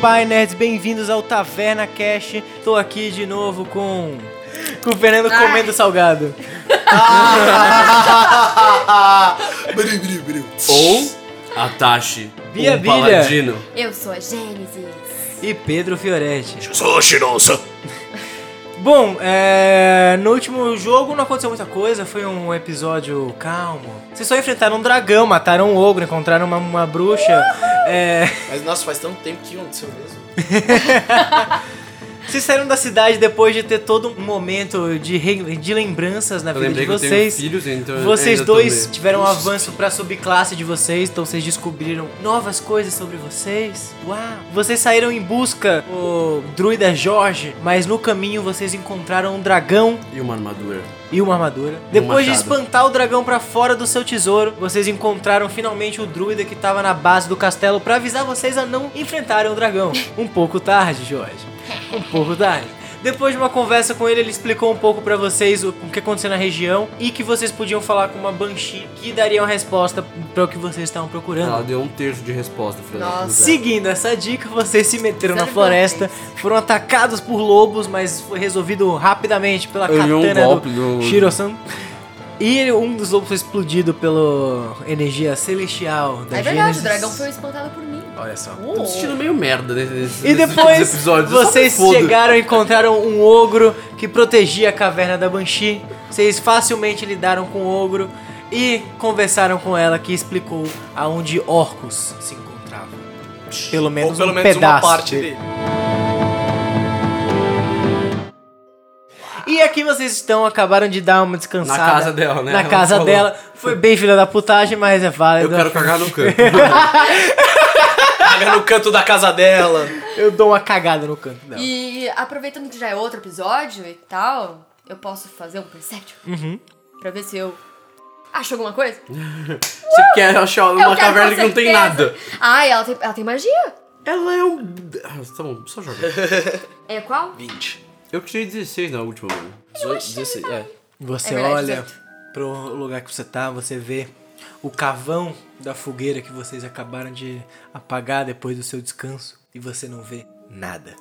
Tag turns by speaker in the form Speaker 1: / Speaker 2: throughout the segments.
Speaker 1: Pai Nerds, bem-vindos ao Taverna Cash. Tô aqui de novo com, com o Fernando
Speaker 2: Ai.
Speaker 1: comendo salgado.
Speaker 3: Brilho, brilho, brilho.
Speaker 4: Ou Atashi,
Speaker 1: Bia
Speaker 4: um
Speaker 1: Bia.
Speaker 4: paladino.
Speaker 2: Eu sou a Gênesis.
Speaker 1: E Pedro Fioretti.
Speaker 3: Sou cheirosa.
Speaker 1: Bom, é, no último jogo não aconteceu muita coisa, foi um episódio calmo. Vocês só enfrentaram um dragão, mataram um ogro, encontraram uma, uma bruxa. É,
Speaker 3: Mas nossa, faz tanto tempo que aconteceu mesmo.
Speaker 1: vocês saíram da cidade depois de ter todo um momento de, re- de lembranças na
Speaker 4: Eu
Speaker 1: vida de
Speaker 4: lembrei que eu tenho
Speaker 1: vocês.
Speaker 4: filhos, então eu
Speaker 1: Vocês
Speaker 4: ainda tô
Speaker 1: dois
Speaker 4: meio-
Speaker 1: tiveram um avanço pra subclasse de vocês, então vocês descobriram novas coisas sobre vocês. Uau! Vocês saíram em busca do druida Jorge, mas no caminho vocês encontraram um dragão
Speaker 4: E uma armadura.
Speaker 1: e uma armadura. Depois de
Speaker 4: um machado.
Speaker 1: espantar o dragão pra fora do seu tesouro, vocês encontraram finalmente o druida que tava na base do castelo pra avisar vocês a não enfrentarem o dragão. Um pouco tarde, Jorge. Um pouco tarde. Depois de uma conversa com ele, ele explicou um pouco pra vocês o o que aconteceu na região e que vocês podiam falar com uma Banshee que daria uma resposta para o que vocês estavam procurando.
Speaker 4: Ela deu um terço de resposta, Fernando.
Speaker 2: Nossa.
Speaker 1: Seguindo essa dica, vocês se meteram na
Speaker 2: Sério,
Speaker 1: floresta, foram atacados por lobos, mas foi resolvido rapidamente pela
Speaker 4: Eu vi um
Speaker 1: katana
Speaker 4: golpe
Speaker 1: do
Speaker 4: do-
Speaker 1: Shiro-san. E um dos lobos foi explodido pela energia celestial da
Speaker 2: É verdade,
Speaker 1: Gênesis.
Speaker 2: o dragão foi espantado por mim.
Speaker 4: Olha só.
Speaker 2: Uh.
Speaker 4: Tô me sentindo meio merda nesse, nesse
Speaker 1: E
Speaker 4: nesses
Speaker 1: depois
Speaker 4: episódios. eu só me
Speaker 1: vocês
Speaker 4: fodo.
Speaker 1: chegaram e encontraram um ogro que protegia a caverna da Banshee. Vocês facilmente lidaram com o ogro e conversaram com ela que explicou aonde orcos se encontravam. Pelo menos
Speaker 3: Ou pelo
Speaker 1: um
Speaker 3: menos uma
Speaker 1: pedaço
Speaker 3: parte dele.
Speaker 1: E aqui vocês estão, acabaram de dar uma descansada.
Speaker 4: Na casa dela, né?
Speaker 1: Na
Speaker 4: Ela
Speaker 1: casa
Speaker 4: falou.
Speaker 1: dela. Foi bem filha da putagem, mas é válido.
Speaker 4: Eu quero cagar no canto.
Speaker 3: Paga no canto da casa dela.
Speaker 1: Eu dou uma cagada no canto dela.
Speaker 2: Uh! E aproveitando que já é outro episódio e tal, eu posso fazer um perception?
Speaker 1: Uhum.
Speaker 2: Pra ver se eu acho alguma coisa?
Speaker 4: Você quer achar
Speaker 2: Eu quero
Speaker 4: uma caverna
Speaker 2: com
Speaker 4: que não tem
Speaker 2: certeza.
Speaker 4: nada.
Speaker 2: Ai, ela tem, ela tem magia.
Speaker 4: Ela é um... Ah, tá bom, só joga.
Speaker 2: É qual?
Speaker 3: 20.
Speaker 4: Eu tirei 16 na última, mano.
Speaker 3: 18, 16, é.
Speaker 1: Você
Speaker 2: É verdade,
Speaker 1: olha
Speaker 2: certo.
Speaker 1: pro lugar que você tá, você vê o cavão da fogueira que vocês acabaram de apagar depois do seu descanso. E você não vê nada.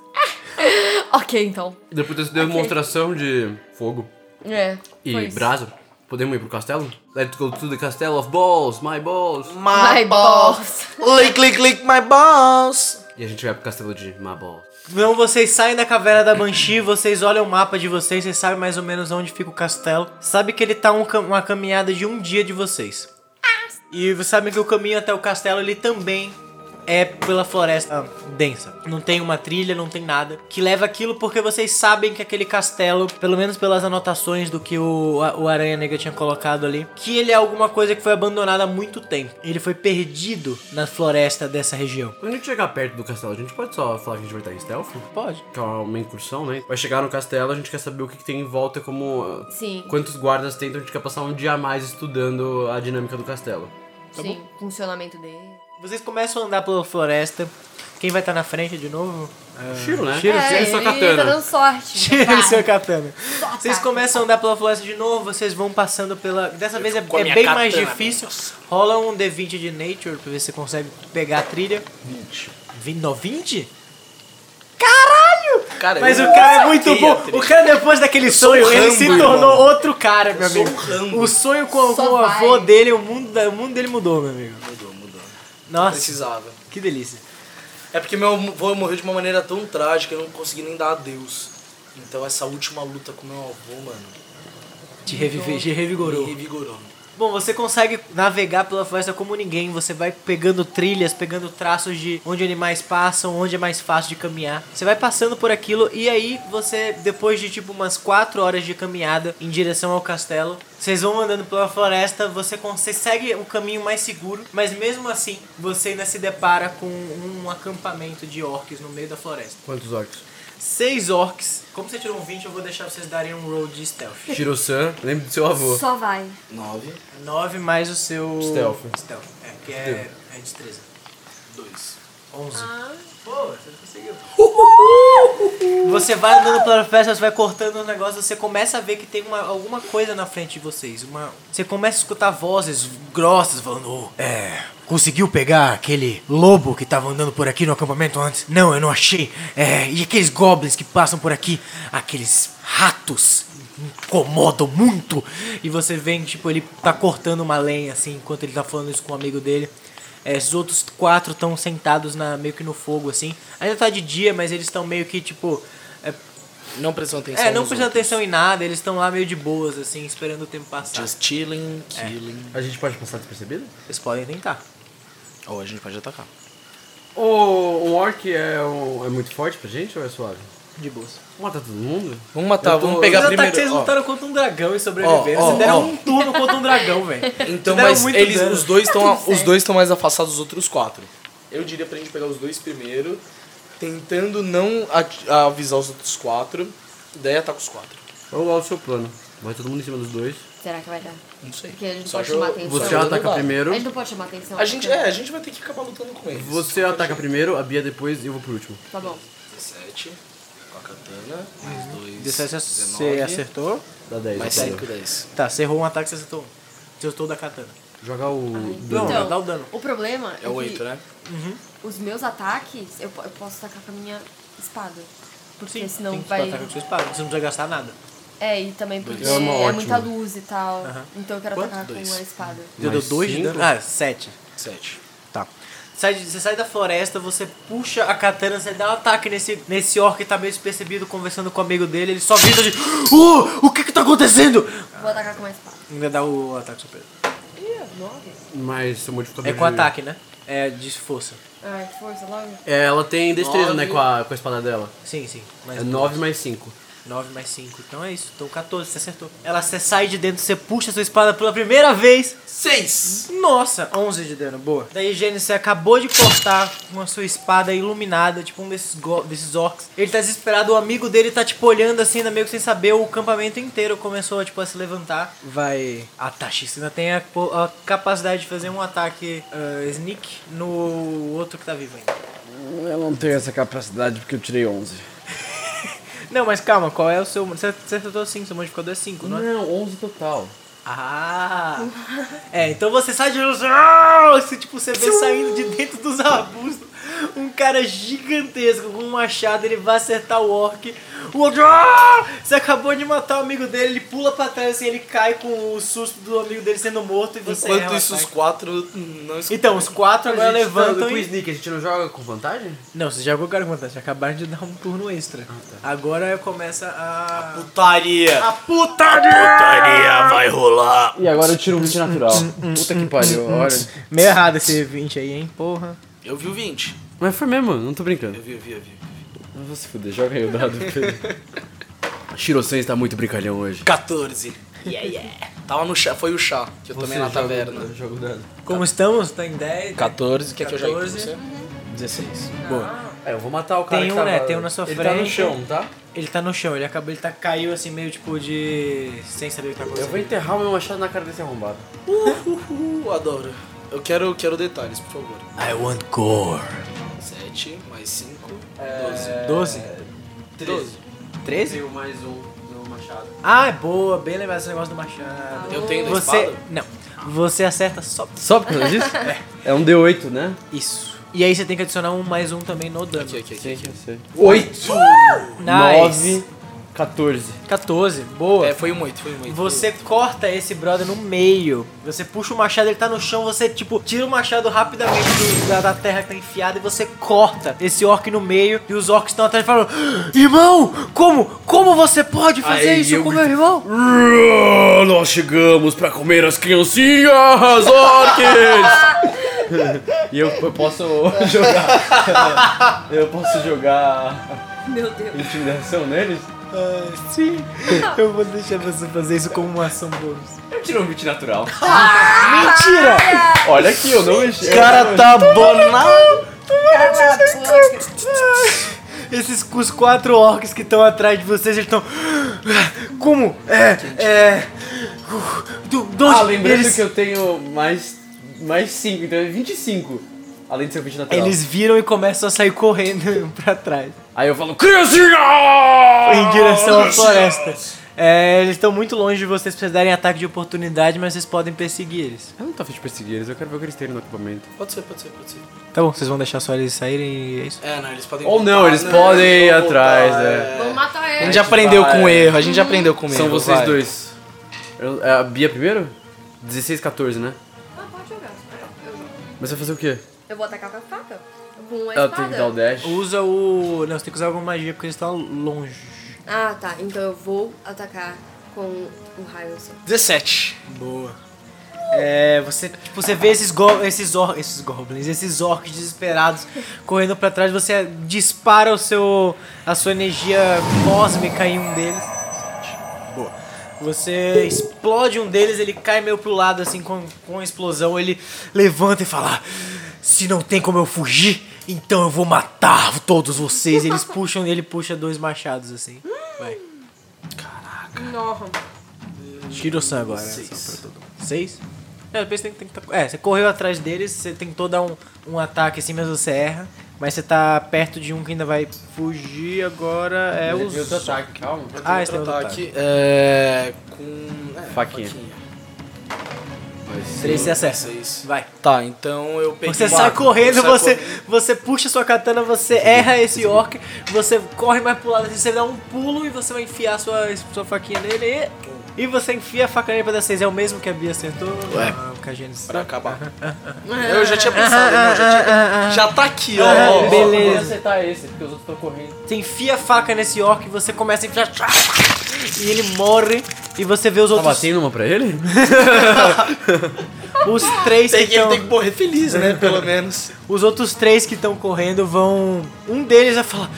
Speaker 2: Ok, então.
Speaker 4: Depois dessa demonstração de fogo
Speaker 2: É.
Speaker 4: e
Speaker 2: foi isso.
Speaker 4: brasa, podemos ir pro castelo? Let's go to the castle of balls, my balls.
Speaker 2: My balls.
Speaker 3: Lick, lick, lick my balls.
Speaker 4: E a gente vai pro castelo de my balls.
Speaker 1: Então vocês saem da caverna da Banshee, vocês olham o mapa de vocês, vocês sabem mais ou menos onde fica o castelo. Sabe que ele tá um cam- uma caminhada de um dia de vocês. E vocês sabem que o caminho até o castelo ele também é pela floresta densa. Não tem uma trilha, não tem nada que leva aquilo porque vocês sabem que aquele castelo, pelo menos pelas anotações do que o, a- o Aranha Negra tinha colocado ali, que ele é alguma coisa que foi abandonada há muito tempo. Ele foi perdido na floresta dessa região.
Speaker 4: Quando a gente chegar perto do castelo, a gente pode só falar que a gente vai estar em stealth?
Speaker 1: Pode.
Speaker 4: Que é uma incursão, né? Vai chegar no castelo, a gente quer saber o que, que tem em volta, como. ah,
Speaker 2: Sim.
Speaker 4: Quantos guardas tem, então a gente quer passar um dia a mais estudando a dinâmica do castelo.
Speaker 2: Sim, funcionamento dele.
Speaker 1: Vocês começam a andar pela floresta. Quem vai estar na frente de novo?
Speaker 4: Shiro, né?
Speaker 1: Shiro,
Speaker 2: é,
Speaker 4: sua
Speaker 2: ele tá
Speaker 4: katana.
Speaker 2: dando sorte.
Speaker 1: Tira
Speaker 2: Vai.
Speaker 1: o seu katana.
Speaker 2: tá. Só
Speaker 1: Vocês
Speaker 2: ataque.
Speaker 1: começam a andar pela floresta de novo, vocês vão passando pela. Dessa vez é,
Speaker 3: fico com a
Speaker 1: é
Speaker 3: minha
Speaker 1: bem mais
Speaker 3: katana,
Speaker 1: difícil. Rola um D20 de Nature pra ver se você consegue pegar a trilha. 20. não, 20?
Speaker 3: Cara,
Speaker 1: Mas
Speaker 3: eu
Speaker 1: o cara é muito
Speaker 3: saquei a
Speaker 1: bom.
Speaker 3: trilha.
Speaker 1: O cara, depois daquele sonho,
Speaker 3: sou o
Speaker 1: ele se
Speaker 3: Rambo,
Speaker 1: tornou
Speaker 3: irmão.
Speaker 1: outro cara, meu
Speaker 3: sou
Speaker 1: amigo.
Speaker 3: o Rambo.
Speaker 1: O sonho com,
Speaker 2: Só
Speaker 1: com o avô
Speaker 2: vai.
Speaker 1: dele, o mundo, da- o mundo dele mudou, meu amigo.
Speaker 3: Mudou, mudou.
Speaker 1: Nossa,
Speaker 3: Precisava.
Speaker 1: que delícia.
Speaker 3: É porque meu avô morreu de uma maneira tão trágica, eu não consegui nem dar adeus. Então essa última luta com meu avô, mano,
Speaker 1: Te, revive, te revigorou.
Speaker 3: me revigorou.
Speaker 1: Bom, você consegue navegar pela floresta como ninguém, você vai pegando trilhas, pegando traços de onde animais passam, onde é mais fácil de caminhar. Você vai passando por aquilo e aí você, depois de tipo umas 4 horas de caminhada em direção ao castelo, vocês vão andando pela floresta, você consegue segue um caminho mais seguro, mas mesmo assim você ainda se depara com um acampamento de orcs no meio da floresta.
Speaker 4: Quantos orcs?
Speaker 1: Seis orcs. Como você tirou um 20, eu vou deixar vocês darem um roll de stealth.
Speaker 4: Shiro-san, lembre do seu avô.
Speaker 2: Só vai.
Speaker 3: Nove,
Speaker 1: 9 mais o seu.
Speaker 4: Stealth.
Speaker 1: Stealth. É, que é, é destreza.
Speaker 3: dois.
Speaker 1: 11. Pô, você conseguiu. Você vai andando pela festa, você vai cortando os negócios, você começa a ver que tem uma, alguma coisa na frente de vocês. Uma, você começa a escutar vozes grossas falando: "Oh, É. Conseguiu pegar aquele lobo que tava andando por aqui no acampamento antes? Não, eu não achei. É, e aqueles goblins que passam por aqui? Aqueles ratos incomodam muito. E você vê que, tipo, ele tá cortando uma lenha, assim, enquanto ele tá falando isso com um amigo dele. É, esses outros quatro estão sentados na, meio que no fogo, assim. Ainda tá de dia, mas eles estão meio que, tipo... É,
Speaker 3: Não prestam atenção.
Speaker 1: é, não
Speaker 3: nos
Speaker 1: prestando
Speaker 3: outros.
Speaker 1: atenção em nada, eles estão lá meio de boas, assim, esperando o tempo passar.
Speaker 3: Just chilling, killing.
Speaker 4: A gente pode passar despercebido?
Speaker 1: Vocês podem tá tentar.
Speaker 3: Ou a gente pode atacar.
Speaker 4: O, o orc é, um- é muito forte pra gente ou é suave?
Speaker 1: De boas.
Speaker 4: Mata todo mundo?
Speaker 3: Vamos matar,
Speaker 4: Eu tô-
Speaker 3: vamos
Speaker 1: Os
Speaker 3: pegar
Speaker 1: ataques
Speaker 3: primeiro.
Speaker 1: vocês
Speaker 3: ó.
Speaker 1: lutaram contra um dragão e sobreviveram.
Speaker 3: Ó, ó,
Speaker 1: vocês deram
Speaker 3: ó.
Speaker 1: um turno contra um dragão, velho.
Speaker 3: Então,
Speaker 1: Vocês deram
Speaker 3: mas
Speaker 1: muito
Speaker 3: eles,
Speaker 1: dano.
Speaker 3: os dois
Speaker 2: Tá
Speaker 3: estão
Speaker 2: tudo
Speaker 3: os
Speaker 2: certo.
Speaker 3: dois estão mais afastados dos outros quatro. Eu diria pra gente pegar os dois primeiro, tentando não ati- avisar os outros quatro, daí ataca os quatro.
Speaker 4: Ou ao é seu plano? Vai todo mundo em cima dos dois.
Speaker 2: Será que vai dar?
Speaker 3: Não sei.
Speaker 2: Porque a gente
Speaker 3: Só
Speaker 2: pode
Speaker 3: que
Speaker 2: chamar
Speaker 3: eu-
Speaker 2: atenção.
Speaker 4: Você
Speaker 3: Só
Speaker 4: ataca
Speaker 3: jogando lá.
Speaker 4: primeiro.
Speaker 2: A gente não pode chamar atenção.
Speaker 3: A gente é, a gente vai ter que acabar lutando com eles.
Speaker 4: Você ataca primeiro, a Bia depois e eu vou por último.
Speaker 2: Tá bom.
Speaker 3: 17 com a katana, mais
Speaker 1: Uhum.
Speaker 3: dois,
Speaker 1: 17 você
Speaker 3: 19,
Speaker 1: acertou.
Speaker 4: Dá 10.
Speaker 3: Mais 5, 10.
Speaker 1: Tá, você errou um ataque, você acertou um. Você acertou o da katana.
Speaker 4: Jogar o.
Speaker 1: Não,
Speaker 4: dano.
Speaker 2: então,
Speaker 1: dá o dano.
Speaker 2: O problema
Speaker 3: É 8,
Speaker 2: que
Speaker 3: né?
Speaker 2: os meus ataques, eu, po- eu posso atacar com a minha espada. Porque
Speaker 1: Sim,
Speaker 2: senão
Speaker 1: tem que
Speaker 2: vai.
Speaker 1: atacar com sua espada. Você não precisa gastar nada.
Speaker 2: É, e também porque
Speaker 4: É uma
Speaker 2: é,
Speaker 4: ótima.
Speaker 2: muita luz e tal.
Speaker 1: Aham.
Speaker 2: Então eu quero
Speaker 3: Quanto?
Speaker 2: atacar
Speaker 3: Dois.
Speaker 2: com a espada.
Speaker 1: Você deu
Speaker 4: Mais
Speaker 1: 2 de
Speaker 4: cinco?
Speaker 1: dano. Ah, 7.
Speaker 3: 7.
Speaker 1: Tá. Sai de- você sai da floresta, você puxa a katana, você dá um ataque nesse, nesse orc que tá meio despercebido conversando com o amigo dele, ele só grita de. Uh, o que que tá acontecendo?
Speaker 2: Vou atacar com uma espada.
Speaker 1: Ainda dá o ataque surpresa.
Speaker 4: Mas seu modificador.
Speaker 1: É com
Speaker 4: de-
Speaker 1: ataque, né? É de força.
Speaker 2: Ai, que força, logo.
Speaker 4: É, ela tem destreza,
Speaker 3: Nove.
Speaker 4: né? Com a, com a espada dela.
Speaker 1: Sim, sim. Mais
Speaker 4: É 9 mais 5.
Speaker 1: 9 mais 5. Então é isso. Então 14, você acertou. Ela você sai de dentro, você puxa sua espada pela primeira vez.
Speaker 3: 6!
Speaker 1: Nossa, 11 de dano, boa. Daí, Gênesis, você acabou de cortar com a sua espada iluminada, tipo um desses, go- desses orcs. Ele tá desesperado, o amigo dele tá, tipo, olhando assim, ainda meio que sem saber. O campamento inteiro começou, tipo, a se levantar. Vai... A Tachis ainda tem a, po- a capacidade de fazer um ataque ah, sneak no outro que tá vivo ainda.
Speaker 5: Eu não tenho essa capacidade porque eu tirei 11.
Speaker 1: Não, mas calma, qual é o seu... Você você acertou 5, seu modificador é 5, não é?
Speaker 4: 11 total.
Speaker 1: Ah! É, então você sai de. Ah, Você, tipo, você vê saindo de dentro dos arbustos um cara gigantesco com um machado, ele vai acertar o orc. O orc. Ah! Você acabou de matar o amigo dele, ele pula pra trás assim, ele cai com o susto do amigo dele sendo morto e você. erra
Speaker 3: Enquanto
Speaker 1: o
Speaker 3: isso, os
Speaker 1: ataque.
Speaker 3: quatro não escutam.
Speaker 1: Então, os quatro agora
Speaker 5: tá
Speaker 1: levantam
Speaker 4: tá Com o
Speaker 1: e.
Speaker 4: Sneak, a gente não joga com vantagem?
Speaker 1: Não, você já jogou o cara com vantagem, acabaram de dar um turno extra.
Speaker 3: Ah, tá.
Speaker 1: Agora começa a.
Speaker 3: Putaria!
Speaker 1: A putaria!
Speaker 3: Putaria vai rolar!
Speaker 5: E agora eu tiro um 20 natural.
Speaker 4: Hum,
Speaker 5: Puta que pariu, olha.
Speaker 1: Meio errado esse 20 aí, hein? Porra.
Speaker 3: Eu vi o 20.
Speaker 4: Mas foi mesmo, não tô brincando.
Speaker 3: Eu vi, eu vi, eu vi.
Speaker 5: Não vou se fuder, joga aí o dado. Shiro-sen
Speaker 4: tá
Speaker 5: está muito brincalhão hoje.
Speaker 3: 14. Yeah, yeah. Tava no chá, foi o chá, que eu tomei na taverna.
Speaker 4: Jogo dado.
Speaker 1: Como estamos? Tá em 10.
Speaker 3: 14, quer que eu jogue pra
Speaker 1: 14.
Speaker 3: você? 16.
Speaker 4: É, eu vou matar o cara
Speaker 1: Tem
Speaker 4: que
Speaker 1: um,
Speaker 4: tava...
Speaker 1: né, tem um na sua
Speaker 4: ele Ele tá no
Speaker 1: frente.
Speaker 4: chão, tá?
Speaker 1: Ele tá no chão, ele acabou, ele tá, caiu assim meio tipo de. sem saber o que tá
Speaker 3: Então
Speaker 4: Eu
Speaker 1: acontecendo.
Speaker 4: vou enterrar o meu machado na cara desse arrombado.
Speaker 3: Uhuhu, adoro. Eu quero, quero detalhes, por favor.
Speaker 1: I want gore.
Speaker 3: 7 mais 5,
Speaker 1: É,
Speaker 3: É.
Speaker 1: 12?
Speaker 3: 12.
Speaker 1: 13?
Speaker 4: mais um do machado.
Speaker 1: Ah, é boa, bem lembrado esse negócio do machado.
Speaker 3: Eu tenho da
Speaker 1: Você.
Speaker 3: um espada?
Speaker 1: Não. Você acerta só
Speaker 5: Só por causa disso?
Speaker 4: É um D8, né?
Speaker 1: isso. E aí você tem que adicionar um mais um também no dano.
Speaker 3: Aqui, aqui, aqui. aqui.
Speaker 5: Sei.
Speaker 4: 8!
Speaker 1: Nice.
Speaker 5: 9, 14.
Speaker 1: 14, boa.
Speaker 3: É, foi um 8, foi um 8.
Speaker 1: Você corta esse brother no meio. Você puxa o machado, ele tá no chão, você, tipo, tira o machado rapidamente do- da, da terra que tá enfiada e você corta esse orc no meio. E os orcs estão atrás e falam: "Ah, Irmão, como? Como você pode fazer
Speaker 4: Aí
Speaker 1: isso
Speaker 4: eu
Speaker 1: com meu irmão?
Speaker 5: Ah, Nós chegamos pra comer as criancinhas, orques! e eu, eu posso jogar. Eu posso jogar
Speaker 2: Meu Deus.
Speaker 5: intimidação neles?
Speaker 1: Ah, sim, eu vou deixar você fazer isso como uma ação bônus.
Speaker 5: Eu tiro um 20 natural. Mentira! Olha aqui, eu não mexi.
Speaker 1: cara tá bonado! Esses os quatro orcs que estão atrás de vocês, eles estão. Como? É. É. uh, Do, do,
Speaker 5: Ah, lembrando
Speaker 1: eles-
Speaker 5: que eu tenho mais, mais 5, então é 25. Além de ser vídeo natural.
Speaker 1: Eles viram e começam a sair correndo pra trás.
Speaker 5: Aí eu falo,
Speaker 3: Ah,
Speaker 5: criancinha!
Speaker 1: em direção à floresta. É, eles estão muito longe de vocês pra vocês darem ataque de oportunidade, mas vocês podem perseguir eles.
Speaker 4: Eu não tô afim de perseguir eles, eu quero ver o que eles têm no equipamento.
Speaker 3: Pode ser, pode ser, pode ser.
Speaker 1: Tá bom, vocês vão deixar só eles saírem e é isso.
Speaker 3: É, não, eles podem
Speaker 4: Ou não, eles
Speaker 3: né?
Speaker 4: podem ir
Speaker 3: vão
Speaker 4: atrás,
Speaker 5: né?
Speaker 3: é.
Speaker 2: Vamos matar
Speaker 3: A
Speaker 2: ele.
Speaker 3: gente já aprendeu
Speaker 5: vai.
Speaker 3: com erro, a gente já aprendeu com erro.
Speaker 4: São vocês
Speaker 3: vai.
Speaker 4: dois. Eu- é a Bia primeiro? 16, 14, né?
Speaker 2: Ah, pode jogar. Eu jogo.
Speaker 4: Mas você vai fazer o quê?
Speaker 2: Eu vou atacar com a faca. Com a
Speaker 4: Ela tem que dar o é
Speaker 2: espada.
Speaker 4: dash.
Speaker 1: Usa o. Não, você tem que usar alguma magia porque eles estão longe.
Speaker 2: Ah, tá. Então eu vou atacar com o raio assim.
Speaker 3: 17.
Speaker 1: Boa. É, você, tipo, você vê esses, go esses, or esses goblins, esses orcs desesperados correndo pra trás, você dispara o seu a sua energia cósmica em um deles. Boa. Você explode um deles, ele cai meio pro lado assim com, com a explosão, ele levanta e fala: "Se não tem como eu fugir, então eu vou matar todos vocês". Eles puxam, ele puxa dois machados assim. Vai.
Speaker 2: Nossa.
Speaker 1: Tira o sangue agora. Seis. Seis? É, depois tem, tem que tá... É, você correu atrás deles, você tentou dar um, um ataque assim, mas você erra. Mas você tá perto de um que ainda vai fugir agora. É o.
Speaker 4: Meu ataque, calma.
Speaker 1: Ah, esse
Speaker 3: Outro
Speaker 1: é outro ataque.
Speaker 3: ataque é. Com. É,
Speaker 4: Faquinha. tá
Speaker 1: Três você acerta.
Speaker 3: Seis.
Speaker 1: Vai.
Speaker 3: Tá, então eu peguei.
Speaker 1: Você
Speaker 3: uma-
Speaker 1: sai correndo,
Speaker 3: eu saio
Speaker 1: você,
Speaker 3: correndo.
Speaker 1: você puxa sua katana, você erra esse orc, você corre mais pro lado, assim, você dá um pulo e você vai enfiar sua, sua faquinha nele e, e você enfia a faca nele pra dar seis. É o mesmo que a Bia acertou?
Speaker 3: Ué.
Speaker 1: Ah, o que a Gênesis-
Speaker 3: Pra acabar. eu já tinha pensado, não, já, tinha... já tá aqui, ó.
Speaker 1: Ah,
Speaker 3: ó, ó.
Speaker 1: beleza.
Speaker 4: Vou acertar esse, porque os outros estão correndo.
Speaker 1: Você enfia a faca nesse orc e você começa a enfiar. E ele morre. E você vê os
Speaker 4: Tá
Speaker 1: outros.
Speaker 4: batendo uma pra ele?
Speaker 1: Os três que
Speaker 3: Tem que, ele
Speaker 1: estão.
Speaker 3: tem que morrer feliz, né? Pelo menos.
Speaker 1: Os outros três que estão correndo vão. Um deles vai falar: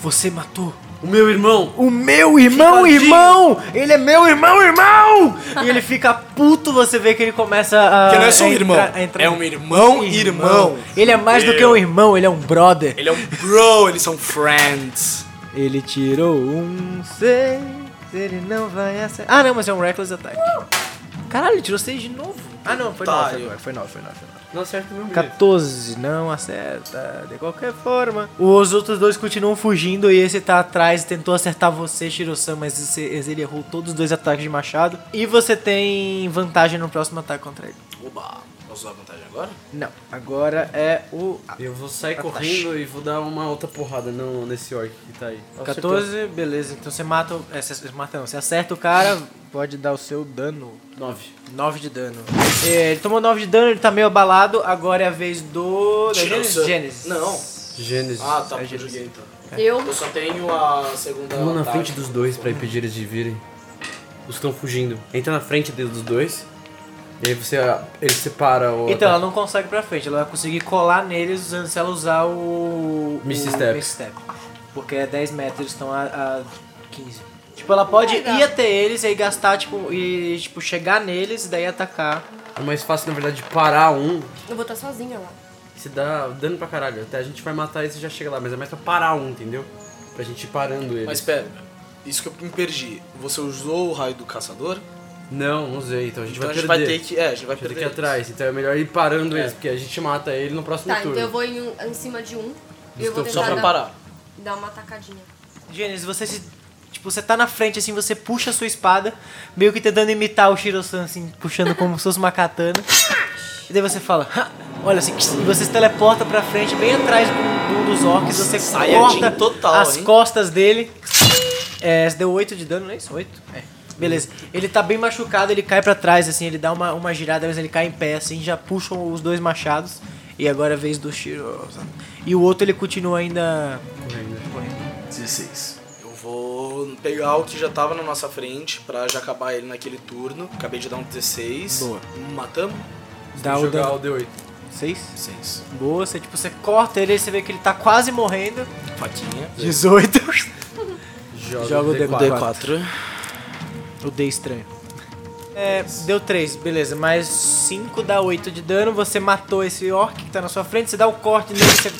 Speaker 1: Você matou
Speaker 4: O meu irmão!
Speaker 1: o meu irmão,
Speaker 4: Coitadinho.
Speaker 1: irmão! Ele é meu irmão, irmão! E ele fica puto, você vê que ele começa a.
Speaker 3: Porque não é só um
Speaker 1: a entrar-
Speaker 3: irmão,
Speaker 1: a entrar-
Speaker 3: é um irmão e irmão.
Speaker 1: Ele é mais do que um irmão, ele é um brother.
Speaker 3: Ele é um bro, eles são friends.
Speaker 1: Ele tirou um 6, ele não vai acertar. Ah, não, mas é um Reckless Attack. Caralho, ele tirou 6 de novo. Ah, não, foi 9
Speaker 3: Otário.
Speaker 1: agora, foi 9, foi 9. Foi 9.
Speaker 4: Não acerta o meu mesmo.
Speaker 1: 14, não acerta, de qualquer forma. Os outros dois continuam fugindo e esse tá atrás, tentou acertar você, Shiro-san, mas esse- ele errou todos os dois ataques de machado. E você tem vantagem no próximo ataque contra ele.
Speaker 3: Oba, posso usar vantagem agora?
Speaker 1: Não, agora é o...
Speaker 4: Eu vou sair
Speaker 1: Ataque.
Speaker 4: correndo e vou dar uma outra porrada no, nesse orc que tá aí.
Speaker 1: 14, beleza, então você mata, o- é, você, mata não, você acerta o cara, pode dar o seu dano.
Speaker 4: 9.
Speaker 1: 9 de dano. É, Ele tomou 9 de dano, ele tá meio abalado. Agora é a vez do. Da
Speaker 3: Tira o
Speaker 1: Gênesis?
Speaker 3: seu-
Speaker 1: Gênesis.
Speaker 3: Não.
Speaker 4: Gênesis.
Speaker 3: Ah, tá, porque eu
Speaker 1: Gênesis.
Speaker 3: joguei então.
Speaker 2: Eu.
Speaker 3: Eu só tenho a segunda.
Speaker 4: Pula na
Speaker 3: vantagem.
Speaker 4: frente dos dois pra impedir eles de virem. Os que estão fugindo. Entra na frente deles dos dois. E aí você. ah, Ele separa o.
Speaker 1: Então, ela não consegue pra frente, ela vai conseguir colar neles usando se ela usar o.
Speaker 4: Misty
Speaker 1: o
Speaker 4: Step.
Speaker 1: Misty Step. Porque é 10 metros, eles estão a, a 15. Tipo, ela pode ir até eles e aí gastar, tipo, e tipo, chegar neles e daí atacar.
Speaker 4: É mais fácil, na verdade, parar um.
Speaker 2: Eu vou estar sozinha lá.
Speaker 4: Se dá dano pra caralho. Até a gente vai matar esse e já chega lá. Mas é mais pra parar um, entendeu? Pra gente ir parando ele.
Speaker 3: Mas pera, isso que eu me perdi. Você usou o raio do caçador?
Speaker 4: Não, não usei. Então a gente
Speaker 3: Então a
Speaker 4: vai
Speaker 3: gente
Speaker 4: perder.
Speaker 3: vai ter que. É, a gente vai
Speaker 4: A gente vai
Speaker 3: perder.
Speaker 4: ter que ir
Speaker 3: eles.
Speaker 4: atrás. Então é melhor ir parando
Speaker 3: É.
Speaker 4: eles, porque a gente mata ele no próximo
Speaker 2: Tá,
Speaker 4: turno.
Speaker 2: então eu vou em, um- em cima de um. E eu vou
Speaker 4: teus-
Speaker 2: tentar
Speaker 3: Só pra
Speaker 2: dar,
Speaker 3: parar.
Speaker 2: dar uma atacadinha.
Speaker 1: Gênesis, você se. Tipo, você tá na frente, assim, você puxa a sua espada, meio que tentando imitar o Shiro-san, assim, puxando como se fosse uma katana. E daí você fala, "Ha!" olha assim, e você se teleporta pra frente, bem atrás do, do- dos orcs, você
Speaker 3: Saiyajin
Speaker 1: corta
Speaker 3: é total,
Speaker 1: as
Speaker 3: hein?
Speaker 1: costas dele. É, você deu 8 de dano, não é isso? 8? É. Beleza. Ele tá bem machucado, ele cai pra trás, assim, ele dá uma, uma girada, mas ele cai em pé, assim, já puxam os dois machados. E agora é a vez do Shiro-san. E o outro ele continua ainda
Speaker 4: Correndo.
Speaker 1: correndo.
Speaker 3: 16. Eu vou pegar o que já tava na nossa frente pra já acabar ele naquele turno. Acabei de dar um 16.
Speaker 1: Boa.
Speaker 3: Matamos?
Speaker 1: Dá o
Speaker 4: jogar
Speaker 1: dano.
Speaker 4: o D8.
Speaker 1: 6?
Speaker 3: 6.
Speaker 1: Boa, você, tipo, você corta ele, você vê que ele tá quase morrendo.
Speaker 3: Faquinha.
Speaker 1: 18.
Speaker 4: Joga,
Speaker 1: Joga o
Speaker 4: D4.
Speaker 1: D4. O D estranho. É, deu 3, beleza. Mais 5 dá 8 de dano. Você matou esse orc que tá na sua frente. Você dá um corte nele, você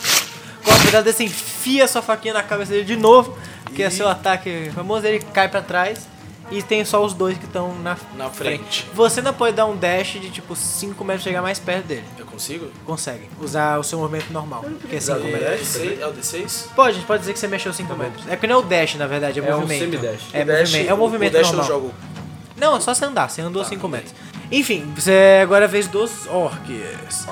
Speaker 1: corta o pedaço dele, você enfia sua faquinha na cabeça dele de novo. Que é seu ataque famoso, ele cai pra trás. e tem só os dois que estão na,
Speaker 3: Na frente.
Speaker 1: Você ainda pode dar um dash de tipo 5 metros e chegar mais perto dele.
Speaker 3: Eu consigo?
Speaker 1: Consegue usar o seu movimento normal, que é 5
Speaker 3: É,
Speaker 1: metros.
Speaker 3: D6, é o D6?
Speaker 1: Pode, a gente pode dizer que você mexeu 5 metros. É que não é o dash, na verdade, é,
Speaker 4: É um
Speaker 1: movimento.
Speaker 4: semi-dash.
Speaker 1: É,
Speaker 3: O dash-
Speaker 1: movimento, é um movimento
Speaker 3: o dash
Speaker 1: normal.
Speaker 3: eu jogo.
Speaker 1: Não, é só você andar, você
Speaker 4: Tá,
Speaker 1: andou 5 metros. Enfim, você agora é a vez dos orcs.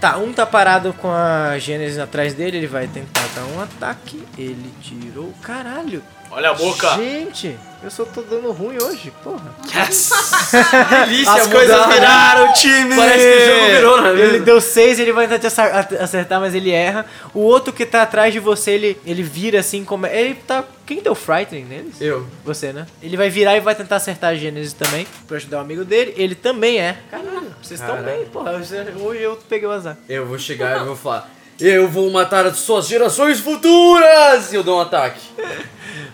Speaker 1: Tá, um tá parado com a Gênesis atrás dele, ele vai tentar dar um ataque. Ele tirou. Caralho!
Speaker 3: Olha a boca!
Speaker 1: Gente, eu só tô dando ruim hoje, porra.
Speaker 3: Yes!
Speaker 4: Delícia,
Speaker 3: As coisas viraram, time!
Speaker 4: Parece que o jogo virou, não é
Speaker 1: Ele
Speaker 4: mesmo?
Speaker 1: deu 6, ele vai tentar te acer- at- acertar, mas ele erra. O outro que tá atrás de você, ele, ele vira assim como. Ele tá. Quem deu frightening neles?
Speaker 4: Eu.
Speaker 1: Você, né? Ele vai virar e vai tentar acertar a Gênesis também, pra ajudar o amigo dele. Ele também é. Caralho, vocês estão
Speaker 4: Caralho.
Speaker 1: bem, porra. Hoje eu peguei o azar.
Speaker 4: Eu vou chegar e vou falar. Eu vou matar as suas gerações futuras! E eu dou um ataque.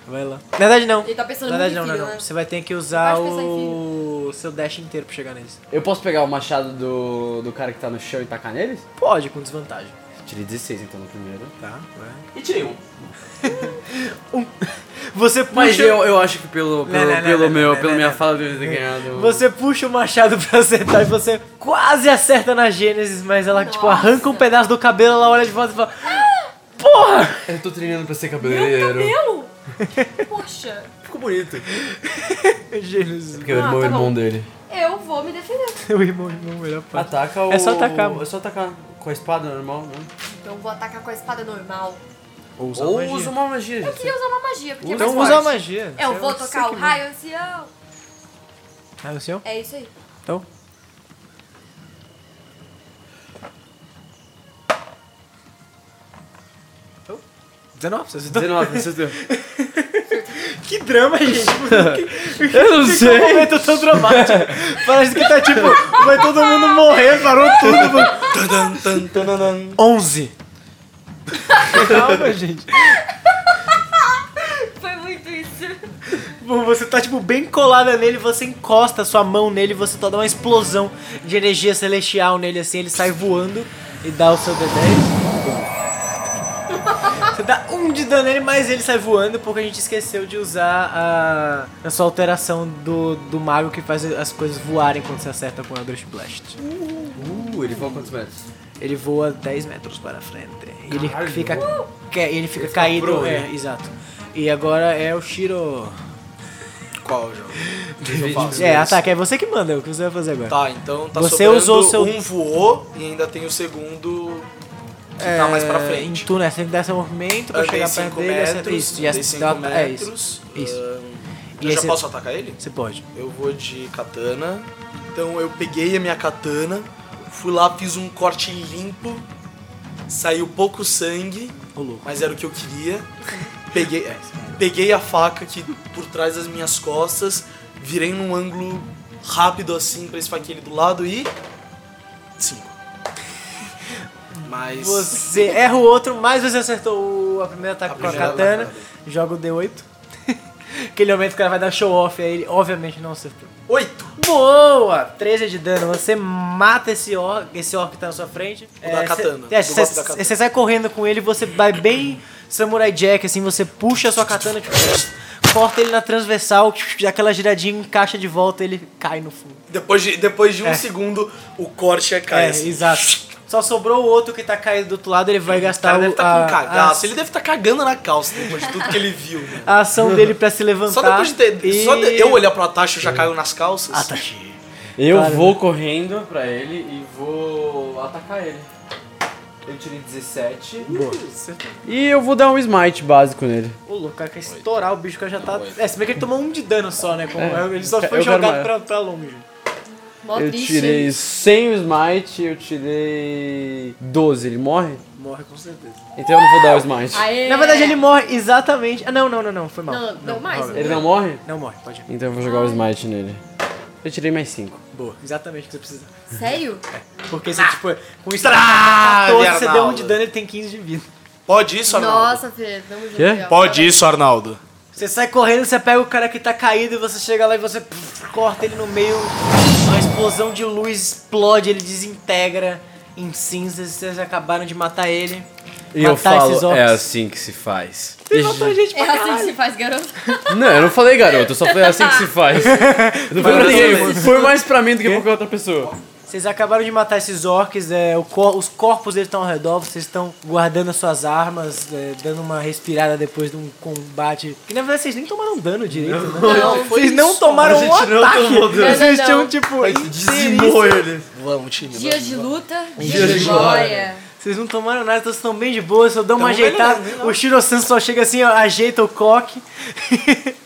Speaker 1: Vai lá. Na verdade, não.
Speaker 2: Ele tá pensando
Speaker 1: Na verdade, não,
Speaker 2: muito em
Speaker 1: não,
Speaker 2: filho,
Speaker 1: não.
Speaker 2: né?
Speaker 1: Você vai ter que usar
Speaker 2: Pode pensar em
Speaker 1: o seu dash inteiro pra chegar neles.
Speaker 5: Eu posso pegar o machado do, do cara que tá no chão e tacar neles?
Speaker 1: Pode, com desvantagem.
Speaker 5: Tirei 16 então no primeiro.
Speaker 1: Tá, vai.
Speaker 3: E tirei um.
Speaker 1: Você puxa.
Speaker 4: Mas eu, eu acho que pelo, pelo,
Speaker 1: não, não,
Speaker 4: pelo
Speaker 1: não,
Speaker 4: meu,
Speaker 1: não,
Speaker 4: pela
Speaker 1: não,
Speaker 4: minha
Speaker 1: não.
Speaker 4: fala de ter ganhado.
Speaker 1: Você puxa o machado pra acertar e você quase acerta na Gênesis, mas ela, tipo, arranca um
Speaker 2: Nossa.
Speaker 1: pedaço do cabelo, ela olha de volta e fala. "Ah, Porra!
Speaker 4: Eu tô treinando pra ser
Speaker 2: Meu
Speaker 4: cabeleireiro.
Speaker 2: cabelo! Poxa,
Speaker 4: tá Ficou bonito.
Speaker 1: Gênesis,
Speaker 5: é
Speaker 4: Porque eu
Speaker 2: Ah,
Speaker 4: irmão
Speaker 2: tá
Speaker 4: o irmão
Speaker 2: bom.
Speaker 4: dele.
Speaker 2: eu vou me defender.
Speaker 1: o irmão, irmão, melhor parte.
Speaker 4: Ataca o.
Speaker 1: É só atacar.
Speaker 4: É só atacar com a espada normal, né?
Speaker 2: Então eu vou atacar com a espada normal.
Speaker 1: Usa
Speaker 4: Ou
Speaker 1: magia.
Speaker 4: usa uma magia,
Speaker 2: Eu
Speaker 4: gente.
Speaker 2: queria usar uma magia, porque é
Speaker 1: Então usa
Speaker 2: mais
Speaker 1: a
Speaker 2: forte.
Speaker 1: magia.
Speaker 2: Eu
Speaker 1: Você-
Speaker 2: vou
Speaker 1: você
Speaker 2: tocar
Speaker 1: que
Speaker 2: o
Speaker 1: manda.
Speaker 2: raio ancião.
Speaker 1: Ah, é o seu?
Speaker 2: É isso aí.
Speaker 1: Então. Então, 19, você acertou?
Speaker 4: 19, acertou.
Speaker 1: Que drama, gente.
Speaker 5: Eu não
Speaker 1: Que momento é tão dramático. Parece que tá tipo, vai todo mundo morrer, parou tudo.
Speaker 3: Tan, tan, tan, tan, tan.
Speaker 1: 11. Calma, gente.
Speaker 2: Foi muito isso.
Speaker 1: Bom, Você tá, tipo, bem colada nele, você encosta sua mão nele, você tá dando uma explosão de energia celestial nele, assim, ele sai voando e dá o seu D10. Você dá um de dano nele, mas ele sai voando porque a gente esqueceu de usar a, a sua alteração do, do mago que faz as coisas voarem quando você acerta com o Eldritch Blast.
Speaker 4: Uh, ele voa quantos metros?
Speaker 1: Ele voa 10 metros para frente. E ele
Speaker 4: Caralho.
Speaker 1: fica, que, ele fica caído.
Speaker 4: pro,
Speaker 1: é,
Speaker 4: né?
Speaker 1: exato. E agora é o Shiro.
Speaker 3: Qual jogo?
Speaker 1: É, ataque. É você que manda. O que você vai fazer agora?
Speaker 3: Tá, então tá
Speaker 1: Você
Speaker 3: sobrando
Speaker 1: usou o seu-
Speaker 3: um voou e ainda tem o segundo que tá mais pra
Speaker 1: É,
Speaker 3: frente.
Speaker 1: Em tu, né? Você tem que dar seu movimento pra
Speaker 3: Andei
Speaker 1: chegar perto
Speaker 3: 5
Speaker 1: dele. acerta-
Speaker 3: metros,
Speaker 1: isso, e
Speaker 3: andei
Speaker 1: acerta-
Speaker 3: 5
Speaker 1: é isso.
Speaker 3: metros. Ah.
Speaker 1: isso.
Speaker 3: ahn,
Speaker 1: E
Speaker 3: eu
Speaker 1: aí
Speaker 3: já
Speaker 1: você-
Speaker 3: posso atacar ele?
Speaker 1: Você pode.
Speaker 3: Eu vou de katana. Então eu peguei a minha katana, fui lá, fiz um corte limpo, saiu pouco sangue,
Speaker 1: Ô, louco.
Speaker 3: mas era o que eu queria. Peguei, é, peguei a faca aqui por trás das minhas costas, virei num ângulo rápido assim pra esfaquear ele do lado e. Cinco. Mas.
Speaker 1: Você erra o outro, mas você acertou o a primeira ataque
Speaker 3: A
Speaker 1: com a
Speaker 3: primeira
Speaker 1: katana.
Speaker 3: atacada.
Speaker 1: Joga o D8. Aquele momento que o cara vai dar show off, aí ele obviamente não acertou.
Speaker 3: Oito!
Speaker 1: Boa! 13 de dano. Você mata esse orc, esse orc que tá na sua frente.
Speaker 3: O da katana.
Speaker 1: Você é,
Speaker 3: Do
Speaker 1: cê-
Speaker 3: golpe da katana.
Speaker 1: cê sai correndo com ele, você vai bem samurai jack, assim, você puxa a sua katana, tipo, corta ele na transversal, dá aquela giradinha, encaixa de volta ele cai no fundo.
Speaker 3: Depois de, depois de um
Speaker 1: É.
Speaker 3: segundo, o corte é
Speaker 1: É,
Speaker 3: cair. assim.
Speaker 1: exato. Só sobrou o outro que tá caído do outro lado, ele vai
Speaker 3: O
Speaker 1: gastar
Speaker 3: cara deve
Speaker 1: o-
Speaker 3: tá
Speaker 1: a-
Speaker 3: com cagaço.
Speaker 1: a-
Speaker 3: Ele deve tá cagando na calça depois de tudo que ele viu. né?
Speaker 1: a ação dele pra se levantar.
Speaker 3: Só depois de ter.
Speaker 1: Tá e- É.
Speaker 3: Só de eu olhar pro Atashi, eu já caio nas calças.
Speaker 1: Ah, tá cheio.
Speaker 5: Eu
Speaker 1: Cara,
Speaker 4: né?
Speaker 5: vou correndo pra ele e vou atacar ele. Eu tirei 17. E eu vou dar um smite básico nele.
Speaker 1: Ô, louco, o cara quer estourar o bicho, o cara já tá. É, se bem que ele tomou um de dano só, né? Como-
Speaker 5: É.
Speaker 1: Ele só
Speaker 5: Eu
Speaker 1: foi
Speaker 5: quero
Speaker 1: jogado
Speaker 5: mais.
Speaker 1: pra, pra longe.
Speaker 2: Mó
Speaker 5: eu
Speaker 2: triste.
Speaker 5: tirei
Speaker 2: hein?
Speaker 5: sem o smite, eu tirei 12. Ele morre?
Speaker 1: Morre com certeza.
Speaker 5: Então eu não vou dar o smite.
Speaker 2: Aê.
Speaker 1: Na verdade, ele morre exatamente. Ah, não, não, não, não, foi mal.
Speaker 2: Não, não, mais,
Speaker 1: Robert.
Speaker 5: Ele não morre?
Speaker 1: Não morre, pode ir.
Speaker 5: Então eu vou jogar o smite nele. Eu tirei mais 5.
Speaker 1: Boa, exatamente o que você precisa.
Speaker 2: Sério?
Speaker 1: Porque você, tipo, com isso,
Speaker 3: Trave,
Speaker 1: 14, você deu um
Speaker 3: Arnaldo.
Speaker 1: de dano, ele tem 15 de vida.
Speaker 3: Pode isso, Arnaldo?
Speaker 2: Nossa, Fê, tamo junto.
Speaker 5: Quê?
Speaker 2: aí, ó.
Speaker 3: isso, Arnaldo.
Speaker 1: Você sai correndo, você pega o cara que tá caído e você chega lá e você pff, corta ele no meio. Uma explosão de luz explode, ele desintegra em cinzas. Vocês acabaram de matar ele.
Speaker 4: E eu
Speaker 1: Matar esses
Speaker 4: falo,
Speaker 1: orcs.
Speaker 4: é assim que se faz.
Speaker 2: É assim que se faz, garoto.
Speaker 4: Não, eu não falei garoto, eu só falei assim que se faz. Não foi pra ninguém, foi mais pra mim do que pra qualquer outra pessoa.
Speaker 1: Vocês acabaram de matar esses orcs, é, o cor- os corpos deles estão ao redor, vocês estão guardando as suas armas, é, dando uma respirada depois de um combate. Que na verdade vocês nem tomaram dano direito, né?
Speaker 3: Não, foi
Speaker 1: Vocês não
Speaker 3: isso.
Speaker 1: tomaram
Speaker 3: A gente
Speaker 1: um
Speaker 3: não
Speaker 1: ataque.
Speaker 3: tomou dano.
Speaker 1: Vocês
Speaker 2: Não, não,
Speaker 1: tinham
Speaker 2: não.
Speaker 1: tipo.
Speaker 3: Dizimou
Speaker 1: inteiríssimo.
Speaker 3: ele. Vamos, time.
Speaker 2: Dias de luta,
Speaker 3: dia
Speaker 2: dias
Speaker 3: de
Speaker 2: de glória.
Speaker 1: Vocês não tomaram nada, então vocês estão bem de boa, só dão uma
Speaker 3: Tamo
Speaker 1: ajeitada. O Shiro-san só chega assim, ó, ajeita o coque.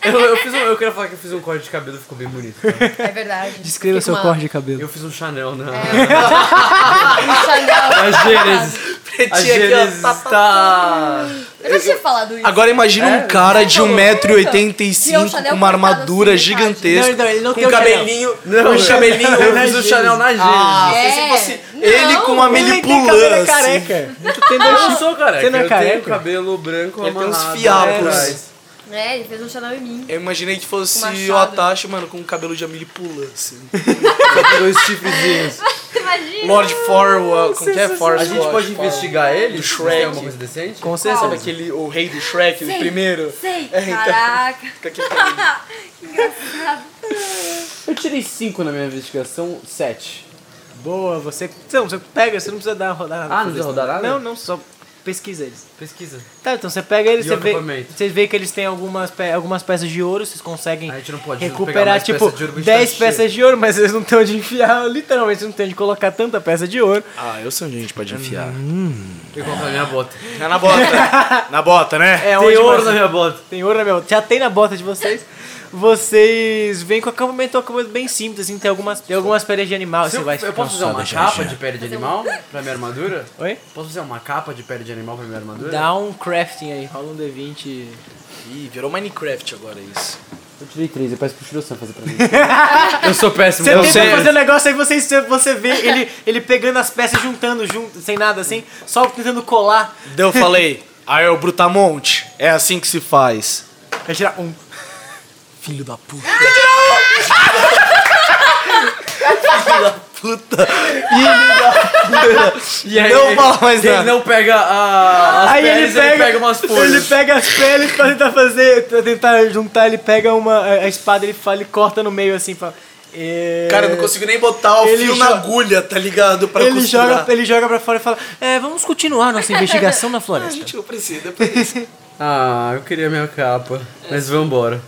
Speaker 4: Eu, eu, fiz um- eu queria falar que eu fiz um corte de cabelo, ficou bem bonito. cara.
Speaker 2: É verdade.
Speaker 1: Descreva
Speaker 2: Fica
Speaker 1: seu
Speaker 2: uma-
Speaker 1: corte de cabelo.
Speaker 4: Eu fiz um Chanel na.
Speaker 1: É.
Speaker 2: um Chanel.
Speaker 4: A Gênesis. A Gênesis tá.
Speaker 2: Eu não tinha falado isso.
Speaker 3: Agora imagina um cara de
Speaker 2: Não,
Speaker 3: 1,85m
Speaker 2: Chanel
Speaker 3: com uma
Speaker 2: cortado
Speaker 3: armadura
Speaker 2: assim, metade.
Speaker 3: gigantesca.
Speaker 1: Não, não, ele não
Speaker 3: com
Speaker 1: tem o
Speaker 3: cabelinho.
Speaker 4: Não,
Speaker 3: com
Speaker 4: eu-
Speaker 3: cabelinho.
Speaker 4: Eu fiz um Chanel na Gênesis.
Speaker 3: Ah,
Speaker 2: É.
Speaker 3: se fosse
Speaker 2: Não.
Speaker 3: ele com uma
Speaker 1: Ele tem
Speaker 3: milipulã.
Speaker 1: cabelo
Speaker 3: assim.
Speaker 1: careca.
Speaker 4: Eu não sou careca.
Speaker 1: Você não é
Speaker 4: eu tenho
Speaker 1: careca?
Speaker 4: cabelo branco
Speaker 3: Ele tem uns
Speaker 4: amarrado
Speaker 3: fiapos.
Speaker 4: atrás.
Speaker 2: É, ele fez um Chanel em mim.
Speaker 3: Eu imaginei que fosse
Speaker 2: Com machado.
Speaker 3: o Atashi, mano, com um cabelo de amilipulã, assim.
Speaker 4: Dois chifrezinhos.
Speaker 2: Imagina.
Speaker 3: Lord Forwell, como que é? Forwell.
Speaker 4: A gente pode investigar ele? Se
Speaker 3: Shrek.
Speaker 4: tem alguma coisa decente?
Speaker 1: Com
Speaker 3: né? Sabe
Speaker 1: certeza.
Speaker 3: aquele, o rei do Shrek,
Speaker 2: Sei,
Speaker 3: o primeiro?
Speaker 2: Sei.
Speaker 3: É, então.
Speaker 2: Caraca.
Speaker 3: Fica aqui pra mim.
Speaker 5: Eu tirei 5 na minha investigação, 7.
Speaker 1: Boa, você. Não, você pega, você não precisa dar rodar nada.
Speaker 5: Ah,
Speaker 1: pra
Speaker 5: não
Speaker 1: fazer
Speaker 5: precisa
Speaker 1: isso,
Speaker 5: rodar nada?
Speaker 1: Não, não, só pesquisa eles.
Speaker 4: Pesquisa.
Speaker 1: Tá, então você pega eles,
Speaker 4: E
Speaker 1: você
Speaker 4: o
Speaker 1: vê,
Speaker 4: acampamento.
Speaker 1: você vê que eles têm algumas, pe- algumas peças de ouro, vocês conseguem
Speaker 4: A gente não pode pegar
Speaker 1: recuperar
Speaker 4: mais
Speaker 1: tipo
Speaker 4: peça de ouro, porque a gente
Speaker 1: 10
Speaker 4: tá
Speaker 1: peças de ouro, mas eles não têm onde enfiar, literalmente não tem onde colocar tanta peça de ouro.
Speaker 3: Ah, eu sei onde a gente pode enfiar.
Speaker 4: Eu vou colocar na minha bota.
Speaker 3: É na bota. na bota, né?
Speaker 1: É
Speaker 4: Tem
Speaker 1: onde
Speaker 4: ouro
Speaker 1: mais-
Speaker 4: na minha bota.
Speaker 1: Tem ouro na minha Já tem na bota de vocês. Vocês vêm com o acampamento, um acampamento bem simples, assim, tem algumas, tem algumas peles de animal.
Speaker 4: Se
Speaker 1: Você
Speaker 4: eu,
Speaker 1: vai
Speaker 4: eu posso usar
Speaker 1: Nossa,
Speaker 4: uma
Speaker 1: já, já.
Speaker 4: capa de pele de animal pra minha armadura?
Speaker 1: Oi?
Speaker 4: Posso usar uma capa de pele de animal pra minha armadura?
Speaker 1: Dá um crafting aí, rola um D20.
Speaker 3: Ih, virou Minecraft agora isso.
Speaker 5: Eu tirei 3, eu peço pro Shiro-san fazer pra mim.
Speaker 4: Eu sou péssimo.
Speaker 1: Você
Speaker 4: eu
Speaker 1: tenta
Speaker 4: sei.
Speaker 1: fazer um negócio, aí você, você vê ele, ele pegando as peças, juntando, junto, sem nada, assim, só tentando colar.
Speaker 3: Daí eu falei, aí é o Brutamonte, é assim que se faz.
Speaker 1: Vai tirar um.
Speaker 3: Filho da puta. Filho da puta.
Speaker 4: E aí,
Speaker 3: Não fala mais
Speaker 4: ele
Speaker 3: nada.
Speaker 4: não pega a, as
Speaker 1: Aí
Speaker 4: peles,
Speaker 1: ele pega,
Speaker 4: ele pega umas folhas.
Speaker 1: Ele pega as peles pra tentar fazer, pra tentar juntar, ele pega uma a a espada, ele fala, ele corta no meio assim, fala, é...
Speaker 3: Cara, eu não consigo nem botar o
Speaker 1: Ele
Speaker 3: fio
Speaker 1: jo-
Speaker 3: na agulha, tá ligado? Pra
Speaker 1: ele
Speaker 3: costurar.
Speaker 1: joga, ele joga pra fora e fala: É, vamos continuar nossa investigação na floresta.
Speaker 3: Gente, eu preciso, depois.
Speaker 4: Ah, eu queria minha capa. Mas vambora.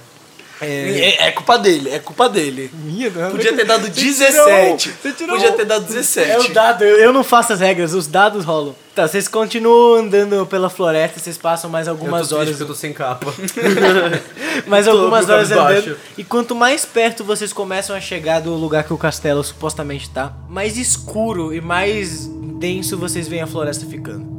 Speaker 3: É, é culpa dele, é culpa dele.
Speaker 1: Minha, não.
Speaker 3: Podia ter dado
Speaker 1: tirou um,
Speaker 3: 17.
Speaker 1: você tirou
Speaker 3: Podia
Speaker 1: um.
Speaker 3: ter dado
Speaker 1: É o
Speaker 3: 17.
Speaker 1: dado, eu, eu não faço as regras, os dados rolam. Tá, vocês continuam andando pela floresta, vocês passam mais algumas
Speaker 4: eu tô
Speaker 1: horas
Speaker 4: triste porque eu tô sem capa.
Speaker 1: mais algumas
Speaker 4: Tô
Speaker 1: horas
Speaker 4: cabisbaixo.
Speaker 1: andando. E quanto mais perto vocês começam a chegar do lugar que o castelo supostamente tá, mais escuro e mais denso vocês veem a floresta ficando.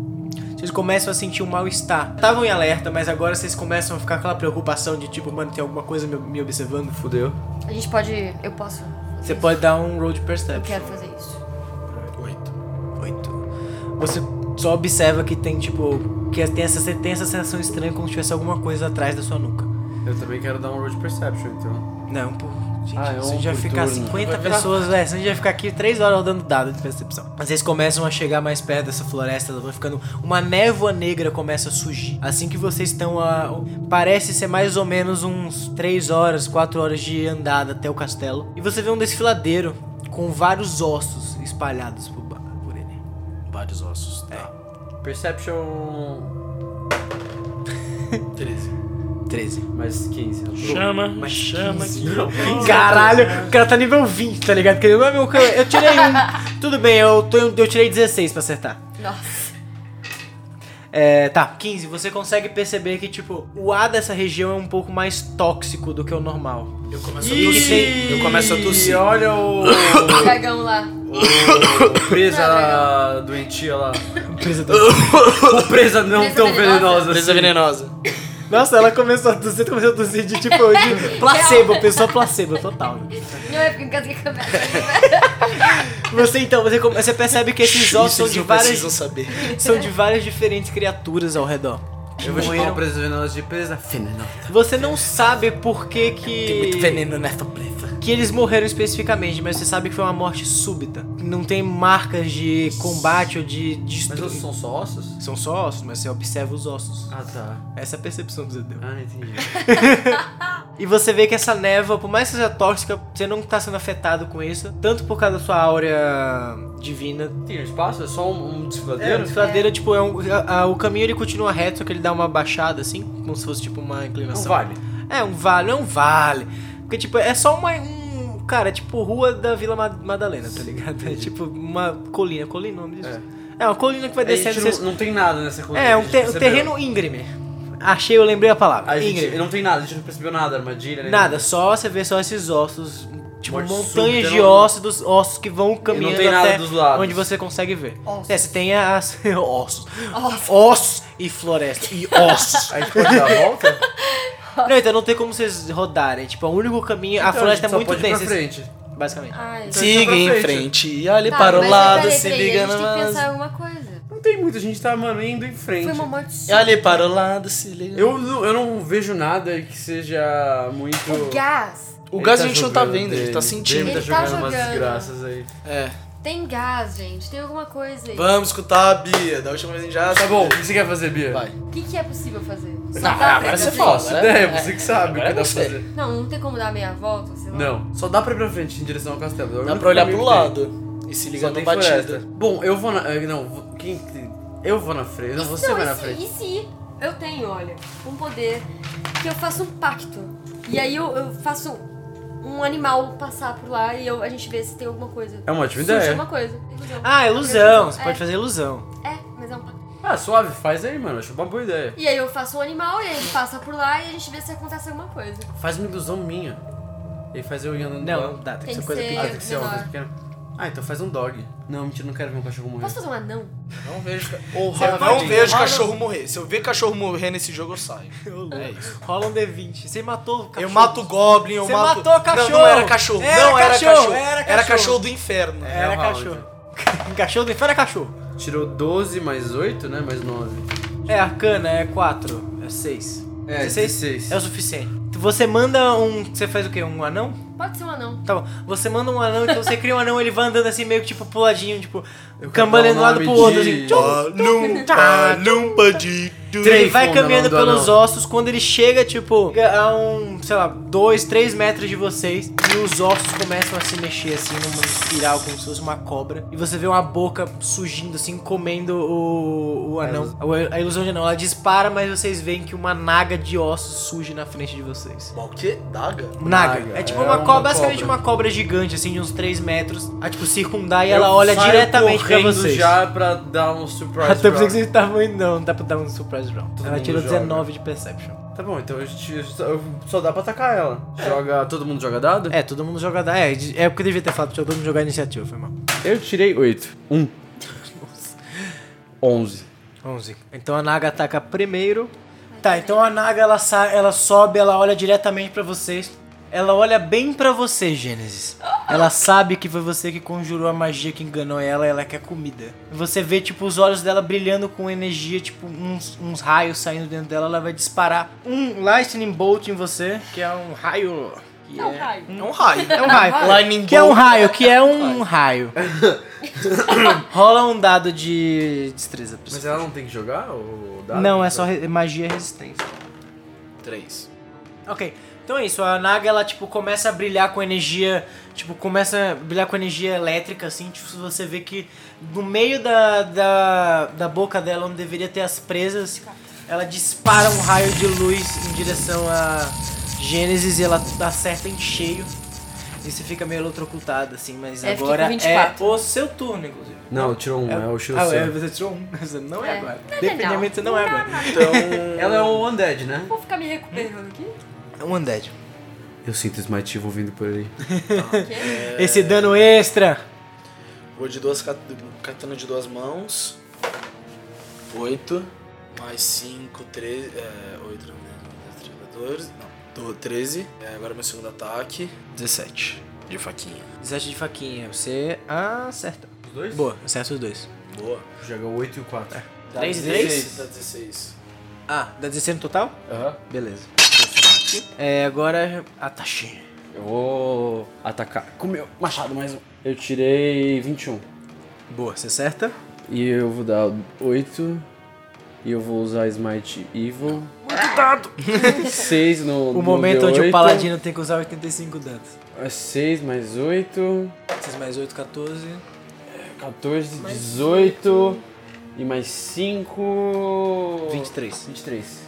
Speaker 1: Vocês começam a sentir um mal-estar. Estavam em alerta, mas agora vocês começam a ficar com aquela preocupação de tipo, mano, tem alguma coisa me, me observando.
Speaker 4: Fudeu.
Speaker 2: A gente pode. Eu posso.
Speaker 1: Você pode dar um road
Speaker 2: Eu
Speaker 1: perception.
Speaker 2: quero fazer isso.
Speaker 1: Oito. Você só observa que tem tipo, que tem essa, você tem essa sensação estranha como se tivesse alguma coisa atrás da sua nuca.
Speaker 4: Eu também quero dar um road perception, então.
Speaker 1: Não, pô. Gente,
Speaker 5: Ah,
Speaker 1: se
Speaker 5: é
Speaker 1: a
Speaker 5: um
Speaker 1: gente vai
Speaker 5: por
Speaker 1: ficar
Speaker 5: turno.
Speaker 1: 50 pessoas, é, se a gente vai ficar aqui 3 horas dando dado de percepção. Mas eles começam a chegar mais perto dessa floresta, elas vão ficando. Uma névoa negra começa a surgir. Assim que vocês estão a. Parece ser mais ou menos uns 3 horas, 4 horas de andada até o castelo. E você vê um desfiladeiro com vários ossos espalhados por, ba- por ele.
Speaker 3: Vários ossos, tá.
Speaker 4: Perception.
Speaker 3: 13.
Speaker 1: 13.
Speaker 4: Mais 15. eu tô-
Speaker 6: Chama, mas chama que
Speaker 1: Caralho, o cara tá nível 20, tá ligado? Que ele, "Ah, meu, cara, Eu tirei um. Tudo bem, eu, tô- eu tirei 16 pra acertar.
Speaker 2: Nossa.
Speaker 1: É, tá, 15. Você consegue perceber que, tipo, o ar dessa região é um pouco mais tóxico do que o normal.
Speaker 3: Eu começo
Speaker 1: Ih!
Speaker 3: a tossir. Eu começo a
Speaker 4: E
Speaker 3: tossir.
Speaker 4: olha o.
Speaker 2: O dragão lá.
Speaker 4: o presa doentia lá.
Speaker 1: Presa da-
Speaker 4: Ou presa não
Speaker 2: Presa
Speaker 4: tão
Speaker 2: venenosa.
Speaker 4: venenosa.
Speaker 3: Presa
Speaker 4: assim.
Speaker 3: venenosa.
Speaker 1: Nossa, ela começou a tossir, começou a tossir de tipo de placebo, pessoa placebo, total. né?
Speaker 2: Não é porque eu casei com a minha-
Speaker 1: Você então, você, come- você percebe que esses ossos são
Speaker 3: Vocês
Speaker 1: de
Speaker 3: não
Speaker 1: várias.
Speaker 3: precisam saber.
Speaker 1: São de várias diferentes criaturas ao redor.
Speaker 4: Eu vou chamar
Speaker 1: Morreram.
Speaker 4: uma presa venenosa de presa venenosa.
Speaker 1: Você não sabe por que que.
Speaker 3: nessa presa.
Speaker 1: que eles morreram especificamente, mas você sabe que foi uma morte súbita. Não tem marcas de combate ou de
Speaker 4: Mas
Speaker 1: destruição.
Speaker 4: esses são só ossos?
Speaker 1: São só ossos, mas você observa os ossos.
Speaker 4: Ah, tá.
Speaker 1: Essa é a percepção que você deu.
Speaker 4: Ah, entendi.
Speaker 1: E você vê que essa névoa, por mais que seja tóxica, você não tá sendo afetado com isso. Tanto por causa da sua áurea divina.
Speaker 4: Tem um espaço? É só um, um
Speaker 1: É,
Speaker 4: desfiladeiro?
Speaker 1: a desfiladeira, tipo, é um- a- a- o caminho ele continua reto, só que ele dá uma baixada, assim, como se fosse, tipo, uma
Speaker 4: Não
Speaker 1: inclinação.
Speaker 4: vale.
Speaker 1: É, um vale, não é um vale. Porque, tipo, é só uma. Um, cara, é tipo rua da Vila Ma- Madalena, tá ligado? É tipo uma colina. Colina, o nome disso? É, uma colina que vai
Speaker 4: A gente
Speaker 1: descendo.
Speaker 4: não,
Speaker 1: Vocês...
Speaker 4: não tem nada nessa coisa.
Speaker 1: É,
Speaker 4: a
Speaker 1: um,
Speaker 4: gente
Speaker 1: te- um
Speaker 4: percebeu.
Speaker 1: terreno íngreme. Achei, eu lembrei a palavra.
Speaker 4: A gente
Speaker 1: íngreme.
Speaker 4: não tem nada, a gente não percebeu nada, armadilha, nem
Speaker 1: Nada, só você vê só esses ossos. Tipo,
Speaker 4: Morte
Speaker 1: montanhas
Speaker 4: súbita,
Speaker 1: de
Speaker 4: não-
Speaker 1: ossos, dos ossos que vão caminhando
Speaker 4: não tem nada
Speaker 1: até
Speaker 4: dos lados.
Speaker 1: onde você consegue ver.
Speaker 2: Ossos.
Speaker 1: É, você tem as ossos.
Speaker 2: Ossos.
Speaker 1: Ossos e floresta. E ossos.
Speaker 4: A gente pode dar a volta? Então,
Speaker 1: não, então não tem como vocês rodarem. Tipo, o único caminho. a floresta é
Speaker 4: Então, gente só
Speaker 1: muito
Speaker 4: pode ir pra
Speaker 1: densa.
Speaker 4: frente.
Speaker 1: Basicamente.
Speaker 2: Ai,
Speaker 3: Siga
Speaker 4: Então, pra
Speaker 3: em
Speaker 4: frente.
Speaker 3: frente e olhe
Speaker 2: Tá,
Speaker 3: para o
Speaker 2: mas
Speaker 3: lado,
Speaker 2: peraí,
Speaker 3: se
Speaker 2: peraí,
Speaker 3: liga
Speaker 2: A gente tem que
Speaker 3: nas...
Speaker 2: pensar em alguma coisa.
Speaker 4: Não tem muito, a gente tá, mano, indo em frente.
Speaker 2: Foi uma morte súbita.
Speaker 3: Olhe para o lado, se liga...
Speaker 4: Eu, não- eu não vejo nada que seja muito.
Speaker 2: O gás.
Speaker 3: O
Speaker 4: Ele
Speaker 3: gás
Speaker 4: tá
Speaker 3: a gente não tá
Speaker 4: jogando
Speaker 3: vendo, a gente tá
Speaker 4: dele.
Speaker 3: sentindo.
Speaker 2: Ele
Speaker 4: Ele tá
Speaker 2: tá
Speaker 4: jogando umas
Speaker 2: jogando.
Speaker 4: desgraças aí.
Speaker 3: É.
Speaker 2: Tem gás, gente. Tem alguma coisa aí.
Speaker 3: Vamos escutar a Bia, da última vez a gente já...
Speaker 4: Tá bom, o que você quer fazer, Bia?
Speaker 3: Vai.
Speaker 2: O que, que é possível fazer? Só
Speaker 3: Ah,
Speaker 2: dá pra
Speaker 3: agora você
Speaker 2: fazer.
Speaker 3: fala. né?
Speaker 4: Nossa, ideia, É, você que sabe o
Speaker 3: Agora
Speaker 4: que dá pra
Speaker 3: você.
Speaker 4: fazer.
Speaker 2: Não, não tem como dar meia volta, sei lá.
Speaker 4: Não, só dá pra ir pra frente em direção ao castelo. É o
Speaker 3: Dá
Speaker 4: único
Speaker 3: pra olhar
Speaker 4: caminho
Speaker 3: pro
Speaker 4: que tem.
Speaker 3: lado e se ligar
Speaker 4: Só
Speaker 3: no
Speaker 4: tem
Speaker 3: batida.
Speaker 4: floresta. Bom, eu vou na. eh, Não, vou- quem. que- Eu vou na frente. Não,
Speaker 2: E
Speaker 4: você
Speaker 3: Então,
Speaker 2: não,
Speaker 4: vai
Speaker 2: e
Speaker 4: na
Speaker 2: se-
Speaker 4: frente.
Speaker 2: E se eu tenho, olha, um poder que eu faço um pacto. E aí eu, eu faço um animal passar por lá e eu- a gente vê se tem alguma coisa.
Speaker 4: É uma ótima
Speaker 2: Surge
Speaker 4: ideia.
Speaker 2: alguma coisa. Ilusão.
Speaker 1: Ah, ilusão. Você
Speaker 2: É,
Speaker 1: pode fazer ilusão.
Speaker 2: É, mas é um pacto.
Speaker 4: Ah, suave, faz aí, mano. Acho uma boa ideia.
Speaker 2: E aí eu faço um animal e aí ele passa por lá e a gente vê se acontece alguma coisa.
Speaker 4: Faz uma ilusão minha. E faz eu andando do
Speaker 1: Não,
Speaker 4: lado.
Speaker 1: não dá, tem, que
Speaker 2: Tem que
Speaker 1: ser coisa
Speaker 2: ser-
Speaker 1: pequena.
Speaker 4: Ah, tem que ser uma
Speaker 2: menor.
Speaker 4: coisa pequena. Ah, então faz um dog. Não, mentira, não quero ver um cachorro morrer.
Speaker 2: Posso fazer um anão?
Speaker 3: Não vejo, ca-
Speaker 2: Você
Speaker 3: eu
Speaker 2: pode-
Speaker 3: não vejo
Speaker 2: Rola-
Speaker 3: cachorro morrer. Se eu ver cachorro morrer nesse jogo, eu saio. É isso.
Speaker 1: Rola um D20. Você matou o cachorro.
Speaker 3: Eu mato o Goblin, eu
Speaker 1: Você
Speaker 3: mato...
Speaker 1: matou o
Speaker 3: Não,
Speaker 1: cachorro.
Speaker 3: não era cachorro.
Speaker 1: Era
Speaker 3: não era
Speaker 1: cachorro,
Speaker 3: cachorro.
Speaker 1: era
Speaker 3: Era
Speaker 1: cachorro.
Speaker 3: cachorro do inferno.
Speaker 1: Era
Speaker 4: É o round.
Speaker 1: cachorro. cachorro do inferno é cachorro.
Speaker 4: Tirou 12 mais 8, né? Mais 9.
Speaker 1: É, arcana é 4, é 6.
Speaker 4: É, 16.
Speaker 1: É o suficiente. Você manda um. Você faz o quê? Um anão?
Speaker 2: Pode ser um anão.
Speaker 1: Tá bom. Você manda um anão, então você cria um anão, ele vai andando assim, meio que tipo puladinho, tipo,
Speaker 4: Eu quero
Speaker 1: cambaleando de um
Speaker 4: dar o
Speaker 1: lado
Speaker 4: nome
Speaker 1: pro outro,
Speaker 4: de-
Speaker 1: assim. tchum.
Speaker 3: Lumpa, lumpa de... du-
Speaker 1: Ele
Speaker 4: Três.
Speaker 1: vai
Speaker 4: Trifon,
Speaker 1: caminhando
Speaker 4: o nome do
Speaker 1: pelos
Speaker 4: anão.
Speaker 1: ossos, quando ele chega, tipo, a um, sei lá, 2, 3 metros de vocês, e os ossos começam a se mexer assim, numa espiral, como se fosse uma cobra. E você vê uma boca surgindo, assim, comendo o, o anão. A, a ilusão de anão, ela dispara, mas vocês veem que uma naga de ossos surge na frente de vocês.
Speaker 3: Mas O quê? Daga?
Speaker 1: Naga.
Speaker 4: Naga,
Speaker 1: É tipo
Speaker 4: é
Speaker 1: uma
Speaker 4: uma
Speaker 1: cobra, basicamente
Speaker 4: cobra.
Speaker 1: uma cobra gigante, assim, de uns 3 metros. A, tipo, circundar e
Speaker 4: Eu
Speaker 1: ela olha
Speaker 4: saio
Speaker 1: diretamente pra
Speaker 4: correndo
Speaker 1: vocês.
Speaker 4: já pra dar um surprise
Speaker 1: Até pensei
Speaker 4: round.
Speaker 1: que vocês estavam indo, não, não dá pra dar um surprise round.
Speaker 4: Todo
Speaker 1: ela
Speaker 4: mundo
Speaker 1: tirou
Speaker 4: joga.
Speaker 1: 19 de perception.
Speaker 4: Tá bom, então a gente eu só- eu- só dá pra atacar ela. Joga. Todo mundo joga dado?
Speaker 1: É, todo mundo joga. É, de- é porque eu devia ter falado pra todo mundo jogar iniciativa, foi mal.
Speaker 4: Eu tirei Um. 8. 1. 11.
Speaker 1: 11. Então a Naga ataca primeiro. Tá, então a Naga ela, sa- ela sobe, ela olha diretamente pra vocês. Ela olha bem pra você, Gênesis. Ela sabe que foi você que conjurou a magia que enganou ela e ela quer comida. Você vê, tipo, os olhos dela brilhando com energia, tipo, uns, uns raios saindo dentro dela. Ela vai disparar um Lightning Bolt em você, que é um raio. que
Speaker 2: É um raio.
Speaker 3: É um raio.
Speaker 1: É um raio.
Speaker 3: Lightning
Speaker 1: Que é um
Speaker 3: bolt.
Speaker 1: raio, que é um raio. Rola um dado de destreza. pra
Speaker 4: Mas
Speaker 3: é
Speaker 1: você.
Speaker 4: ela não tem que jogar ou dado?
Speaker 1: Não, é só re- magia e resistência.
Speaker 3: Três.
Speaker 1: Ok, então é isso. A Naga, ela, tipo, começa a brilhar com energia... Tipo, começa a brilhar com energia elétrica, assim. Tipo, você vê que no meio da, da, da boca dela, onde deveria ter as presas, ela dispara um raio de luz em direção a Gênesis e ela acerta em cheio. E você fica meio eletrocutado, assim. Mas
Speaker 2: É, fiquei com
Speaker 1: agora é
Speaker 2: 24.
Speaker 1: o seu turno, inclusive.
Speaker 4: Não, tirou um, é, o Shiro
Speaker 1: Ah,
Speaker 4: seu.
Speaker 1: é, você tirou um. Mas não é,
Speaker 2: É.
Speaker 1: agora.
Speaker 2: Não, não,
Speaker 1: Definitivamente você não é agora.
Speaker 3: Então...
Speaker 4: Ela é o Undead, né?
Speaker 2: Vou ficar me recuperando aqui.
Speaker 1: É um undead.
Speaker 4: Eu sinto Smite Evil vindo por aí.
Speaker 2: Porque
Speaker 1: Esse dano extra.
Speaker 3: Vou de duas... cat- Katana de duas mãos. Oito. Mais cinco, treze... É... Oito, não. Doze, não. Do- Treze. É, agora meu segundo ataque. Dezessete. De faquinha.
Speaker 1: 17 de faquinha. Você acerta.
Speaker 4: Os dois?
Speaker 1: Boa, acerta os dois.
Speaker 3: Boa.
Speaker 4: Joga 8 e o 4.
Speaker 3: Dá
Speaker 1: Três e
Speaker 3: 16,
Speaker 1: três?
Speaker 3: Dá 16.
Speaker 1: Ah, dá 16 no total?
Speaker 4: Aham.
Speaker 1: Beleza. É, agora a Tashi.
Speaker 5: Eu vou atacar com o meu machado mais um. Eu tirei 21.
Speaker 1: Boa, você acerta?
Speaker 5: E eu vou dar 8. E eu vou usar Smite Evil. Muito dado! 6 no.
Speaker 1: O momento onde o paladino tem que usar 85 dados.
Speaker 5: 6 mais 8.
Speaker 1: 6 mais 8, 14.
Speaker 5: 14, 18. E mais 5.
Speaker 1: 23.
Speaker 5: 23.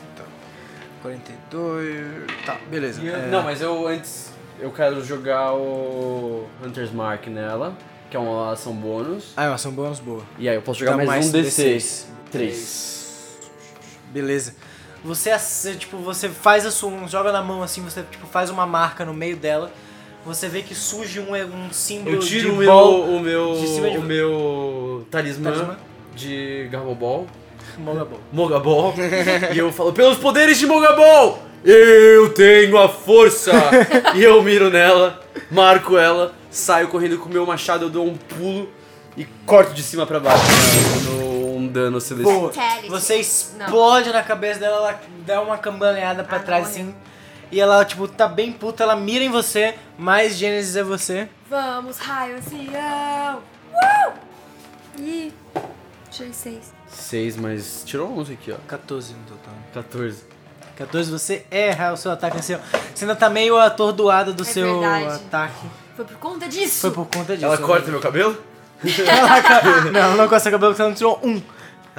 Speaker 1: 42. Tá, beleza.
Speaker 5: E eu-
Speaker 1: É,
Speaker 5: Não, mas eu antes. Eu quero jogar o Hunter's Mark nela, que é uma ação bônus.
Speaker 1: Ah, é uma ação bônus boa.
Speaker 5: E aí eu posso jogar
Speaker 1: Dá
Speaker 5: mais,
Speaker 1: mais
Speaker 5: um D6. 3.
Speaker 1: Beleza. Você, ace- tipo, você faz a sua, joga na mão assim, você tipo, faz uma marca no meio dela. Você vê que surge um, um símbolo
Speaker 4: Eu tiro o
Speaker 1: de
Speaker 4: meu,
Speaker 1: bol,
Speaker 4: o meu,
Speaker 1: de cima de-
Speaker 4: o meu talismã,
Speaker 1: Talismã?
Speaker 4: de Garmobol,
Speaker 1: Moga bol.
Speaker 4: Mogabol, e eu falo, pelos poderes de Mogabol, eu tenho a força! e eu miro nela, marco ela, saio correndo com o meu machado, eu dou um pulo e corto de cima pra baixo, dando um dano celestial.
Speaker 1: Boa.
Speaker 2: Fatality.
Speaker 1: Tipo, Você explode na cabeça dela, ela dá uma cambaleada pra
Speaker 2: Ah,
Speaker 1: trás
Speaker 2: morreu.
Speaker 1: assim. E ela, tipo, tá bem puta, ela mira em você, mas Gênesis é você.
Speaker 2: Vamos, raio ancião! Uh! E. Tirei seis.
Speaker 5: 6 mais. Tirou 11 aqui, ó.
Speaker 1: 14 no total.
Speaker 5: 14.
Speaker 1: 14, você erra o seu ataque ancião. Você ainda tá meio atordoada do
Speaker 2: É
Speaker 1: seu
Speaker 2: verdade.
Speaker 1: ataque.
Speaker 2: Foi por conta disso?
Speaker 1: Foi por conta disso.
Speaker 4: Ela
Speaker 1: né?
Speaker 5: um
Speaker 4: corta meu cabelo?
Speaker 1: Não, não corta seu cabelo porque ela não tirou um.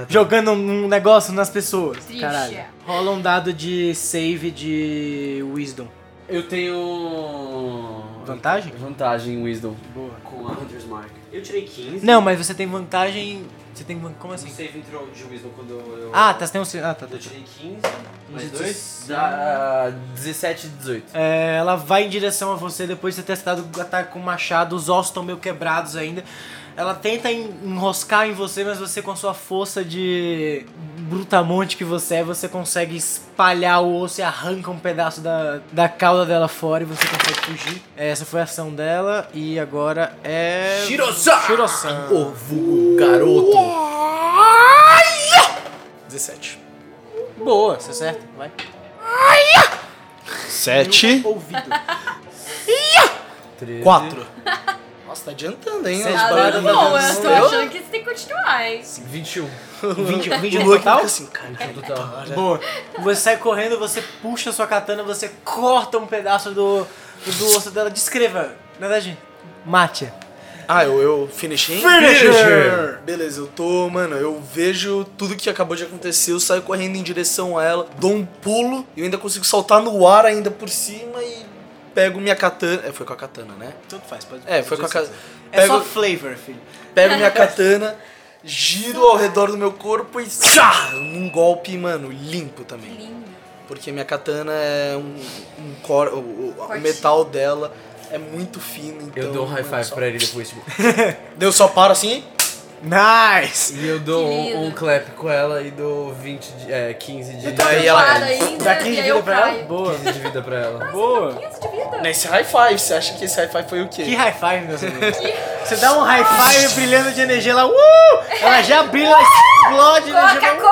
Speaker 1: Jogando um negócio nas pessoas.
Speaker 2: Triste.
Speaker 1: Caralho. Rola um dado de save de Wisdom.
Speaker 5: Eu tenho.
Speaker 1: Vantagem?
Speaker 5: Vantagem em Wisdom.
Speaker 1: Boa.
Speaker 5: Com a Hunter's Mark. Eu tirei 15.
Speaker 1: Não, mas você tem vantagem. Você tem. van- Como
Speaker 5: Um
Speaker 1: assim?
Speaker 5: save throw de Wisdom quando eu.
Speaker 1: Ah, tá, você tem um. Ah, tá, tá.
Speaker 5: Eu tirei 15. Mais
Speaker 1: Dezoito.
Speaker 5: 2. Dá ah, 17 e 18.
Speaker 1: É, ela vai em direção a você depois de ter testado o ataque com o machado, os ossos estão meio quebrados ainda. Ela tenta en- enroscar em você, mas você com a sua força de brutamonte que você é, você consegue espalhar o osso e arranca um pedaço da, da cauda dela fora e você consegue fugir. Essa foi a ação dela e agora é...
Speaker 4: Shirosan!
Speaker 1: Shirosan.
Speaker 4: O vulgo garoto!
Speaker 3: 17.
Speaker 1: Boa, você acerta? Vai.
Speaker 3: 7.
Speaker 1: Ouvido.
Speaker 3: 4. Nossa, tá adiantando, hein?
Speaker 1: Sete
Speaker 3: os
Speaker 2: Ah,
Speaker 1: barulho
Speaker 2: dando
Speaker 3: barulhos da
Speaker 1: da
Speaker 2: bom, eu tô
Speaker 1: dança.
Speaker 2: achando que você tem que continuar, hein?
Speaker 4: 21.
Speaker 1: 20, 20
Speaker 3: O
Speaker 1: no um
Speaker 3: Luke fica
Speaker 1: total?
Speaker 3: assim, cara. que
Speaker 4: Total.
Speaker 3: hora.
Speaker 1: Boa. Você sai correndo, você puxa sua katana, você corta um pedaço do, do osso dela. Descreva, na verdade, mate.
Speaker 3: Ah, eu, eu finishei?
Speaker 4: Finisher!
Speaker 3: Beleza, eu tô, mano, eu vejo tudo que acabou de acontecer, eu saio correndo em direção a ela, dou um pulo e eu ainda consigo saltar no ar ainda por cima e pego minha katana. É, foi com a katana, né?
Speaker 1: Tanto faz, pode
Speaker 3: É, foi com a katana.
Speaker 1: É só
Speaker 3: Pego,
Speaker 1: flavor, filho.
Speaker 3: pego minha katana, giro ao redor do meu corpo e tchá! Um golpe, mano, limpo
Speaker 2: Que
Speaker 3: também.
Speaker 2: lindo.
Speaker 3: Porque minha katana é um, um cor, o, o- o
Speaker 2: Forte.
Speaker 3: metal dela é muito fino, então...
Speaker 4: Eu dou um high
Speaker 3: mano,
Speaker 4: five
Speaker 3: só-
Speaker 4: pra ele depois, tipo.
Speaker 3: Eu só paro assim,
Speaker 1: Nice!
Speaker 4: E eu dou
Speaker 2: Que
Speaker 4: um,
Speaker 2: lindo.
Speaker 4: um clap com ela e dou 20 de, é, 15 de,
Speaker 3: Então-
Speaker 2: Aí
Speaker 3: Aí ela-
Speaker 2: ainda,
Speaker 1: Dá 15
Speaker 2: e
Speaker 1: de
Speaker 2: aí
Speaker 1: vida
Speaker 2: eu
Speaker 1: pra ela?
Speaker 2: caio.
Speaker 1: Boa.
Speaker 4: 15 de vida pra ela.
Speaker 1: Boa.
Speaker 2: 15 de vida?
Speaker 3: Nesse high five, você acha que esse high five foi o quê?
Speaker 1: Que high five, meus amigos. Você dá um high five brilhando de energia, ela, uh! Ela já brilha, ela explode. energia, ela- um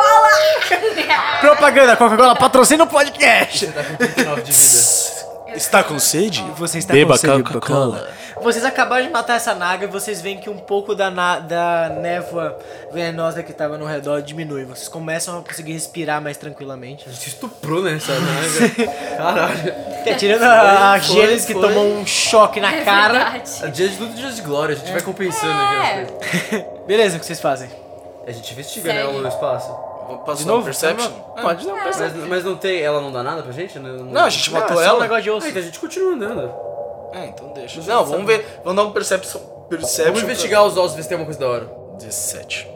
Speaker 1: É
Speaker 2: É Coca-Cola!
Speaker 1: Propaganda, Coca-Cola patrocina o podcast.
Speaker 4: tá 29 de vida.
Speaker 3: Está com sede?
Speaker 1: Você está
Speaker 3: Beba
Speaker 1: Tá com sede,
Speaker 3: Coca-Cola.
Speaker 1: Vocês acabaram de matar essa naga e vocês veem que um pouco da, na- da névoa venenosa que tava no redor diminui. Vocês começam a conseguir respirar mais tranquilamente.
Speaker 4: A gente estuprou nessa naga. Caralho.
Speaker 1: É, tirando a, a
Speaker 4: Foi,
Speaker 1: Gênesis que
Speaker 4: foi.
Speaker 1: tomou um choque na
Speaker 2: É
Speaker 1: cara.
Speaker 2: verdade.
Speaker 4: A dia de luta e dia de glória, a gente vai compensando aqui. as coisas.
Speaker 2: É,
Speaker 1: Beleza, o que vocês fazem?
Speaker 4: A gente investiga, né,
Speaker 2: Segue.
Speaker 4: o espaço.
Speaker 3: Passou
Speaker 1: novo?
Speaker 3: um Perception? É.
Speaker 4: Pode um não, mas, mas não tem. Ela não dá nada pra gente? Não,
Speaker 3: Não, a gente matou
Speaker 1: é só um
Speaker 3: ela.
Speaker 1: negócio de
Speaker 4: Ah,
Speaker 1: osso.
Speaker 4: então a gente continua andando.
Speaker 3: É, então deixa. Não, vamos ver. Vamos dar um Perception. Perception
Speaker 4: Vamos investigar os ossos, ver se tem alguma coisa da hora.
Speaker 3: pra- 17.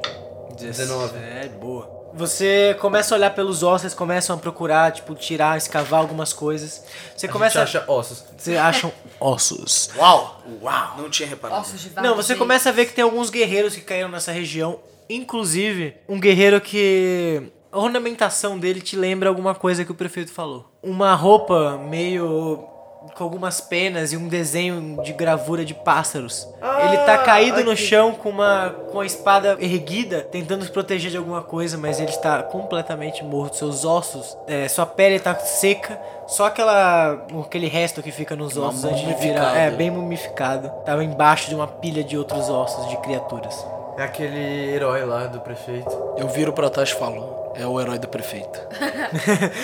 Speaker 4: 19.
Speaker 1: É, boa. Você começa a olhar pelos ossos, vocês começam a procurar, tipo, tirar, escavar algumas coisas. Você começa. um
Speaker 4: A gente acha ossos.
Speaker 1: Vocês acham ossos.
Speaker 3: Uau! Uau! Não tinha reparado.
Speaker 2: ossos de vários
Speaker 1: Não, você
Speaker 2: jeitos.
Speaker 1: começa a ver que tem alguns guerreiros que caíram nessa região. Inclusive, um guerreiro que. A ornamentação dele te lembra alguma coisa que o prefeito falou. Uma roupa meio com algumas penas e um desenho de gravura de pássaros. ele tá caído no chão com uma com a espada erguida, tentando se proteger de alguma coisa, mas ele está completamente morto. Seus ossos, é, sua pele tá seca, só aquela aquele resto que fica nos ossos antes de virar,
Speaker 3: mumificado.
Speaker 1: é bem mumificado. Tava embaixo de uma pilha de outros ossos de criaturas.
Speaker 4: É aquele herói lá do prefeito.
Speaker 3: Eu viro pra trás e falo, é o herói do prefeito.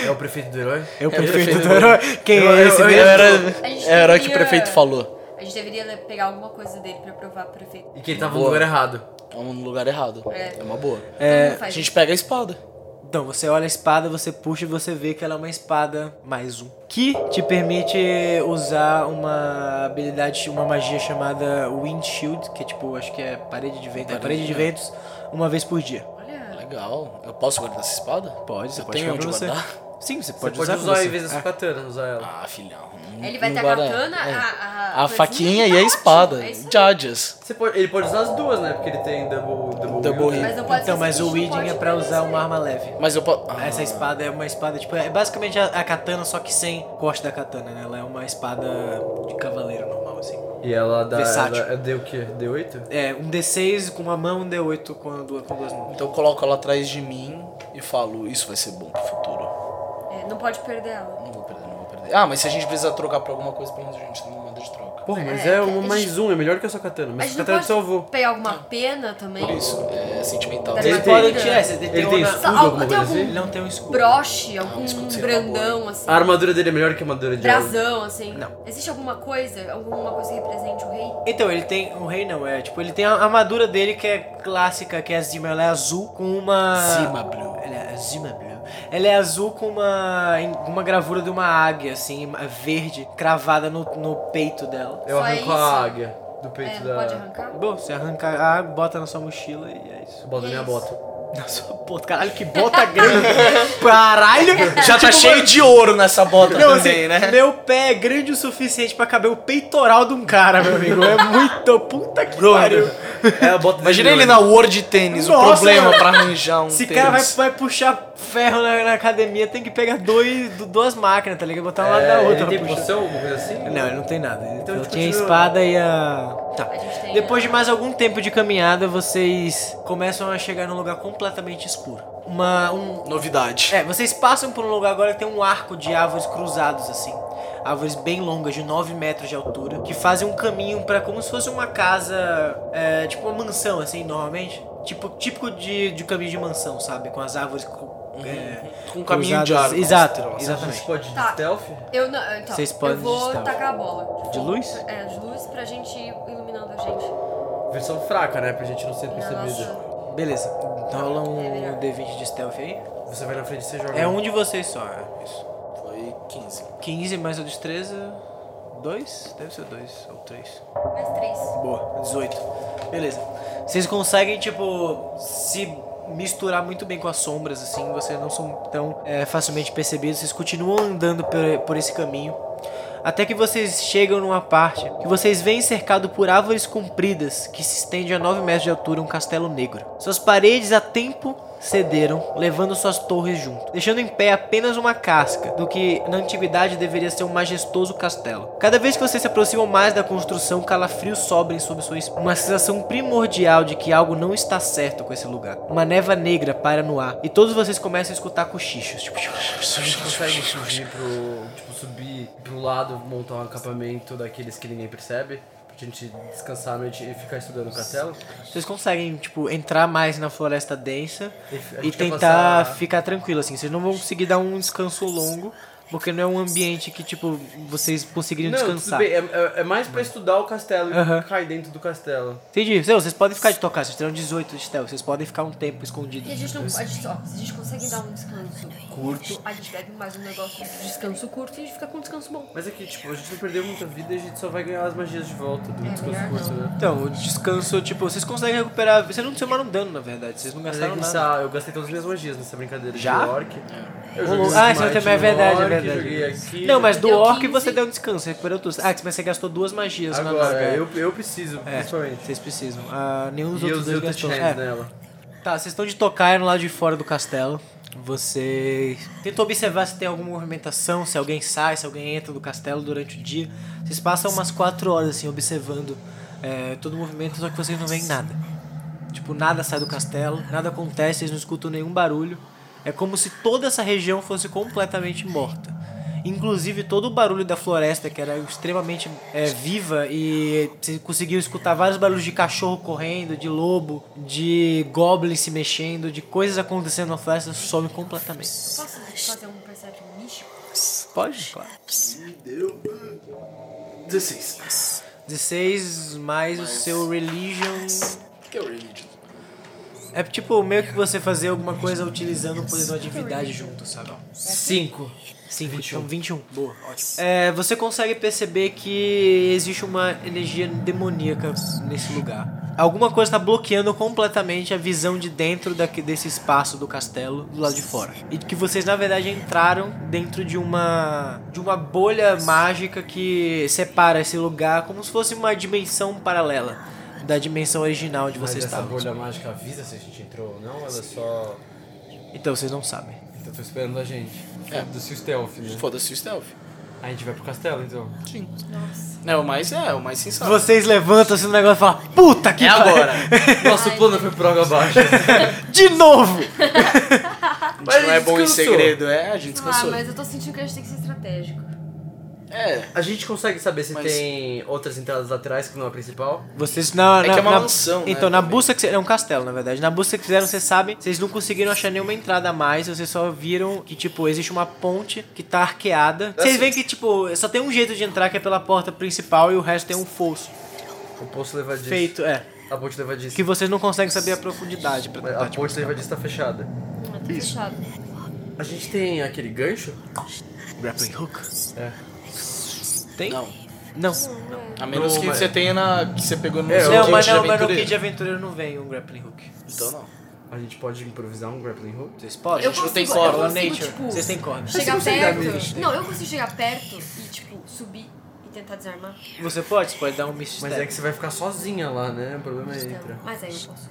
Speaker 4: É o prefeito do herói?
Speaker 1: Eu
Speaker 3: prefiro-
Speaker 1: prefiro do herói. Quem
Speaker 4: Eu-
Speaker 1: é
Speaker 4: eu-
Speaker 1: esse
Speaker 4: eu-
Speaker 1: mesmo?
Speaker 3: É o herói,
Speaker 2: A gente
Speaker 3: é o herói que o
Speaker 2: deveria-
Speaker 3: prefeito falou.
Speaker 2: A gente deveria pegar alguma coisa dele pra provar pro prefeito.
Speaker 4: E que ele tava no
Speaker 3: Boa.
Speaker 4: lugar errado.
Speaker 3: É um lugar errado.
Speaker 2: É.
Speaker 3: É, uma boa.
Speaker 2: É,
Speaker 3: A gente pega a espada.
Speaker 1: Então, você olha a espada, você puxa e você vê que ela é uma espada mais um. Que te permite usar uma habilidade, uma magia chamada Wind Shield, que é tipo, acho que é parede de vento. é
Speaker 3: Parede
Speaker 1: parede de
Speaker 3: de
Speaker 1: ventos, uma vez por dia.
Speaker 2: Olha,
Speaker 3: Legal. Eu posso guardar essa espada?
Speaker 1: Pode, você
Speaker 3: Eu
Speaker 1: pode
Speaker 3: tenho
Speaker 1: ficar pra
Speaker 3: onde
Speaker 1: você.
Speaker 3: guardar?
Speaker 1: Sim, você pode
Speaker 4: Pode usar,
Speaker 1: usar, pra você. É.
Speaker 4: em vez da sua katana, usar ela.
Speaker 3: Ah, filhão. não-
Speaker 2: ele vai ter
Speaker 3: não
Speaker 2: a
Speaker 3: guarda-
Speaker 2: katana,
Speaker 3: é.
Speaker 2: a,
Speaker 3: A
Speaker 2: coisinha, tá
Speaker 3: faquinha e a
Speaker 2: ótimo,
Speaker 3: espada.
Speaker 2: é isso aí.
Speaker 3: Judges. tá
Speaker 4: Você pode, ele pode usar as duas, né? Porque ele tem double. Double.
Speaker 3: Double
Speaker 4: wield.
Speaker 3: wield.
Speaker 2: Mas não pode
Speaker 1: Então,
Speaker 2: ser
Speaker 1: mas o
Speaker 2: assim,
Speaker 1: Weeding é
Speaker 2: pode
Speaker 1: pra
Speaker 2: ser
Speaker 1: usar
Speaker 2: assim.
Speaker 1: uma arma leve.
Speaker 3: Mas eu posso. Ah,
Speaker 1: Essa espada é uma espada, tipo, é basicamente a, a katana, só que sem corte da katana, né? Ela é uma espada de cavaleiro normal, assim.
Speaker 4: E ela dá.
Speaker 1: Versátil.
Speaker 4: Ela, deu o quê? D8?
Speaker 1: É, um D6 com uma mão, um D8 com, a duas- com duas mãos.
Speaker 3: Então eu coloco ela atrás de mim e falo, isso vai ser bom pro futuro.
Speaker 2: É, não pode perder ela.
Speaker 3: Não vou perder, não vou perder. Ah, mas se a gente precisar trocar por alguma coisa, pelo menos a gente tem uma moeda de troca.
Speaker 4: Porra, mas
Speaker 2: É,
Speaker 4: é, uma
Speaker 2: a
Speaker 4: mais um, é melhor que a sua katana.
Speaker 2: A
Speaker 4: Mas a é
Speaker 2: gente
Speaker 4: sua
Speaker 2: não
Speaker 4: katana
Speaker 2: pode
Speaker 4: te salvou.
Speaker 2: pegar alguma pena também?
Speaker 3: Por isso, é sentimental.
Speaker 2: Tá
Speaker 3: Ele-
Speaker 2: bom.
Speaker 1: Vocês podem
Speaker 2: tem-
Speaker 1: tirar, esse
Speaker 4: Ele tem escudo,
Speaker 2: Só-
Speaker 4: alguma
Speaker 2: Ah, tem
Speaker 4: coisa
Speaker 2: algum-
Speaker 1: Ele
Speaker 4: assim?
Speaker 1: não tem um escudo.
Speaker 2: Broche,
Speaker 3: Ah, um
Speaker 2: algum
Speaker 3: escudo sem
Speaker 2: grandão, assim.
Speaker 4: A armadura dele é melhor que a armadura de alguém.
Speaker 2: brasão, assim.
Speaker 1: Não.
Speaker 2: Existe alguma coisa, alguma coisa que represente o rei?
Speaker 1: Então, ele tem. O rei não, é tipo, ele tem a armadura dele que é clássica, que é Zima, ela é azul com uma.
Speaker 3: Zima Blue.
Speaker 1: Ela é Zima Blue. Ela é azul com uma. em- com uma gravura de uma águia, assim, verde, cravada no, no peito dela.
Speaker 4: Eu
Speaker 2: Só
Speaker 4: arranco
Speaker 2: isso?
Speaker 4: a águia do peito
Speaker 2: É, não
Speaker 4: da.
Speaker 2: pode arrancar?
Speaker 1: Bom, você arranca a água, bota na sua mochila e é isso.
Speaker 4: Bota na minha
Speaker 2: Isso.
Speaker 4: bota.
Speaker 1: Nossa, puta, caralho, que bota grande. Caralho!
Speaker 2: É,
Speaker 3: Já tá
Speaker 2: tipo,
Speaker 3: cheio de ouro nessa bota
Speaker 1: Não,
Speaker 3: também,
Speaker 1: assim,
Speaker 3: né?
Speaker 1: meu pé é grande o suficiente pra caber o peitoral de um cara, meu amigo. É muito. Puta que pariu.
Speaker 4: É a bota
Speaker 3: Imagina
Speaker 4: dele,
Speaker 3: ele
Speaker 4: né?
Speaker 3: na World Tênis, o
Speaker 1: Nossa,
Speaker 3: problema
Speaker 1: mano.
Speaker 3: pra arranjar um
Speaker 1: Esse
Speaker 3: tênis.
Speaker 1: cara vai, vai puxar ferro na, na academia, tem que pegar dois, du- duas máquinas, tá ligado? Botar uma lá
Speaker 4: É,
Speaker 1: da outra.
Speaker 4: Ele tem
Speaker 1: pra puxar.
Speaker 4: poção, alguma coisa assim?
Speaker 1: Não, ele não tem nada. Ele
Speaker 4: Então a
Speaker 1: só
Speaker 4: gente
Speaker 1: tinha a
Speaker 4: continua.
Speaker 1: espada e a. Tá.
Speaker 2: A gente tem,
Speaker 1: Depois
Speaker 2: né?
Speaker 1: de mais algum tempo de caminhada, vocês começam a chegar num lugar completamente escuro. Uma. Um...
Speaker 3: Novidade.
Speaker 1: É, vocês passam por um lugar agora que tem um arco de árvores cruzados, assim. Árvores bem longas, de 9 metros de altura, que fazem um caminho pra como se fosse uma casa. é, tipo uma mansão, assim, normalmente. Tipo, típico de, de caminho de mansão, sabe? Com as árvores. co- é,
Speaker 3: Com um caminho de
Speaker 1: cruzadas.
Speaker 3: árvore.
Speaker 1: Exato,
Speaker 4: A gente
Speaker 1: exatamente.
Speaker 4: pode ir de
Speaker 2: Tá.
Speaker 4: stealth?
Speaker 2: Eu não, então,
Speaker 1: Vocês podem
Speaker 2: eu vou
Speaker 1: digitar.
Speaker 2: tacar a bola.
Speaker 1: De luz?
Speaker 2: É, de luz pra gente ir iluminando a gente.
Speaker 4: Versão fraca, né? Pra gente não ser
Speaker 2: Na
Speaker 4: percebido.
Speaker 2: nossa...
Speaker 1: Beleza. Rola um D20 de stealth aí.
Speaker 4: Você vai na frente e você joga.
Speaker 1: É um de vocês só, é isso.
Speaker 3: Foi 15.
Speaker 1: 15 mais a destreza. 2? Deve ser 2 ou 3.
Speaker 2: Mais três.
Speaker 1: Boa, 18. Beleza. Vocês conseguem, tipo, se misturar muito bem com as sombras, assim, vocês não são tão é, facilmente percebidos, vocês continuam andando por, por esse caminho. Até que vocês chegam numa parte que vocês veem cercado por árvores compridas que se estende a 9 metros de altura um castelo negro. Suas paredes a tempo cederam, levando suas torres junto, deixando em pé apenas uma casca do que na antiguidade deveria ser um majestoso castelo. Cada vez que vocês se aproximam mais da construção, calafrios sobrem sobre sua espinha, uma sensação primordial de que algo não está certo com esse lugar. Uma neva negra para no ar e todos vocês começam a escutar cochichos. Tipo,
Speaker 4: A gente consegue subir pro. Tipo, subir pro lado, montar um acampamento daqueles que ninguém percebe. Pra gente descansar a noite e ficar estudando o castelo.
Speaker 1: vocês conseguem, tipo, entrar mais na floresta densa
Speaker 4: E f- a
Speaker 1: e
Speaker 4: gente quer
Speaker 1: tentar
Speaker 4: passar-
Speaker 1: ficar tranquilo, assim. Vocês não vão conseguir dar um descanso longo, porque não é um ambiente que, tipo, vocês conseguiriam
Speaker 4: Não, tudo
Speaker 1: descansar.
Speaker 4: bem. É, é- é mais pra estudar o castelo e
Speaker 1: Aham.
Speaker 4: cair dentro do castelo.
Speaker 1: Entendi. Não, vocês podem ficar de tocar, vocês terão 18 de stealth, vocês podem ficar um tempo
Speaker 2: E a
Speaker 1: escondidos.
Speaker 2: gente não. A gente, ó, se a gente consegue dar um descanso curto, a gente bebe mais um negócio de descanso curto e a gente fica com um descanso bom.
Speaker 4: Mas é que, tipo, a gente não perdeu muita vida e a gente só vai ganhar as magias de volta do
Speaker 2: É,
Speaker 4: discurso
Speaker 2: melhor
Speaker 4: curto,
Speaker 2: não.
Speaker 4: né?
Speaker 1: Então, o descanso, tipo, vocês conseguem recuperar. Vocês não tomaram dano, na verdade. Vocês não
Speaker 4: Mas é
Speaker 1: gastaram
Speaker 4: que
Speaker 1: nada.
Speaker 4: nessa- eu gastei todas as minhas magias nessa brincadeira
Speaker 1: Já?
Speaker 4: de
Speaker 2: É.
Speaker 4: orc. Eu
Speaker 1: Ah,
Speaker 4: joguei
Speaker 1: você
Speaker 4: smite
Speaker 1: também é
Speaker 4: no
Speaker 1: verdade, é
Speaker 4: orc,
Speaker 1: verdade.
Speaker 4: joguei aqui,
Speaker 1: Não, mas do
Speaker 2: Deu
Speaker 1: orc
Speaker 2: 15.
Speaker 1: você deu um descanso, você recuperou tudo. Ah, mas você gastou duas magias na
Speaker 4: Agora,
Speaker 1: nossa.
Speaker 4: eu, eu preciso, principalmente.
Speaker 1: Vocês precisam. Ah, nenhum dos
Speaker 4: E eu
Speaker 1: É. outros
Speaker 4: usei
Speaker 1: dois
Speaker 4: o touch
Speaker 1: gastou.
Speaker 4: hands
Speaker 1: É.
Speaker 4: nela.
Speaker 1: Tá, vocês estão de tocar no lado de fora do castelo. Você tenta observar se tem alguma movimentação, se alguém sai, se alguém entra do castelo durante o dia. Vocês passam umas quatro horas assim observando é, todo o movimento, só que vocês não veem nada. Tipo, nada sai do castelo, nada acontece, vocês não escutam nenhum barulho. É como se toda essa região fosse completamente morta. Inclusive todo o barulho da floresta, que era extremamente é, viva, e você conseguiu escutar vários barulhos de cachorro correndo, de lobo, de goblin se mexendo, de coisas acontecendo na floresta, some completamente.
Speaker 2: Posso fazer um perception místico?
Speaker 1: Pode? Claro.
Speaker 3: Me deu. 16.
Speaker 1: 16 mais o seu religion.
Speaker 3: O que é o religion?
Speaker 1: É tipo meio que você fazer alguma coisa utilizando o poder de uma atividade junto, sabe? 5. Sim, 21. Então, 21. Boa, ótimo. É, você consegue perceber que existe uma energia demoníaca nesse lugar. Alguma coisa está bloqueando completamente a visão de dentro daqui, desse espaço do castelo do lado de fora. E que vocês, na verdade, entraram dentro de uma, de uma bolha mágica que separa esse lugar como se fosse uma dimensão paralela da dimensão original onde
Speaker 5: Mas
Speaker 1: vocês
Speaker 5: essa
Speaker 1: estavam.
Speaker 5: bolha mágica avisa se a gente entrou ou não? Ela só.
Speaker 1: Então vocês não sabem.
Speaker 5: Então tô esperando a gente.
Speaker 3: É.
Speaker 5: Foda-se o stealth, né?
Speaker 3: Foda-se o stealth.
Speaker 5: A gente vai pro castelo então.
Speaker 3: É o mais, é, o mais sensato.
Speaker 1: Vocês levantam assim no negócio e falam: Puta que
Speaker 3: É
Speaker 1: pariu!
Speaker 3: agora.
Speaker 5: Nosso plano foi pro água abaixo.
Speaker 1: De novo!
Speaker 3: A gente
Speaker 5: Mas a
Speaker 3: não é
Speaker 5: gente
Speaker 3: bom em
Speaker 5: descansou.
Speaker 3: segredo, é, a gente
Speaker 2: Ah,
Speaker 3: descansou.
Speaker 2: mas eu tô sentindo que a gente tem que ser estratégico.
Speaker 3: É,
Speaker 5: A gente consegue saber se
Speaker 3: Mas-
Speaker 5: tem outras entradas laterais que não é a principal?
Speaker 1: Vocês na,
Speaker 3: É
Speaker 1: na-
Speaker 3: que é uma
Speaker 1: na-
Speaker 3: mansão, né,
Speaker 1: Então, na
Speaker 3: também.
Speaker 1: busca que vocês. É um castelo, na verdade. Na busca que fizeram, vocês sabem, vocês não conseguiram achar nenhuma entrada a mais. Vocês só viram que, tipo, existe uma ponte que tá arqueada. Vocês veem que, tipo, só tem um jeito de entrar que é pela porta principal e o resto tem um fosso.
Speaker 5: O poço levadiço.
Speaker 1: Feito, é.
Speaker 5: A ponte levadiça.
Speaker 1: Que vocês não conseguem saber a profundidade pra
Speaker 5: Mas
Speaker 1: tentar,
Speaker 5: A
Speaker 1: tipo,
Speaker 5: ponte
Speaker 3: assim,
Speaker 5: levadiça tá fechada.
Speaker 2: Ah, tá fechado.
Speaker 5: A gente tem aquele gancho?
Speaker 1: grappling hook.
Speaker 5: É.
Speaker 1: Tem?
Speaker 3: não.
Speaker 1: Não.
Speaker 3: A menos
Speaker 5: Não,
Speaker 3: que
Speaker 5: mas-
Speaker 3: você tenha na, que você pegou no
Speaker 5: É,
Speaker 3: seu
Speaker 5: eu-
Speaker 1: Não,
Speaker 3: kit
Speaker 1: mas, não,
Speaker 3: de
Speaker 1: mas no
Speaker 3: aventureiro.
Speaker 1: kit de aventureiro não vem um grappling hook.
Speaker 3: Então não.
Speaker 5: A gente pode improvisar um grappling hook?
Speaker 1: Vocês podem?
Speaker 2: Eu
Speaker 3: gente não tem
Speaker 2: consigo,
Speaker 3: corda,
Speaker 2: eu
Speaker 1: Rola
Speaker 2: consigo,
Speaker 1: nature.
Speaker 2: tipo,
Speaker 1: Vocês têm corda.
Speaker 2: chegar
Speaker 5: consegue dar
Speaker 2: perto.
Speaker 5: mesmo.
Speaker 2: Não, eu consigo chegar perto e, tipo, subir e tentar desarmar.
Speaker 1: Você pode? Você pode dar um mistério.
Speaker 5: Mas é que você vai ficar sozinha lá, né? O problema é entra.
Speaker 2: Mas aí eu posso.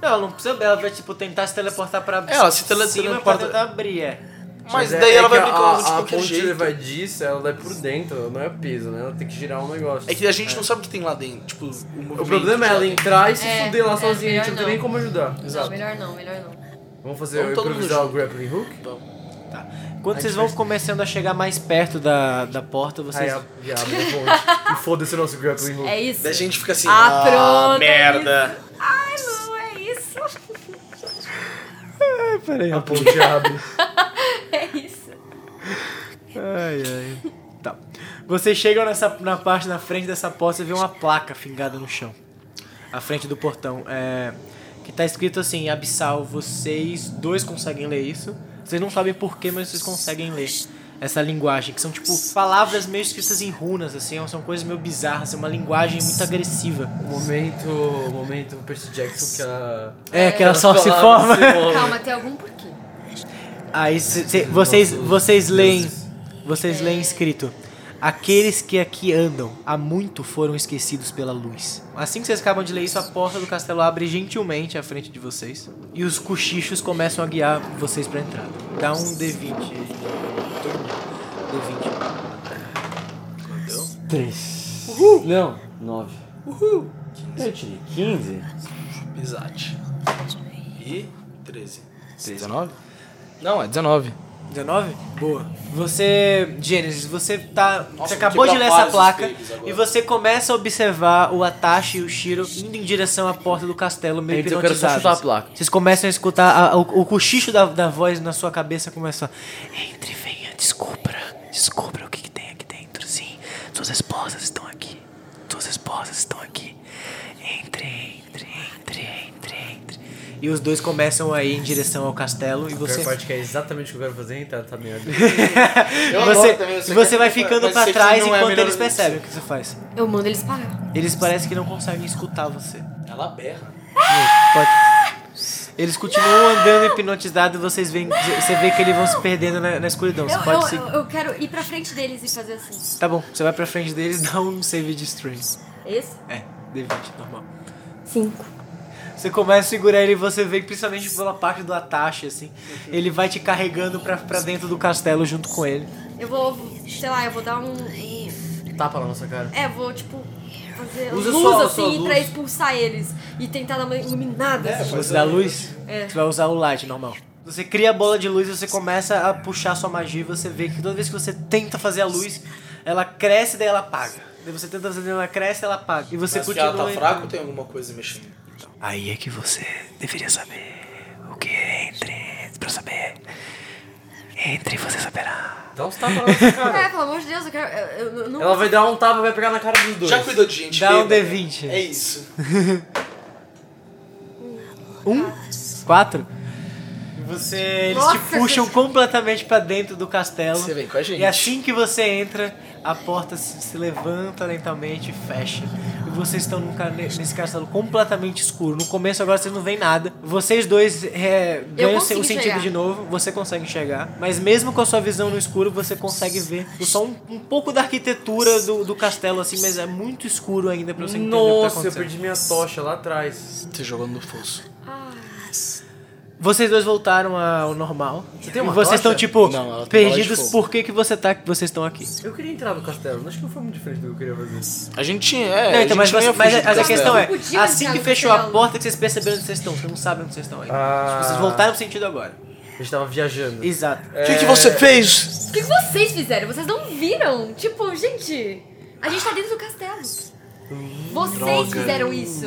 Speaker 1: Não, ela não precisa. Ela vai, tipo, tentar se teleportar pra
Speaker 3: É, ela se tele-
Speaker 1: cima pra
Speaker 3: teleporta-
Speaker 1: tentar abrir, é.
Speaker 3: Mas
Speaker 5: é-
Speaker 3: daí
Speaker 5: é
Speaker 3: ela vai
Speaker 5: que
Speaker 3: brincar com
Speaker 5: a,
Speaker 3: de
Speaker 5: a
Speaker 3: qualquer
Speaker 5: ponte
Speaker 3: jeito.
Speaker 5: levadiça, ela vai por dentro, ela não é peso, né? Ela tem que girar um negócio.
Speaker 3: É que a gente não sabe o que tem lá dentro. Tipo, o movimento.
Speaker 5: O problema é
Speaker 3: que
Speaker 5: ela
Speaker 3: tem.
Speaker 5: entrar e se
Speaker 2: É,
Speaker 5: fuder lá
Speaker 2: é,
Speaker 5: sozinha, a gente não tem
Speaker 2: melhor
Speaker 5: nem
Speaker 2: não.
Speaker 5: como ajudar.
Speaker 3: Exato.
Speaker 2: Não, melhor não, melhor não.
Speaker 5: Vamos fazer
Speaker 3: Vamos todo mundo
Speaker 5: improvisar o
Speaker 3: junto.
Speaker 5: grappling hook?
Speaker 3: Vamos.
Speaker 1: Tá. Quando vocês vão começando a chegar mais perto da, da porta,
Speaker 5: Aí
Speaker 1: vocês.
Speaker 5: a-
Speaker 4: ah,
Speaker 5: e abre a ponte. e foda-se o nosso grappling hook.
Speaker 2: É isso.
Speaker 3: Daí a gente fica assim.
Speaker 2: Ah, pronto, é
Speaker 3: merda.
Speaker 2: Ai, não, é isso.
Speaker 5: A ponte abre.
Speaker 2: É isso.
Speaker 1: Ai, ai. Tá. Vocês chegam nessa, na parte na frente dessa porta e vê uma placa fingada no chão. À frente do portão. É, que tá escrito assim, Abissal, vocês dois conseguem ler isso. Vocês não sabem porquê, mas vocês conseguem ler essa linguagem. Que são tipo palavras meio escritas em runas, assim, são coisas meio bizarras, é uma linguagem muito agressiva.
Speaker 5: Momento, momento Percy Jackson que a...
Speaker 1: É, que ela
Speaker 5: as
Speaker 1: só se forma.
Speaker 5: palavras
Speaker 4: assim,
Speaker 5: se movem.
Speaker 2: Calma, tem algum porquê.
Speaker 1: Aí cê- cê- vocês,
Speaker 5: Nossos
Speaker 1: vocês leem.
Speaker 5: deuses.
Speaker 1: Vocês leem escrito. Aqueles que aqui andam há muito foram esquecidos pela luz. Assim que vocês acabam de ler isso, a porta do castelo abre gentilmente à frente de vocês. E os cochichos começam a guiar vocês pra entrada. Dá um D20. aí. D20.
Speaker 5: Três. Uhul. Não, nove. Uhul. Eu tirei 15.
Speaker 3: Bizate. E 13.
Speaker 1: 19?
Speaker 3: Não, é 19.
Speaker 1: 19? Boa. Você, Gênesis, você tá. você acabou
Speaker 3: vou
Speaker 1: de
Speaker 3: quebrar
Speaker 1: ler essa
Speaker 3: vários
Speaker 1: placa
Speaker 3: espelhos agora.
Speaker 1: e você começa a observar o Atashi e o Shiro indo em direção à porta do castelo, meio
Speaker 5: Então eu quero só
Speaker 1: hipnotizados.
Speaker 5: chutar a placa.
Speaker 1: Vocês começam a escutar a- o, o cochicho da, da voz na sua cabeça começa. Entre, venha, descubra. Descubra o que, que tem aqui dentro, sim. Suas esposas estão aqui. Suas esposas estão aqui. Entre, entre, entre, entre, entre. E os dois começam a ir em direção ao castelo e
Speaker 5: A
Speaker 1: você.
Speaker 5: pior parte que é exatamente o que eu quero fazer, então tá merda.
Speaker 3: Eu
Speaker 1: E você,
Speaker 3: adoro também, eu sei
Speaker 1: e você
Speaker 3: que
Speaker 1: vai
Speaker 3: é-
Speaker 1: ficando
Speaker 3: mas
Speaker 1: pra
Speaker 3: sei que
Speaker 1: trás
Speaker 3: não é a
Speaker 1: enquanto
Speaker 3: melhor
Speaker 1: eles
Speaker 3: opção.
Speaker 1: percebem o que você faz.
Speaker 2: Eu mando eles parar.
Speaker 1: Eles parecem que não conseguem escutar você.
Speaker 3: Ela berra.
Speaker 1: Pode- Eles continuam andando hipnotizados e vocês veem, você vê que eles vão se perdendo na, na escuridão. Você
Speaker 2: Eu,
Speaker 1: pode
Speaker 2: eu,
Speaker 1: seguir.
Speaker 2: eu, eu quero ir pra frente deles e fazer assim.
Speaker 1: Tá bom, você vai pra
Speaker 2: É
Speaker 1: frente deles e dá um save de stream.
Speaker 2: Esse?
Speaker 1: É, D20, normal.
Speaker 2: Cinco.
Speaker 1: Você começa a segurar ele e você vê que principalmente pela parte do ataque, assim. Ele vai te carregando pra, pra dentro do castelo junto com ele.
Speaker 2: Eu vou, sei lá, eu vou dar um.
Speaker 4: Tapa na nossa cara.
Speaker 2: É, vou tipo. Fazer
Speaker 4: Usa
Speaker 2: luz
Speaker 4: sua-
Speaker 2: assim
Speaker 4: sua luz.
Speaker 2: pra expulsar eles e tentar dar uma iluminada. assim.
Speaker 1: Você dá luz?
Speaker 2: É.
Speaker 1: Você vai usar o light normal. Você cria a bola de luz, você começa a puxar sua magia e você vê que toda vez que você tenta fazer a luz, ela cresce daí ela apaga. Daí você tenta fazer, ela cresce ela apaga. E você
Speaker 3: Mas que
Speaker 1: continua.
Speaker 3: ela tá
Speaker 1: indo.
Speaker 3: fraca ou tem alguma coisa mexendo?
Speaker 1: Aí é que você deveria saber o que é entre. Pra saber. Entre você saberá.
Speaker 4: Dá uns tapas na nossa
Speaker 2: É,
Speaker 4: cara.
Speaker 2: pelo amor de Deus, eu quero. Eu, eu, eu não...
Speaker 4: tá Ela vai dar um tapa e vai pegar na cara dos dois.
Speaker 3: Já cuidou de gente?
Speaker 1: Dá um
Speaker 3: bêbada?
Speaker 1: D20.
Speaker 3: É isso.
Speaker 1: Um, quatro. E Você. Eles te
Speaker 2: Nossa,
Speaker 1: puxam
Speaker 2: gente.
Speaker 1: completamente pra dentro do castelo.
Speaker 3: Você vem com a gente.
Speaker 1: E assim que você entra, a porta se, se levanta lentamente e fecha. E vocês estão num ca- nesse castelo completamente escuro. No começo agora vocês não veem nada. Vocês dois é, ganham o
Speaker 2: consigo
Speaker 1: sentido
Speaker 2: enxergar.
Speaker 1: de novo, você consegue enxergar. Mas mesmo com a sua visão no escuro, você consegue ver só um, um pouco da arquitetura do, do castelo, assim, mas é muito escuro ainda pra você entender o que tá
Speaker 4: Nossa, eu
Speaker 1: acontecendo.
Speaker 4: perdi minha tocha lá atrás.
Speaker 3: Você Tá jogando no fosso.
Speaker 1: Vocês dois voltaram ao normal. Você
Speaker 4: tem uma
Speaker 1: e vocês estão,
Speaker 4: tocha?
Speaker 1: tipo,
Speaker 3: Não, ela tem bola de
Speaker 1: perdidos
Speaker 3: fogo. É,
Speaker 1: por que, que você tá, que vocês estão aqui.
Speaker 4: Eu queria entrar no castelo, mas acho que não foi muito diferente do que eu queria fazer.
Speaker 3: A gente tinha. É,
Speaker 1: Não,
Speaker 3: a
Speaker 1: então,
Speaker 3: gente
Speaker 1: mas,
Speaker 3: não ia
Speaker 1: você- mas
Speaker 3: fugir do
Speaker 1: a- mas a
Speaker 3: castelo.
Speaker 1: questão é,
Speaker 2: Não podia
Speaker 1: assim
Speaker 2: entrar
Speaker 1: que
Speaker 2: no
Speaker 1: fechou a
Speaker 2: castelo.
Speaker 1: porta, que vocês perceberam onde vocês estão. Vocês não sabem onde vocês estão ainda.
Speaker 4: Ah.
Speaker 1: Tipo, vocês voltaram no sentido agora.
Speaker 4: A gente tava viajando.
Speaker 1: Exato.
Speaker 3: O que, que você fez?
Speaker 2: O que que vocês fizeram? Vocês não viram? Tipo, gente, a gente tá dentro do castelo. Vocês fizeram isso.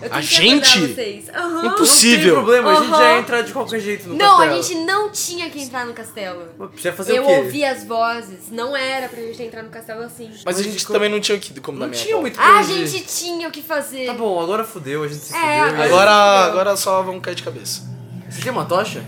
Speaker 2: Eu tenho
Speaker 3: A
Speaker 2: que
Speaker 3: gente?
Speaker 2: acordar vocês. Aham.
Speaker 4: Não tem
Speaker 3: Impossível.
Speaker 4: problema, a gente
Speaker 2: Aham.
Speaker 4: já entra de qualquer jeito no
Speaker 2: Não,
Speaker 4: castelo.
Speaker 2: a gente não tinha que entrar no castelo.
Speaker 4: Precisa fazer
Speaker 2: Eu
Speaker 4: o quê?
Speaker 2: ouvi as vozes. Não era pra gente entrar no castelo assim.
Speaker 3: Mas a gente também não tinha que como da
Speaker 4: Não
Speaker 3: minha
Speaker 4: tinha
Speaker 3: avó.
Speaker 4: muito
Speaker 2: A
Speaker 4: como
Speaker 2: gente tinha o que fazer.
Speaker 4: Ah, Tá bom, agora fudeu, a gente se
Speaker 2: É,
Speaker 4: fudeu.
Speaker 2: agora-
Speaker 3: Agora, agora só vamos cair de cabeça.
Speaker 4: Você tem uma tocha?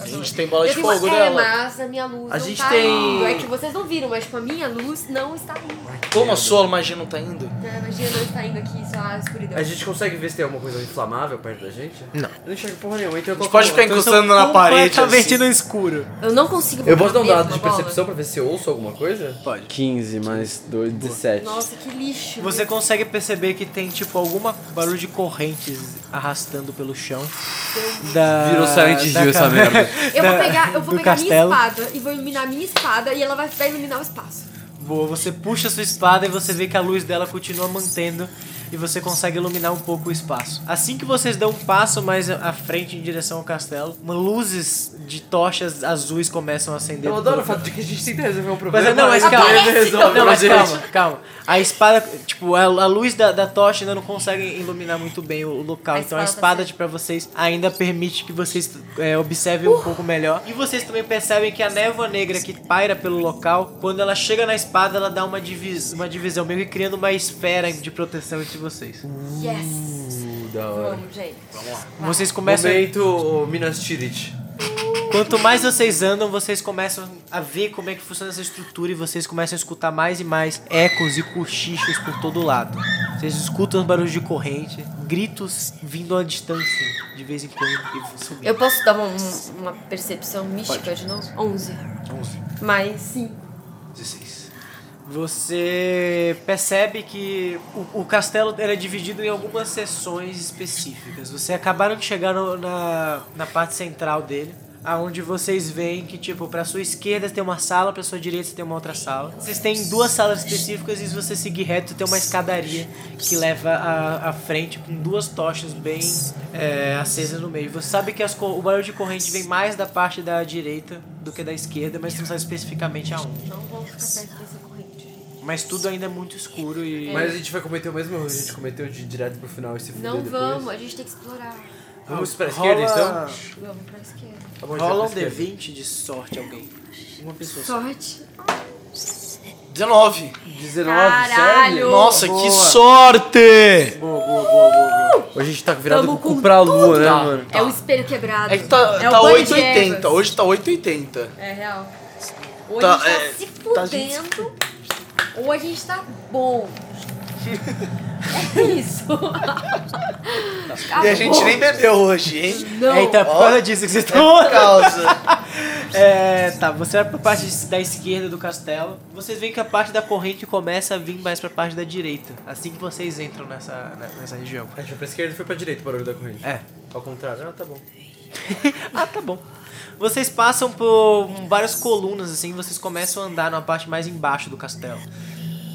Speaker 3: A gente tem bola
Speaker 2: Eu
Speaker 3: de
Speaker 2: tenho uma-
Speaker 3: fogo
Speaker 2: é,
Speaker 3: dela.
Speaker 2: mas a minha luz
Speaker 4: A
Speaker 2: não
Speaker 4: gente
Speaker 2: tá
Speaker 4: tem-
Speaker 2: indo. É que vocês não viram, mas tipo, a minha luz não está indo.
Speaker 3: Como a sua magia não tá indo?
Speaker 2: Né? Imagina, não está indo aqui, só a escuridão.
Speaker 4: A gente consegue ver se tem alguma coisa inflamável perto da gente? Não. Eu não enxergo porra nenhuma, então eu
Speaker 3: gente pode ficar
Speaker 4: então eu sou-
Speaker 3: encostando na parede.
Speaker 1: Completamente
Speaker 3: assim.
Speaker 1: no escuro.
Speaker 2: Eu não consigo
Speaker 4: Eu posso dar um
Speaker 2: ver
Speaker 4: dado
Speaker 2: uma
Speaker 4: de
Speaker 2: bola.
Speaker 4: percepção pra ver se eu ouço alguma coisa?
Speaker 1: Pode.
Speaker 5: 15 mais 2, 17.
Speaker 2: Nossa, que lixo.
Speaker 1: Você
Speaker 2: meu
Speaker 1: consegue perceber que tem, tipo, alguma barulho de correntes arrastando pelo chão. Da,
Speaker 5: Virou Silent
Speaker 1: da
Speaker 5: Hill essa
Speaker 1: ca-
Speaker 5: merda.
Speaker 2: Eu
Speaker 1: da-
Speaker 2: vou pegar, eu vou
Speaker 1: do
Speaker 2: pegar
Speaker 1: castelo.
Speaker 2: minha espada e vou iluminar minha espada e ela vai, vai iluminar o espaço.
Speaker 1: Boa, você puxa sua espada e você vê que a luz dela continua mantendo e você consegue iluminar um pouco o espaço. Assim que vocês dão um passo mais à frente em direção ao castelo, uma- luzes de tochas azuis começam a acender.
Speaker 4: Eu adoro o
Speaker 1: pelo-
Speaker 4: fato de que a gente tenta resolver um
Speaker 1: Mas,
Speaker 4: problema.
Speaker 1: é- não, mas
Speaker 4: e
Speaker 1: calma,
Speaker 4: depois resolve
Speaker 1: não, mas
Speaker 4: pra gente.
Speaker 1: calma, calma. A espada, tipo, a, a luz da, da tocha ainda não consegue iluminar muito bem o, o local.
Speaker 2: A
Speaker 1: então a
Speaker 2: espada tá
Speaker 1: espada,
Speaker 2: certo.
Speaker 1: tipo, pra vocês ainda permite que vocês é, observem um pouco melhor. E vocês também percebem que a névoa negra que paira pelo local, quando ela chega na espada, ela dá uma, divis uma divisão, meio que criando uma esfera de proteção entre vocês.
Speaker 2: Yes!
Speaker 4: Uh, da hora.
Speaker 2: Vamos, gente.
Speaker 1: Vocês começam.
Speaker 4: Momento ô, Minas Tirith.
Speaker 1: Quanto mais vocês andam, vocês começam a ver como é que funciona essa estrutura e vocês começam a escutar mais e mais ecos e cochichos por todo lado. Vocês escutam os barulhos de corrente, gritos vindo à distância de vez em quando e subindo.
Speaker 2: Eu posso dar uma, uma percepção mística de novo? 11.
Speaker 1: 11,
Speaker 2: Mais 5.
Speaker 1: 16. Você percebe que o, o castelo era dividido em algumas seções específicas. Vocês acabaram de chegar no- na, na parte central dele. Aonde vocês veem que, tipo, pra sua esquerda tem uma sala, pra sua direita tem uma outra sala. Vocês têm duas salas específicas e se você seguir reto tem uma escadaria que leva à, à frente com duas tochas bem é, acesas no meio. Você sabe que as cor- o barulho de corrente vem mais da parte da direita do que da esquerda, mas você não sabe especificamente aonde.
Speaker 2: Não vamos ficar perto dessa corrente, gente.
Speaker 1: Mas tudo ainda é muito escuro e.
Speaker 4: Mas a gente vai cometer o mesmo erro que a gente cometeu de ir direto pro final e se fuder
Speaker 2: Não
Speaker 4: depois.
Speaker 2: vamos, a gente tem que explorar.
Speaker 4: Vamos pra esquerda então?
Speaker 1: Rola-
Speaker 2: Vamos pra esquerda.
Speaker 4: Tá bom, a gente vai pra
Speaker 1: Rola um
Speaker 4: esquerda.
Speaker 1: D20 de sorte, alguém. Uma pessoa. só.
Speaker 2: Sorte.
Speaker 3: 19.
Speaker 4: 19, sério?
Speaker 2: Caralho!
Speaker 3: Nossa, que
Speaker 1: Boa.
Speaker 3: sorte!
Speaker 1: Boa, boa, boa, boa, boa.
Speaker 4: Hoje a gente tá virado
Speaker 2: Tamo
Speaker 4: com o cu
Speaker 2: com
Speaker 4: pra lua,
Speaker 2: tudo.
Speaker 4: né,
Speaker 3: Tá.
Speaker 4: mano?
Speaker 2: É o espelho quebrado.
Speaker 3: É que tá,
Speaker 2: o
Speaker 3: tá
Speaker 2: banho de
Speaker 3: 8,80.
Speaker 2: ervas.
Speaker 3: Hoje tá 8,80.
Speaker 2: É real. Ou
Speaker 3: Tá,
Speaker 2: a gente tá
Speaker 3: é,
Speaker 2: se
Speaker 3: tá, a gente se
Speaker 2: fudendo, ou a gente tá bom. É isso. Ah,
Speaker 3: E a gente nem bebeu hoje, hein?
Speaker 2: Não.
Speaker 1: É, então é por
Speaker 3: Ó.
Speaker 1: causa disso que vocês estão.
Speaker 3: Causa.
Speaker 1: É, tá, você vai pra parte da esquerda do castelo. Vocês veem que a parte da corrente começa a vir mais pra parte da direita. Assim que vocês entram nessa, né, nessa região.
Speaker 4: A gente foi pra esquerda e foi pra direita o barulho da corrente.
Speaker 1: É.
Speaker 4: Ao contrário. Ah, tá bom.
Speaker 2: É,
Speaker 1: ah, tá bom. Vocês passam por várias colunas, assim, vocês começam a andar na parte mais embaixo do castelo.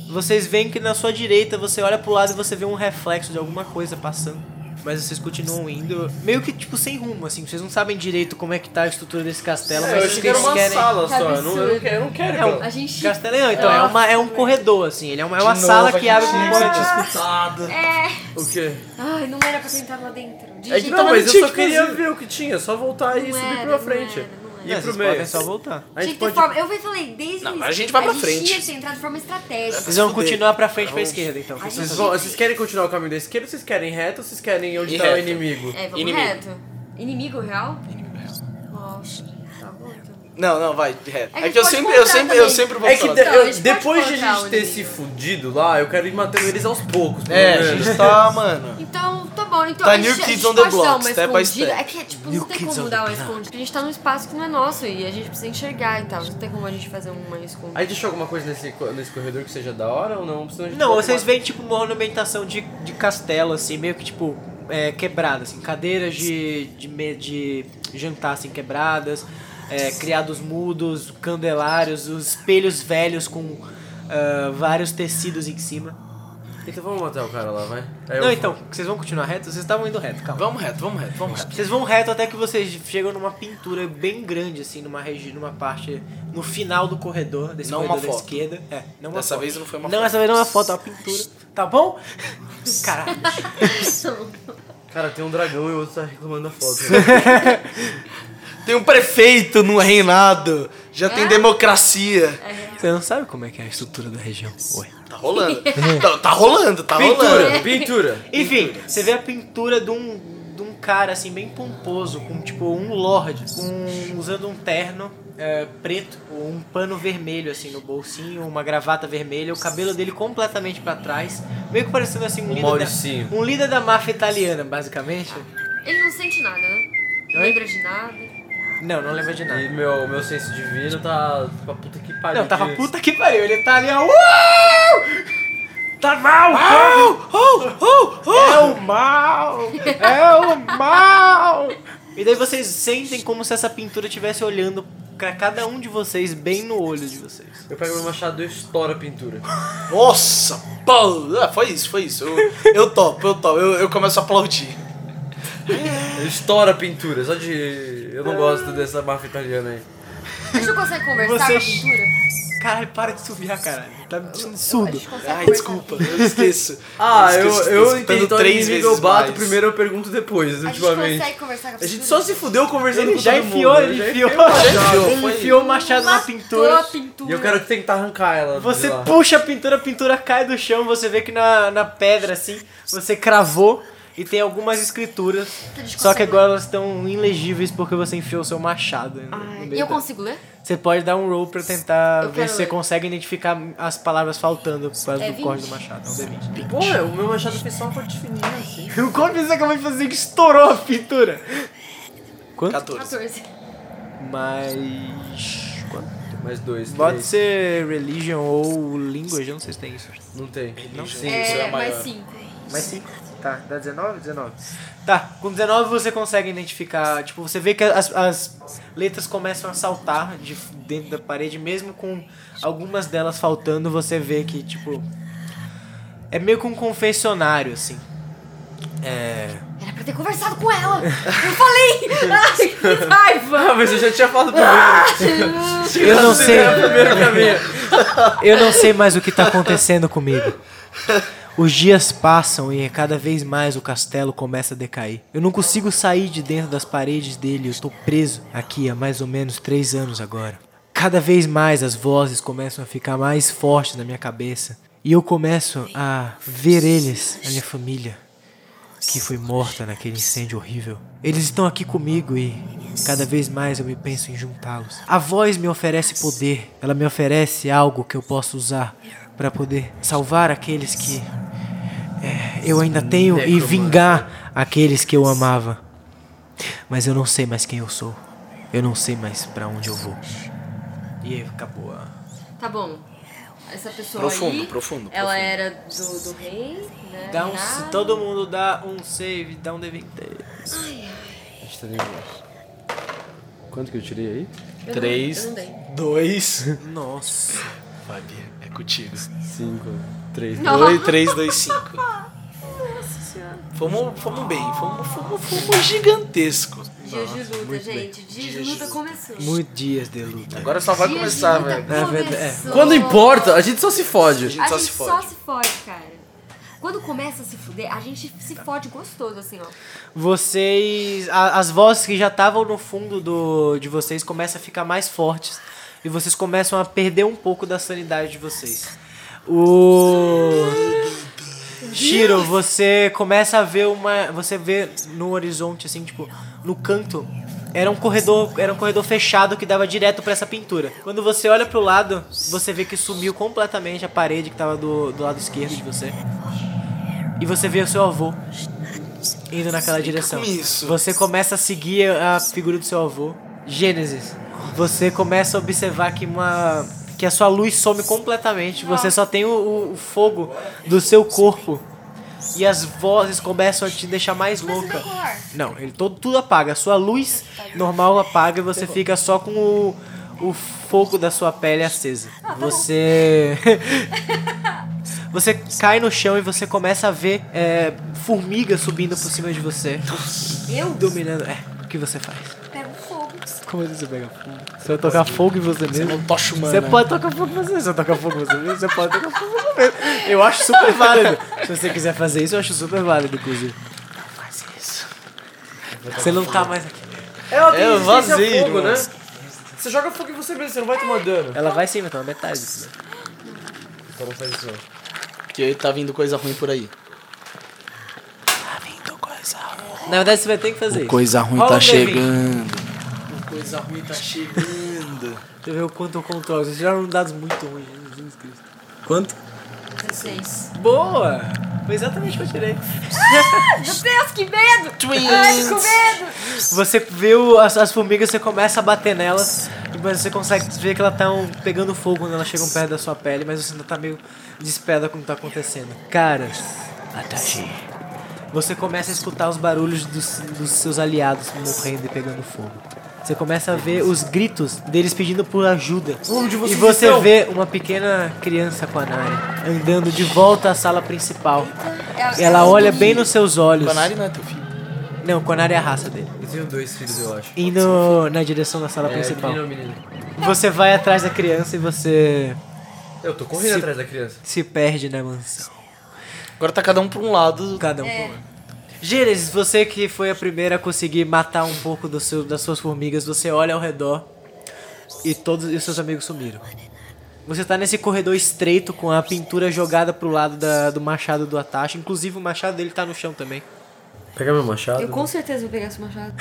Speaker 1: Vocês veem que na sua direita você olha pro lado e você vê um reflexo de alguma coisa passando. Mas vocês continuam indo, meio que tipo sem rumo, assim, vocês não sabem direito como é que tá a estrutura desse castelo, mas
Speaker 4: É, eu achei
Speaker 1: vocês
Speaker 4: que era uma
Speaker 1: querem.
Speaker 4: sala
Speaker 2: Que
Speaker 4: só. Eu não, eu não quero, eu não quero.
Speaker 1: É um
Speaker 2: A gente.
Speaker 1: Castelo não, então, é, uma, é um corredor, assim, ele é uma, é uma sala que abre um corredor.
Speaker 3: escutado.
Speaker 2: É.
Speaker 4: O quê?
Speaker 2: Ai, não era pra sentar lá dentro. De
Speaker 4: É que
Speaker 2: jeito
Speaker 4: não,
Speaker 2: nenhum.
Speaker 4: mas eu só queria ver o que tinha, só voltar e
Speaker 2: assim. Não
Speaker 4: subir
Speaker 2: era,
Speaker 4: pra
Speaker 2: não
Speaker 4: frente.
Speaker 2: era, não era.
Speaker 4: E
Speaker 1: É,
Speaker 4: ir pro
Speaker 1: vocês
Speaker 4: meio.
Speaker 1: podem só voltar.
Speaker 4: A
Speaker 2: Tinha
Speaker 4: gente
Speaker 2: que ter forma.
Speaker 4: pode.
Speaker 2: Eu falei desde o
Speaker 3: Não, mas a
Speaker 2: início,
Speaker 3: gente vai pra frente.
Speaker 2: tinha que ter entrado de forma estratégica.
Speaker 1: Vocês vão
Speaker 3: fuder.
Speaker 1: continuar pra frente e pra esquerda, então.
Speaker 2: Ai,
Speaker 4: Vocês, vão- vocês querem continuar o caminho da esquerda ou vocês querem reto ou vocês querem onde
Speaker 3: E
Speaker 4: tá o
Speaker 3: reto.
Speaker 4: inimigo?
Speaker 2: É, vamos
Speaker 3: Inimigo.
Speaker 2: reto. Inimigo real? Inimigo real. Nossa, tá bom. então.
Speaker 3: Não, não, vai, reto.
Speaker 2: É
Speaker 3: É
Speaker 2: que
Speaker 3: que,
Speaker 2: a gente
Speaker 3: eu
Speaker 2: pode
Speaker 3: sempre, eu
Speaker 2: voltar
Speaker 3: sempre, eu
Speaker 2: também.
Speaker 3: sempre vou
Speaker 4: É que
Speaker 3: falar.
Speaker 4: de-
Speaker 2: Então,
Speaker 4: eu-
Speaker 2: a gente
Speaker 4: depois
Speaker 2: pode
Speaker 4: de a
Speaker 2: colocar
Speaker 4: gente
Speaker 2: o
Speaker 4: ter se
Speaker 2: inimigo.
Speaker 4: fudido lá, eu quero ir matando eles aos poucos. pelo
Speaker 3: É, a
Speaker 4: menos.
Speaker 3: gente tá, mano.
Speaker 2: Então, tá bom. Então,
Speaker 3: Tá
Speaker 2: a gente,
Speaker 3: New
Speaker 2: a
Speaker 3: Kids
Speaker 2: gente
Speaker 3: on the
Speaker 2: pode dar
Speaker 3: Block,
Speaker 2: uma
Speaker 3: step by
Speaker 2: escondida.
Speaker 3: step.
Speaker 2: É que, tipo,
Speaker 1: New
Speaker 2: não tem
Speaker 1: Kids on
Speaker 2: como
Speaker 1: the
Speaker 2: dar uma
Speaker 1: Block.
Speaker 2: escondida. A gente tá num espaço que não é nosso e a gente precisa enxergar e tal. Não tem como a gente fazer uma escondida.
Speaker 4: Aí deixou alguma coisa nesse, co- nesse corredor que seja da hora ou não? Senão a gente
Speaker 1: Não,
Speaker 4: volta
Speaker 1: vocês
Speaker 4: pra-
Speaker 1: veem tipo uma ornamentação de, de castelo, assim, meio que tipo é, quebrada, assim, cadeiras de, de, me- de jantar assim, quebradas, é, criados mudos, candelários, os espelhos velhos com ah, vários tecidos em cima.
Speaker 4: Então vamos matar o cara lá, vai. Aí eu-
Speaker 1: Não, então, vocês vão continuar reto? Vocês estavam indo reto, calma.
Speaker 3: Vamos reto, vamos reto, vamos reto.
Speaker 1: Vocês vão reto até que vocês chegam numa pintura bem grande, assim, numa regi numa parte, no final do corredor, desse
Speaker 3: Não uma
Speaker 1: corredor da
Speaker 3: foto.
Speaker 1: esquerda. É, não uma
Speaker 3: Dessa
Speaker 1: foto.
Speaker 3: vez não foi uma
Speaker 1: Não,
Speaker 3: foto.
Speaker 1: essa vez não é uma foto, é uma pintura. Tá bom? Caralho.
Speaker 2: então-
Speaker 4: Cara, tem um dragão e o outro tá reclamando da foto.
Speaker 3: Tem um prefeito no reinado. Já
Speaker 2: É?
Speaker 3: tem democracia.
Speaker 1: Você não sabe como é que é a estrutura da região. Oi.
Speaker 3: Tá rolando. tá, tá rolando, tá rolando.
Speaker 4: pintura, pintura.
Speaker 1: Enfim, você vê a pintura de um, de um cara assim, bem pomposo, com tipo um lord, com- usando um terno é, preto, um pano vermelho assim no bolsinho, uma gravata vermelha, o cabelo dele completamente pra trás, meio que parecendo assim um, líder.
Speaker 4: Mauricinho.
Speaker 1: Da, um líder da máfia italiana, basicamente.
Speaker 2: Ele não sente nada, né? Não
Speaker 1: Oi?
Speaker 2: lembra de nada.
Speaker 1: Não, não lembra de
Speaker 4: E
Speaker 1: nada.
Speaker 4: meu, meu senso divino tá pra puta que pariu.
Speaker 1: Não, tava
Speaker 4: que-
Speaker 1: puta que pariu, ele tá ali, ó. "Uau! Tá mal! Oh, Uau! É o mal! É o mal! E daí vocês sentem como se essa pintura estivesse olhando pra cada um de vocês, bem no olho de vocês.
Speaker 4: Eu pego meu machado e eu estouro a pintura.
Speaker 3: Nossa, pô. Ah, foi isso, foi isso. Eu, eu topo, eu topo. Eu, eu começo a aplaudir.
Speaker 4: Eu estouro a pintura, só de. Eu não gosto dessa máfia italiana aí.
Speaker 2: A gente não consegue conversar
Speaker 1: Você-
Speaker 2: com a pintura?
Speaker 1: Caralho, para de subir, caralho. Tá me deixando
Speaker 2: A
Speaker 1: surdo.
Speaker 2: gente consegue
Speaker 3: Ai,
Speaker 2: conversar.
Speaker 3: desculpa, eu esqueço.
Speaker 4: Ah, eu,
Speaker 3: esqueço,
Speaker 4: eu,
Speaker 3: escutando
Speaker 4: entendo então,
Speaker 3: três
Speaker 4: inimigo,
Speaker 3: vezes
Speaker 4: eu bato
Speaker 3: mais.
Speaker 4: primeiro, eu pergunto depois,
Speaker 2: A gente
Speaker 4: ultimamente.
Speaker 2: consegue conversar com a
Speaker 4: A
Speaker 2: pintura?
Speaker 4: gente só se fudeu conversando
Speaker 1: Ele
Speaker 4: com
Speaker 1: já
Speaker 4: todo
Speaker 1: enfiou,
Speaker 4: mundo.
Speaker 1: né? ele
Speaker 4: eu já
Speaker 1: enfiou.
Speaker 3: enfiou,
Speaker 1: Ele
Speaker 3: foi
Speaker 1: enfiou o machado na
Speaker 2: Matou a
Speaker 1: pintura.
Speaker 2: pintura.
Speaker 4: E eu quero tentar arrancar ela. de
Speaker 1: Você
Speaker 4: lá.
Speaker 1: puxa a pintura, a pintura cai do chão, você vê que na, na pedra, assim, você cravou e tem algumas escrituras.
Speaker 2: Tá
Speaker 1: Só que agora elas estão ilegíveis porque você enfiou o seu machado. no- no
Speaker 2: Ai,
Speaker 1: meio
Speaker 2: e eu
Speaker 1: dela.
Speaker 2: consigo ler?
Speaker 1: Você pode dar um roll pra tentar
Speaker 2: Eu
Speaker 1: ver
Speaker 2: quero
Speaker 1: se você
Speaker 2: ler.
Speaker 1: consegue identificar as palavras faltando por causa
Speaker 2: É
Speaker 1: do corte do
Speaker 2: 20.
Speaker 1: machado. É um D20.
Speaker 4: Pô, o meu machado fez só uma parte fininha assim.
Speaker 1: O corte que você acabou de fazer que estourou a pintura. Quanto?
Speaker 3: 14.
Speaker 2: 14.
Speaker 1: Mais. Quanto?
Speaker 4: Mais dois, três.
Speaker 1: Pode ser religion ou language, eu não sei se tem isso.
Speaker 4: Não tem. Não
Speaker 3: Sim, isso
Speaker 2: É,
Speaker 3: é
Speaker 2: mais
Speaker 3: maior.
Speaker 2: 5.
Speaker 1: Mais 5. Tá, dá 19? 19. Tá, com 19 você consegue identificar. Tipo, você vê que as, as letras começam a saltar de f- dentro da parede, mesmo com algumas delas faltando, você vê que, tipo. É meio que um confessionário, assim. É.
Speaker 2: Era pra ter conversado com ela. Eu falei. Ai, que raiva.
Speaker 4: Ah, mas eu já tinha falado primeiro.
Speaker 1: Eu não sei.
Speaker 4: Era o primeiro caminho.
Speaker 1: Eu não sei mais o que tá acontecendo comigo. Os dias passam e é cada vez mais o castelo começa a decair. Eu não consigo sair de dentro das paredes dele, eu estou preso aqui há mais ou menos três anos agora. Cada vez mais as vozes começam a ficar mais fortes na minha cabeça. E eu começo a ver eles, a minha família, que foi morta naquele incêndio horrível. Eles estão aqui comigo e cada vez mais eu me penso em juntá-los. A voz me oferece poder, ela me oferece algo que eu posso usar para poder salvar aqueles que é, eu ainda tenho e vingar aqueles que eu amava. Mas eu não sei mais quem eu sou. Eu não sei mais pra onde eu vou. E aí, acabou a.
Speaker 2: Tá bom. Essa pessoa
Speaker 3: Profundo,
Speaker 2: aí,
Speaker 3: profundo,
Speaker 2: ela
Speaker 3: profundo.
Speaker 2: era do, do rei, né?
Speaker 1: Dá um,
Speaker 2: reinado.
Speaker 1: todo mundo dá um save, dá um D20.
Speaker 5: A gente tá nervoso. Quanto que eu tirei aí?
Speaker 2: Eu não-
Speaker 3: Três.
Speaker 2: eu não dei.
Speaker 3: Dois.
Speaker 1: Nossa.
Speaker 3: Vai, Bia, é contigo.
Speaker 5: 5, 3.
Speaker 2: Não.
Speaker 3: Dois, três, dois, cinco. Fomos, fomos bem, fomos, fomos, fomos gigantescos.
Speaker 2: Dias de luta, gente. Dias de luta começou.
Speaker 1: Muitos dias de luta.
Speaker 3: Agora só vai
Speaker 2: Dias de
Speaker 3: começar,
Speaker 2: luta
Speaker 3: velho.
Speaker 1: É verdade, é.
Speaker 2: começou.
Speaker 5: Quando importa, a gente só se fode.
Speaker 2: A gente só se fode, cara. Quando começa a se fuder, a gente se fode gostoso, assim, ó.
Speaker 1: Vocês. a- as vozes que já estavam no fundo do, de vocês começam a ficar mais fortes. E vocês começam a perder um pouco da sanidade de vocês. O. Shiro, você começa a ver uma. Você vê no horizonte, assim, tipo, no canto. Era um corredor, era um corredor fechado que dava direto pra essa pintura. Quando você olha pro lado, você vê que sumiu completamente a parede que tava do, do lado esquerdo de você. E você vê o seu avô indo naquela direção.
Speaker 3: com isso.
Speaker 1: Você começa a seguir a figura do seu avô. Gênesis. Você começa a observar que uma que a sua luz some completamente. Você só tem o- o, o fogo do seu corpo. E as vozes começam a te deixar mais louca. Não, ele todo tudo apaga. A sua luz normal apaga e você fica só com o, o fogo da sua pele acesa. Você Você cai no chão e você começa a ver é, formigas subindo por cima de você.
Speaker 2: Eu
Speaker 1: Dominando. É, o que você faz?
Speaker 2: pego um fogo.
Speaker 1: Como é que você pega fogo? Você vai tocar fogo em você mesmo? Você
Speaker 3: Tocha humana.
Speaker 1: pode tocar fogo em você, você toca fogo em você mesmo, você pode tocar fogo em você mesmo. Eu acho super válido. Se você quiser fazer isso, eu acho super válido, inclusive. Não faz isso. Você não tá mais aqui.
Speaker 5: Ela tem
Speaker 3: É,
Speaker 5: é,
Speaker 3: vazio,
Speaker 5: fogo, né?
Speaker 3: nossa.
Speaker 2: tá-
Speaker 5: Você joga fogo em você mesmo, você não vai tomar dano.
Speaker 1: Ela vai sim, vai tomar metade. disso.
Speaker 5: Então não faz isso não.
Speaker 3: Porque tá vindo coisa ruim por aí.
Speaker 1: Na verdade, você vai ter que fazer isso.
Speaker 3: Coisa ruim
Speaker 1: Rola um
Speaker 3: tá
Speaker 1: D20.
Speaker 3: chegando. Coisa ruim tá chegando.
Speaker 1: Deixa eu ver o quanto eu controlo. Vocês tiraram dados muito ruins, Jesus Cristo. Quanto?
Speaker 2: 16.
Speaker 1: Boa! Foi exatamente o que eu tirei.
Speaker 2: Meu Deus, que medo! Ai, é tô com medo!
Speaker 1: Você viu as, as formigas, você começa a bater nelas, mas você consegue ver que elas estão pegando fogo quando elas chegam perto da sua pele, mas você ainda tá meio desesperada com o que tá acontecendo. Caras, Atashi. Você começa a escutar os barulhos dos, dos seus aliados morrendo e pegando fogo. Você começa a ver os gritos deles pedindo por ajuda.
Speaker 5: Onde
Speaker 1: e
Speaker 5: vocês
Speaker 1: você
Speaker 5: estão?
Speaker 1: vê uma pequena criança com a Nari andando de volta à sala principal. Ela olha bem nos seus olhos.
Speaker 3: Panari não é teu filho.
Speaker 1: Não, Conari é a raça dele
Speaker 5: Eu tenho dois filhos, eu acho.
Speaker 1: indo na direção da
Speaker 4: É,
Speaker 5: É,
Speaker 1: sala principal. Você vai atrás da criança e você
Speaker 5: Eu tô correndo
Speaker 1: Se-
Speaker 5: atrás da criança.
Speaker 1: se perde na mansão.
Speaker 3: Agora tá cada um pra um lado.
Speaker 1: Cada um
Speaker 2: É.
Speaker 1: por um. Gênesis, você que foi a primeira a conseguir matar um pouco do seu- das suas formigas, você olha ao redor e todos os seus amigos sumiram. Você tá nesse corredor estreito com a pintura jogada pro lado da- do machado do Atashi. Inclusive o machado dele tá no chão também.
Speaker 5: Pega meu machado.
Speaker 2: Eu com certeza vou pegar esse machado.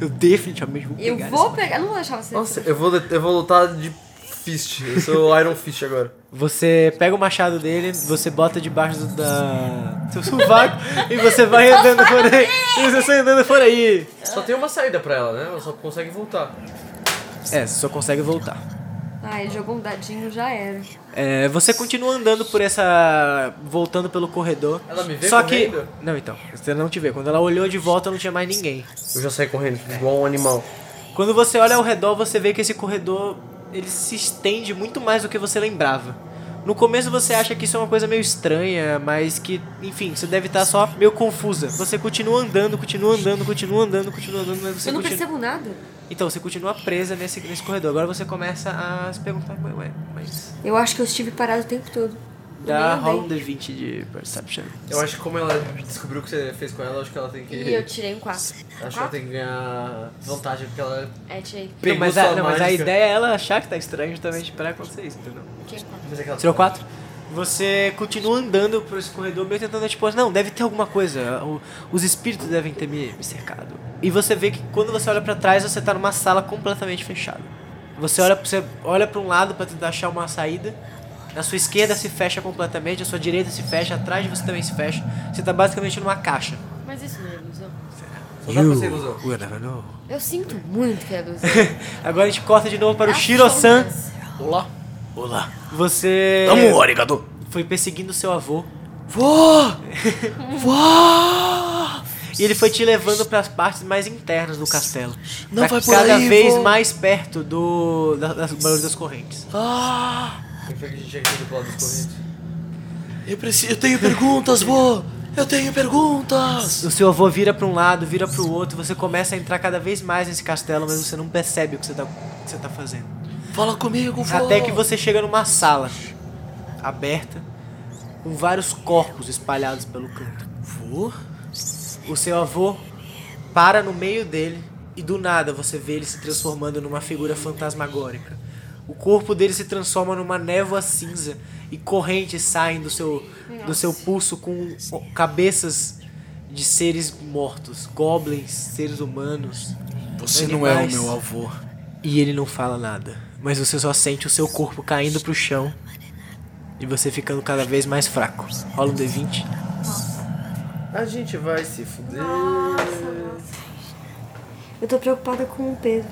Speaker 1: Eu definitivamente vou
Speaker 2: Eu
Speaker 1: pegar esse
Speaker 2: vou pegar. Eu não vou deixar você.
Speaker 5: Nossa, eu vou, eu vou lutar de fist. Eu sou Iron Fist agora.
Speaker 1: Você pega o machado dele, você bota debaixo do, da seu sovaco e você vai andando por aí. E você sai andando por aí.
Speaker 5: Só tem uma saída pra ela, né? Ela só consegue voltar.
Speaker 1: É, você só consegue voltar.
Speaker 2: Ah, ele jogou um dadinho, já era.
Speaker 1: É, você continua andando por essa. voltando pelo corredor.
Speaker 5: Ela me vê
Speaker 1: Só
Speaker 5: correndo?
Speaker 1: que. Não, então. Você não te vê. Quando ela olhou de volta, não tinha mais ninguém.
Speaker 5: Eu já saí correndo, igual um animal.
Speaker 1: Quando você olha ao redor, você vê que esse corredor ele se estende muito mais do que você lembrava. No começo você acha que isso é uma coisa meio estranha, mas que, enfim, você deve estar só meio confusa. Você continua andando, continua andando, continua andando, continua andando, mas você
Speaker 2: eu não
Speaker 1: continua...
Speaker 2: percebo nada.
Speaker 1: Então, você continua presa nesse, nesse corredor. Agora você começa a se perguntar, ué, ué, mas...
Speaker 2: Eu acho que eu estive parado o tempo todo. Eu
Speaker 1: Dá
Speaker 2: nem andei.
Speaker 1: rola um D20 de Perception.
Speaker 5: Eu acho que como ela descobriu o que você fez com ela, acho que ela tem que.
Speaker 2: E eu tirei um 4.
Speaker 5: Acho que ela tem que ganhar vantagem porque ela
Speaker 2: É, tirei.
Speaker 1: Não,
Speaker 5: pegou
Speaker 1: mas,
Speaker 5: sua
Speaker 1: a, não, mas a
Speaker 5: mágica.
Speaker 1: ideia é ela achar que tá estranho justamente pra acontecer isso, entendeu?
Speaker 2: Tirei um 4.
Speaker 5: Mas é que ela-
Speaker 1: Tirou 4? Você continua andando por esse corredor, meio tentando, tipo, não, deve ter alguma coisa. o- os espíritos devem ter me, me cercado. E você vê que quando você olha pra trás, você tá numa sala completamente fechada. Você olha, você olha pra um lado pra tentar achar uma saída. A sua esquerda se fecha completamente, a sua direita se fecha, atrás de você também se fecha. Você tá basicamente numa caixa.
Speaker 2: Mas isso não é ilusão.
Speaker 5: Só dá pra você, Guzão.
Speaker 2: Eu sinto muito que é luz.
Speaker 1: Agora a gente corta de novo para o Shiro-san.
Speaker 2: né?
Speaker 3: Olá. Olá.
Speaker 1: Você
Speaker 3: Tamo, arigato.
Speaker 1: foi perseguindo seu avô
Speaker 3: Vó! Vó!
Speaker 1: e ele foi te levando para as partes mais internas do castelo.
Speaker 3: Não
Speaker 1: pra
Speaker 3: vai por
Speaker 1: cada
Speaker 3: aí,
Speaker 1: vez
Speaker 3: vô.
Speaker 1: mais perto do da- das barulhos das correntes.
Speaker 3: Ah!
Speaker 5: Quem foi que a gente chega aqui do lado das correntes?
Speaker 3: Eu preciso. Eu tenho perguntas, vô! Eu tenho perguntas!
Speaker 1: O seu avô vira para um lado, vira para o outro, você começa a entrar cada vez mais nesse castelo, mas você não percebe o que você tá, o que você tá fazendo.
Speaker 3: Fala comigo, vô!
Speaker 1: Até que você chega numa sala aberta com vários corpos espalhados pelo canto.
Speaker 3: Vô?
Speaker 1: O seu avô para no meio dele e do nada você vê ele se transformando numa figura fantasmagórica. O corpo dele se transforma numa névoa cinza e correntes saem do seu, do seu pulso com o- cabeças de seres mortos, goblins, seres humanos.
Speaker 3: Você
Speaker 1: Animais.
Speaker 3: não é o meu avô.
Speaker 1: E ele não fala nada, mas você só sente o seu corpo caindo pro chão e você ficando cada vez mais fraco. Rola um D20.
Speaker 5: A gente vai se fuder.
Speaker 2: Eu tô preocupada com o Pedro.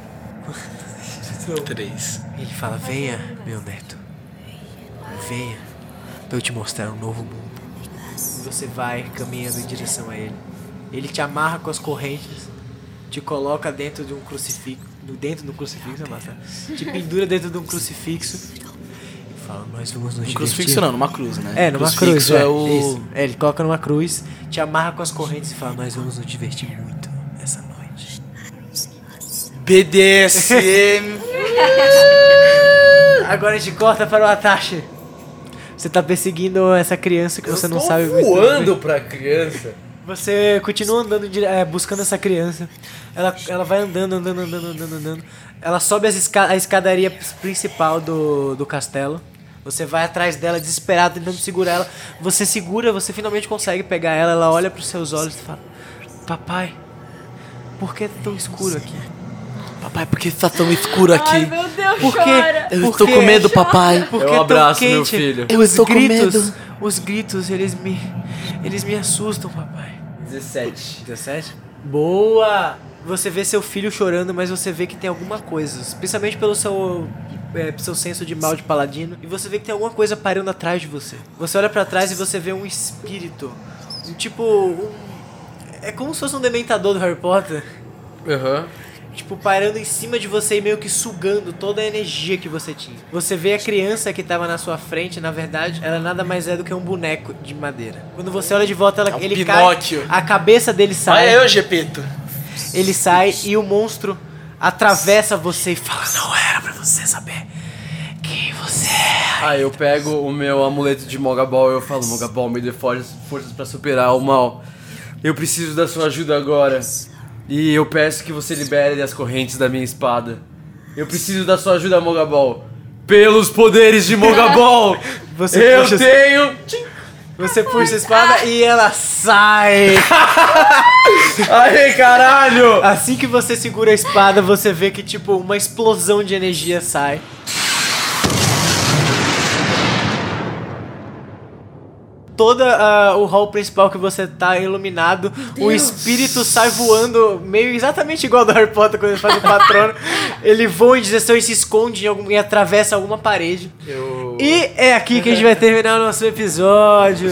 Speaker 3: Três.
Speaker 1: Ele fala: Venha, meu neto. Venha pra eu te mostrar um novo mundo. E Você vai caminhando em direção a ele. Ele te amarra com as correntes, te coloca dentro de um crucifixo. Dentro de um crucifixo, é massa. Te pendura dentro de um crucifixo. E fala: Nós vamos nos
Speaker 3: Um
Speaker 1: divertir.
Speaker 3: crucifixo não, numa cruz, né?
Speaker 1: É, numa
Speaker 3: crucifixo
Speaker 1: cruz.
Speaker 3: É,
Speaker 1: é,
Speaker 3: o.
Speaker 1: isso. É, ele coloca numa cruz, te amarra com as correntes e fala: Nós vamos nos divertir muito essa noite.
Speaker 3: BDSM!
Speaker 1: Agora a gente corta para o Atashi. Você tá perseguindo essa criança que você tá não
Speaker 5: tô
Speaker 1: sabe muito
Speaker 5: voando
Speaker 1: bem.
Speaker 5: pra criança.
Speaker 1: Você continua andando, em dire- é, buscando essa criança. Ela, ela vai andando, andando, andando, andando, andando. Ela sobe as esca- a escadaria principal do, do castelo. Você vai atrás dela, desesperado, tentando segurar ela. Você segura, você finalmente consegue pegar ela. Ela olha pros seus olhos e fala: Papai, por que é tão escuro aqui?
Speaker 3: papai, por que tá tão escuro aqui?
Speaker 2: Ai, meu Deus,
Speaker 1: Por quê?
Speaker 2: chora.
Speaker 3: Eu
Speaker 1: Por
Speaker 3: estou
Speaker 1: quê?
Speaker 3: com medo, papai.
Speaker 1: Por que
Speaker 5: Eu
Speaker 1: tão
Speaker 5: é um abraço
Speaker 1: quente?
Speaker 5: meu filho.
Speaker 3: Eu
Speaker 1: os
Speaker 3: estou com
Speaker 1: gritos,
Speaker 3: medo.
Speaker 1: Os gritos, eles me. Eles me assustam, papai.
Speaker 5: 17.
Speaker 1: 17? Boa! Você vê seu filho chorando, mas você vê que tem alguma coisa. Principalmente pelo seu. é, seu senso de mal de paladino. E você vê que tem alguma coisa parando atrás de você. Você olha pra trás e você vê um espírito. Um tipo. um- é como se fosse um dementador do Harry Potter.
Speaker 5: Aham.
Speaker 1: Tipo, parando em cima de você e meio que sugando toda a energia que você tinha. Você vê a criança que tava na sua frente, na verdade, ela nada mais é do que um boneco de madeira. Quando você olha de volta, ela,
Speaker 3: É um
Speaker 1: ele
Speaker 3: Pinóquio.
Speaker 1: cai, a cabeça dele sai,
Speaker 3: Vai eu, Gepeto.
Speaker 1: ele sai e o monstro atravessa você e fala: Não era pra você saber quem você é.
Speaker 5: Aí eu pego o meu amuleto de Mogaball e eu falo, Mogaball, me dê forças, forças para superar o mal. Eu preciso da sua ajuda agora. E eu peço que você libere as correntes da minha espada. Eu preciso da sua ajuda, Mogaball. Pelos poderes de Mogaball!
Speaker 1: Você
Speaker 5: eu
Speaker 1: puxa-
Speaker 5: tenho...
Speaker 1: Você puxa a espada e ela Ah, sai.
Speaker 5: Aê, caralho!
Speaker 1: Assim que você segura a espada, você vê que, tipo, uma explosão de energia sai. Todo ah, o hall principal que você tá é iluminado, o espírito sai voando, meio exatamente igual ao do Harry Potter quando ele faz o patrono. ele voa em direção e se esconde em algum, e atravessa alguma parede. E é aqui que a gente vai terminar o nosso episódio.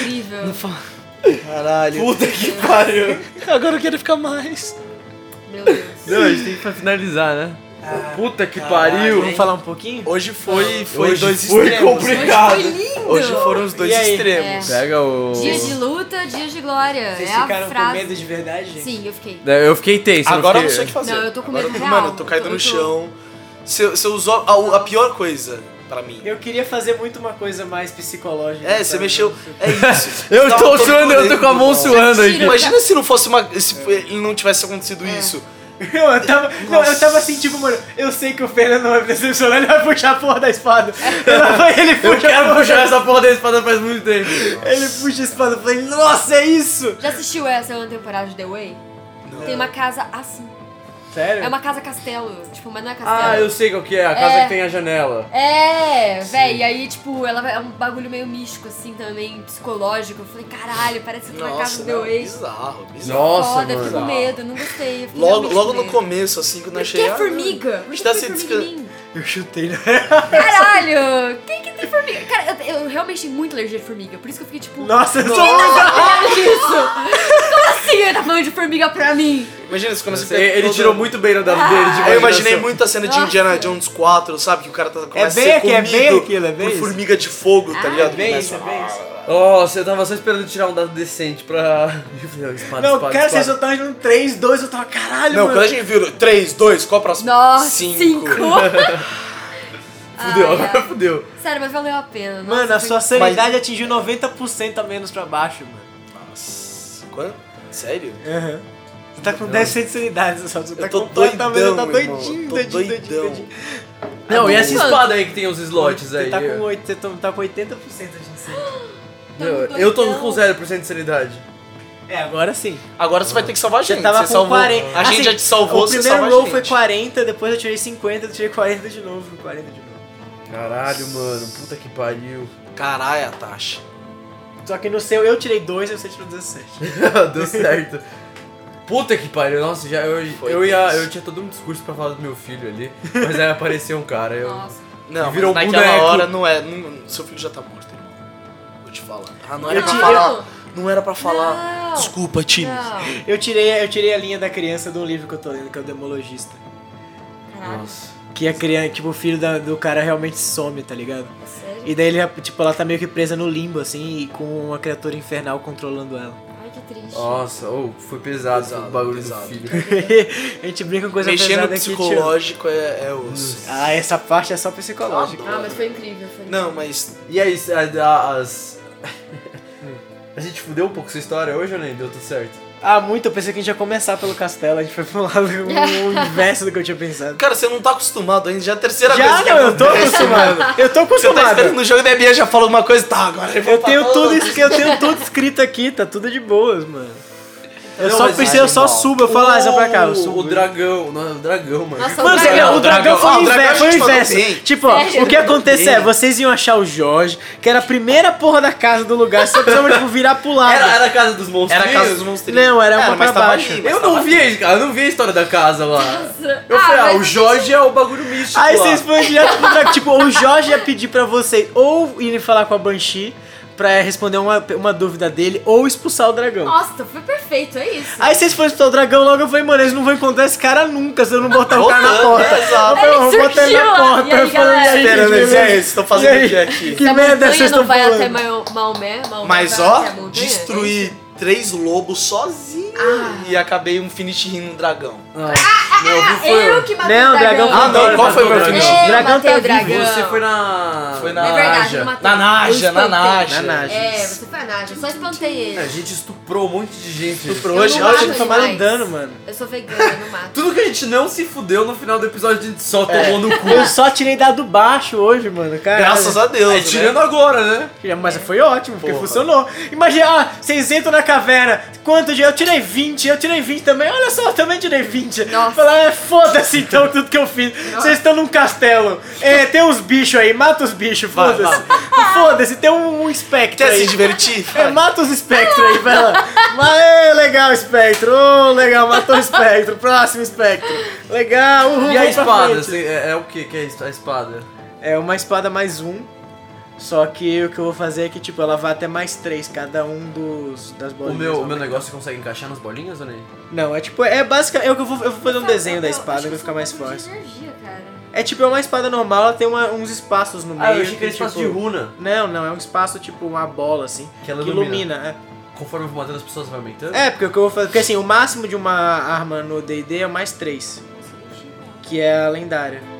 Speaker 2: Incrível.
Speaker 3: Caralho.
Speaker 5: Puta que pariu!
Speaker 3: Agora eu quero ficar mais.
Speaker 2: Meu Deus.
Speaker 5: Não, a gente tem que finalizar, né? Puta que pariu!
Speaker 1: Vamos falar um pouquinho?
Speaker 3: Ah, Hoje foi, foi
Speaker 5: Hoje
Speaker 3: dois
Speaker 5: foi
Speaker 3: extremos.
Speaker 5: complicado.
Speaker 2: Hoje foi lindo.
Speaker 3: Hoje foram os dois
Speaker 1: E aí? É.
Speaker 3: extremos.
Speaker 5: Pega o...
Speaker 2: Dias de luta, dias de glória.
Speaker 1: Vocês
Speaker 2: é a
Speaker 1: ficaram com
Speaker 2: frase.
Speaker 1: medo de verdade, gente?
Speaker 2: Sim, eu fiquei.
Speaker 5: né, Eu fiquei tenso.
Speaker 3: Agora eu
Speaker 5: eu
Speaker 3: não sei o que fazer.
Speaker 2: Não, eu tô com
Speaker 3: Agora
Speaker 2: medo
Speaker 3: eu
Speaker 2: real.
Speaker 3: Mano, eu tô caindo
Speaker 2: Eu
Speaker 3: no
Speaker 2: tô-
Speaker 3: chão. Você, você usou a, a pior coisa pra mim.
Speaker 1: Eu queria fazer muito uma coisa mais psicológica.
Speaker 3: É, você
Speaker 1: sabe?
Speaker 3: mexeu. É isso.
Speaker 5: Eu
Speaker 3: Tava
Speaker 5: tô
Speaker 3: todo
Speaker 5: suando, eu tô com a mão
Speaker 3: dolorido.
Speaker 5: suando
Speaker 2: aqui.
Speaker 3: Imagina se não fosse uma. Se
Speaker 2: É.
Speaker 3: ele não tivesse acontecido isso.
Speaker 1: Não, eu tava, não, eu tava assim, tipo, mano, eu sei que o Fernando não vai me decepcionar, ele vai puxar a porra da espada. Ela vai, ele
Speaker 5: Eu
Speaker 1: puxa a
Speaker 5: quero
Speaker 1: porra.
Speaker 5: puxar essa porra da espada faz muito tempo.
Speaker 1: Ele puxa a espada. Eu falei, nossa, é isso!
Speaker 2: Já assistiu essa segunda temporada de The Way? Tem uma casa assim.
Speaker 1: Sério?
Speaker 2: É uma casa castelo, tipo, mas não é castelo.
Speaker 4: Ah, eu sei qual que é, a casa
Speaker 2: É.
Speaker 4: que tem a janela.
Speaker 2: É, véi, e aí, tipo, ela é um bagulho meio místico, assim, também, psicológico. Eu falei, caralho, parece que tô na casa
Speaker 3: Nossa,
Speaker 2: do meu
Speaker 3: não,
Speaker 2: ex.
Speaker 3: bizarro, bizarro.
Speaker 4: Nossa,
Speaker 2: Foda, eu fiquei com
Speaker 4: mano.
Speaker 2: medo, eu não gostei. eu fiquei
Speaker 3: Logo,
Speaker 2: realmente
Speaker 3: logo
Speaker 2: com
Speaker 3: no
Speaker 2: medo.
Speaker 3: começo, assim, quando eu
Speaker 2: Por
Speaker 3: achei...
Speaker 2: que
Speaker 3: ah,
Speaker 2: formiga? Por que
Speaker 4: tá
Speaker 3: está
Speaker 2: tem
Speaker 3: se
Speaker 2: formiga em mim?
Speaker 1: Eu chutei, né?
Speaker 2: Caralho! Quem que tem formiga? Cara, eu, eu realmente tenho muito alergia de formiga, por isso que eu fiquei tipo.
Speaker 1: Nossa, eu sou
Speaker 2: Olha isso! Como assim ele tá falando de formiga pra mim?
Speaker 3: Imagina, você começa a
Speaker 4: Ele,
Speaker 3: ficar
Speaker 4: ele
Speaker 3: todo-
Speaker 4: tirou muito bem no dado
Speaker 5: Ah.
Speaker 4: dele de
Speaker 3: Eu imaginei
Speaker 4: imaginação.
Speaker 3: muito a cena de
Speaker 2: Nossa.
Speaker 3: Indiana Jones 4, sabe? Que o cara tá, começa
Speaker 1: bem
Speaker 3: a ser
Speaker 1: aqui, é bem
Speaker 3: comido
Speaker 1: aquilo, é bem
Speaker 3: por
Speaker 1: isso.
Speaker 3: formiga de fogo,
Speaker 2: Ah,
Speaker 3: tá ligado?
Speaker 1: bem
Speaker 3: Começa-
Speaker 1: isso, é bem isso.
Speaker 4: Nossa, eu tava só esperando tirar um dado decente pra. Espada, espada,
Speaker 1: Não,
Speaker 4: espada,
Speaker 1: cara, vocês
Speaker 4: espada.
Speaker 1: só estavam indo 3, 2, eu tava, caralho,
Speaker 3: Não,
Speaker 1: mano.
Speaker 3: quando a gente viu 3, 2, qual a próxima?
Speaker 2: Nossa,
Speaker 3: Cinco.
Speaker 2: cinco!
Speaker 4: Fudeu,
Speaker 2: Ai,
Speaker 4: agora
Speaker 2: ai.
Speaker 4: fudeu.
Speaker 2: Sério, mas valeu a pena. Nossa,
Speaker 1: Mano, a
Speaker 2: foi-
Speaker 1: sua sanidade atingiu 90% a menos pra baixo, mano.
Speaker 3: Nossa, quanto? Sério?
Speaker 1: Aham. Você tá com 10% de sanidade, você só você tá
Speaker 3: Eu tô
Speaker 1: completamente-
Speaker 3: doidão,
Speaker 1: tá
Speaker 3: meu
Speaker 1: doidinho,
Speaker 3: irmão, tô
Speaker 1: doidinho, doidinho,
Speaker 3: doidão.
Speaker 1: doidinho.
Speaker 4: Não,
Speaker 1: É
Speaker 4: e essa
Speaker 2: Quanto?
Speaker 4: espada aí que tem os slots aí?
Speaker 1: Você tá com,
Speaker 4: eu,
Speaker 1: 8, você tá- tá com 80% de sanidade.
Speaker 4: eu, eu tô com 0% de sanidade.
Speaker 1: É, agora sim.
Speaker 3: Agora você vai ter que salvar a gente.
Speaker 1: Você tava
Speaker 3: você
Speaker 1: com
Speaker 3: salvou.
Speaker 1: 40.
Speaker 3: A gente
Speaker 1: Assim,
Speaker 3: já te salvou,
Speaker 1: O
Speaker 3: você
Speaker 1: primeiro
Speaker 3: salva a
Speaker 1: roll
Speaker 3: gente.
Speaker 1: foi 40, depois eu tirei 50, eu tirei 40 de novo, 40 de novo.
Speaker 4: Caralho, mano, puta que pariu.
Speaker 3: Caralho, a taxa.
Speaker 1: Só que no seu eu tirei 2 e você tirou 17.
Speaker 4: Deu certo. Puta que pariu, nossa, já, eu,
Speaker 3: Foi
Speaker 4: eu, ia,
Speaker 3: tenso.
Speaker 4: eu tinha todo um discurso pra falar do meu filho ali, mas aí apareceu um cara. Eu,
Speaker 2: Nossa.
Speaker 3: Não,
Speaker 4: Virou
Speaker 3: mas
Speaker 4: um
Speaker 3: naquela
Speaker 4: boneco.
Speaker 3: hora não é. não- seu filho já tá morto, irmão. Vou te falar. Ah, não era
Speaker 1: Eu
Speaker 3: pra
Speaker 1: te-
Speaker 3: falar. Não era pra falar.
Speaker 2: Não.
Speaker 3: Desculpa, time.
Speaker 2: Não.
Speaker 1: Eu tirei, eu tirei a linha da criança de um livro que eu tô lendo, que é o Demologista.
Speaker 2: Caraca,
Speaker 4: nossa.
Speaker 1: Que a criança, tipo, o filho da- do cara realmente some, tá ligado?
Speaker 2: é sério?
Speaker 1: E daí ele, tipo, ela tá meio que presa no limbo, assim, e com uma criatura infernal controlando ela.
Speaker 2: Ai, que triste.
Speaker 4: Nossa, oh, foi pesado,
Speaker 3: Pesado,
Speaker 4: o bagulho
Speaker 3: pesado.
Speaker 4: do filho.
Speaker 1: a gente brinca com coisa
Speaker 3: Mexer no
Speaker 1: pesada aqui, tio.
Speaker 3: psicológico é, é osso.
Speaker 1: Ah, essa parte é só psicológica.
Speaker 2: Ah, mas foi incrível. Foi
Speaker 3: Não, mas.
Speaker 4: E aí, a- a- as. A gente fudeu um pouco sua história hoje ou nem? Deu tudo certo?
Speaker 1: Ah, muito, eu pensei que a gente ia começar pelo castelo, a gente foi pro lado o inverso do que eu tinha pensado.
Speaker 3: Cara, você não tá acostumado ainda, já é a terceira
Speaker 1: Já,
Speaker 3: vez. que
Speaker 1: não, eu tô
Speaker 3: acontece.
Speaker 1: acostumado. Eu tô
Speaker 3: Você tá
Speaker 1: acostumado.
Speaker 3: esperando no jogo da Bia já fala uma coisa, tá, agora
Speaker 1: Eu tenho tudo, es- eu tenho tudo escrito aqui, tá tudo de boas, mano. Eu
Speaker 4: Não,
Speaker 1: só
Speaker 4: mas-
Speaker 1: pensei, eu só
Speaker 4: Bom,
Speaker 1: subo, eu falo, ah, só pra cá, eu
Speaker 4: o-
Speaker 1: subo.
Speaker 4: O dragão, não, o dragão, mano.
Speaker 2: Nossa,
Speaker 1: Mano,
Speaker 2: o
Speaker 1: você-
Speaker 2: dragão.
Speaker 1: o dragão foi
Speaker 3: Ah,
Speaker 1: o
Speaker 3: o dragão
Speaker 1: inverso.
Speaker 3: a
Speaker 1: Foi o
Speaker 3: gente mandou
Speaker 1: inverso.
Speaker 3: bem.
Speaker 1: Tipo, ó,
Speaker 2: Sério?
Speaker 1: o que ia acontecer é, vocês iam achar o Jorge, que era a primeira porra da casa do lugar, só precisava, tipo, virar pro lado.
Speaker 4: Era, era a casa dos monstros.
Speaker 3: Era a casa dos monstros.
Speaker 1: Não, era uma
Speaker 3: um É, mas tá
Speaker 1: pra
Speaker 3: tava
Speaker 1: baixo.
Speaker 3: ali, mas
Speaker 4: Eu
Speaker 3: tava
Speaker 4: não vi, a- cara, eu não vi a história da casa lá.
Speaker 2: Nossa.
Speaker 4: Eu falei, ah,
Speaker 2: mas
Speaker 4: o Jorge é o bagulho místico.
Speaker 1: Aí
Speaker 4: lá.
Speaker 1: vocês foram direto pro dragão. Tipo, o Jorge ia pedir pra vocês ou irem falar com a Banshee pra responder uma, uma dúvida dele ou expulsar o dragão.
Speaker 2: Nossa, foi perfeito, é isso.
Speaker 1: Aí vocês foram expulsar o dragão, logo eu falei, mano, eles não vão encontrar esse cara nunca se eu não botar o cara na
Speaker 3: Voltando,
Speaker 1: porta.
Speaker 3: é, exato.
Speaker 1: Ah, Eu falei, eu vou botar ele
Speaker 2: Ele
Speaker 1: na
Speaker 2: surgiu lá.
Speaker 1: porta.
Speaker 2: E aí,
Speaker 1: Eu falei,
Speaker 2: galera?
Speaker 1: aí,
Speaker 3: Esperando
Speaker 1: gente,
Speaker 3: esse é esse, tô fazendo
Speaker 1: E aí?
Speaker 3: o que aqui?
Speaker 1: Que
Speaker 2: Se a
Speaker 1: merda
Speaker 2: montanha
Speaker 1: vocês
Speaker 2: não
Speaker 1: estão
Speaker 2: vai
Speaker 1: falando?
Speaker 2: até Maio- Maomé, Maomé
Speaker 3: Mas
Speaker 2: vai
Speaker 3: ó,
Speaker 2: até a montanha,
Speaker 3: destruí três lobos sozinho e acabei um finish rim no dragão.
Speaker 4: Ah, Não, eu vi,
Speaker 2: é isso?
Speaker 4: foi-
Speaker 2: Eu que matei
Speaker 1: Não,
Speaker 2: o
Speaker 1: dragão
Speaker 2: dragão.
Speaker 1: foi
Speaker 3: Ah, não,
Speaker 1: embora,
Speaker 3: qual foi o
Speaker 1: matou
Speaker 3: meu
Speaker 1: dragão.
Speaker 3: finish?
Speaker 2: Eu
Speaker 1: Dragão
Speaker 2: matei
Speaker 1: tá
Speaker 2: o dragão.
Speaker 1: vivo.
Speaker 4: Você foi na.
Speaker 3: Foi
Speaker 2: É
Speaker 3: na
Speaker 2: verdade, eu
Speaker 3: Naja.
Speaker 2: matei.
Speaker 3: Na Naja,
Speaker 2: Eu
Speaker 3: na
Speaker 2: espantei.
Speaker 1: Na
Speaker 3: Naja.
Speaker 1: Naja.
Speaker 2: É, você foi a Nádia, eu só espantei
Speaker 4: A
Speaker 2: ele.
Speaker 4: gente estuprou um monte de gente.
Speaker 3: Estuprou.
Speaker 2: Eu
Speaker 3: Hoje-
Speaker 2: não
Speaker 3: hoje
Speaker 2: mato
Speaker 1: eles tomaram
Speaker 2: animais.
Speaker 1: dano, mano.
Speaker 2: Eu sou vegana, eu não mato.
Speaker 4: Tudo que a gente não se fudeu no final do episódio, a gente só tomou no cu.
Speaker 1: Eu só tirei dado baixo hoje, mano. Caralho.
Speaker 3: Graças a Deus, né?
Speaker 4: É, tirando agora, né?
Speaker 1: É, Mas foi ótimo, porque
Speaker 3: Porra.
Speaker 1: funcionou. Imagina, ah, vocês entram na caverna, quanto de. Eu tirei 20, eu tirei 20 também. Olha só, eu também tirei 20.
Speaker 2: Nossa.
Speaker 1: Falar, é foda-se então tudo que eu fiz. Vocês estão num castelo. É, tem uns bichos aí, mata os bichos,
Speaker 3: Vai,
Speaker 1: foda-se. Foda-se, tem um, um espectro
Speaker 3: Quer se
Speaker 1: aí.
Speaker 3: divertir?
Speaker 1: É, mata os espectros aí, vai lá. Mas é legal o espectro. Ô, legal, matou o espectro. Próximo espectro. Legal, uhul,
Speaker 4: E a
Speaker 1: vamos pra
Speaker 4: espada?
Speaker 1: frente.
Speaker 4: assim, é, é o que que é a espada?
Speaker 1: É uma espada mais um. Só que o que eu vou fazer é que, tipo, ela vai até mais três, cada um dos das
Speaker 4: O
Speaker 1: bolinhas.
Speaker 4: meu, o
Speaker 1: né?
Speaker 4: meu negócio consegue encaixar nas bolinhas ou nem?
Speaker 1: Não, é tipo, é basicamente. Eu, que vou, eu vou fazer um
Speaker 2: Eu-
Speaker 1: desenho
Speaker 2: eu-
Speaker 1: da
Speaker 2: eu
Speaker 1: espada
Speaker 2: acho
Speaker 1: que vai
Speaker 2: eu
Speaker 1: ficar
Speaker 2: sou
Speaker 1: mais
Speaker 2: um pouco de
Speaker 1: forte.
Speaker 2: energia, cara.
Speaker 1: É tipo, é uma espada normal, ela tem uma- uns espaços no meio.
Speaker 4: Ah, eu achei que era espaço de
Speaker 1: tipo-
Speaker 4: runa.
Speaker 1: Não, não, é um espaço tipo uma bola, assim.
Speaker 4: Que ela ilumina.
Speaker 1: ilumina.
Speaker 4: Conforme eu vou matando as pessoas, vai aumentando.
Speaker 1: é. é, porque o que eu vou fazer. Porque assim, o máximo de uma arma no DD é mais três, que é a lendária.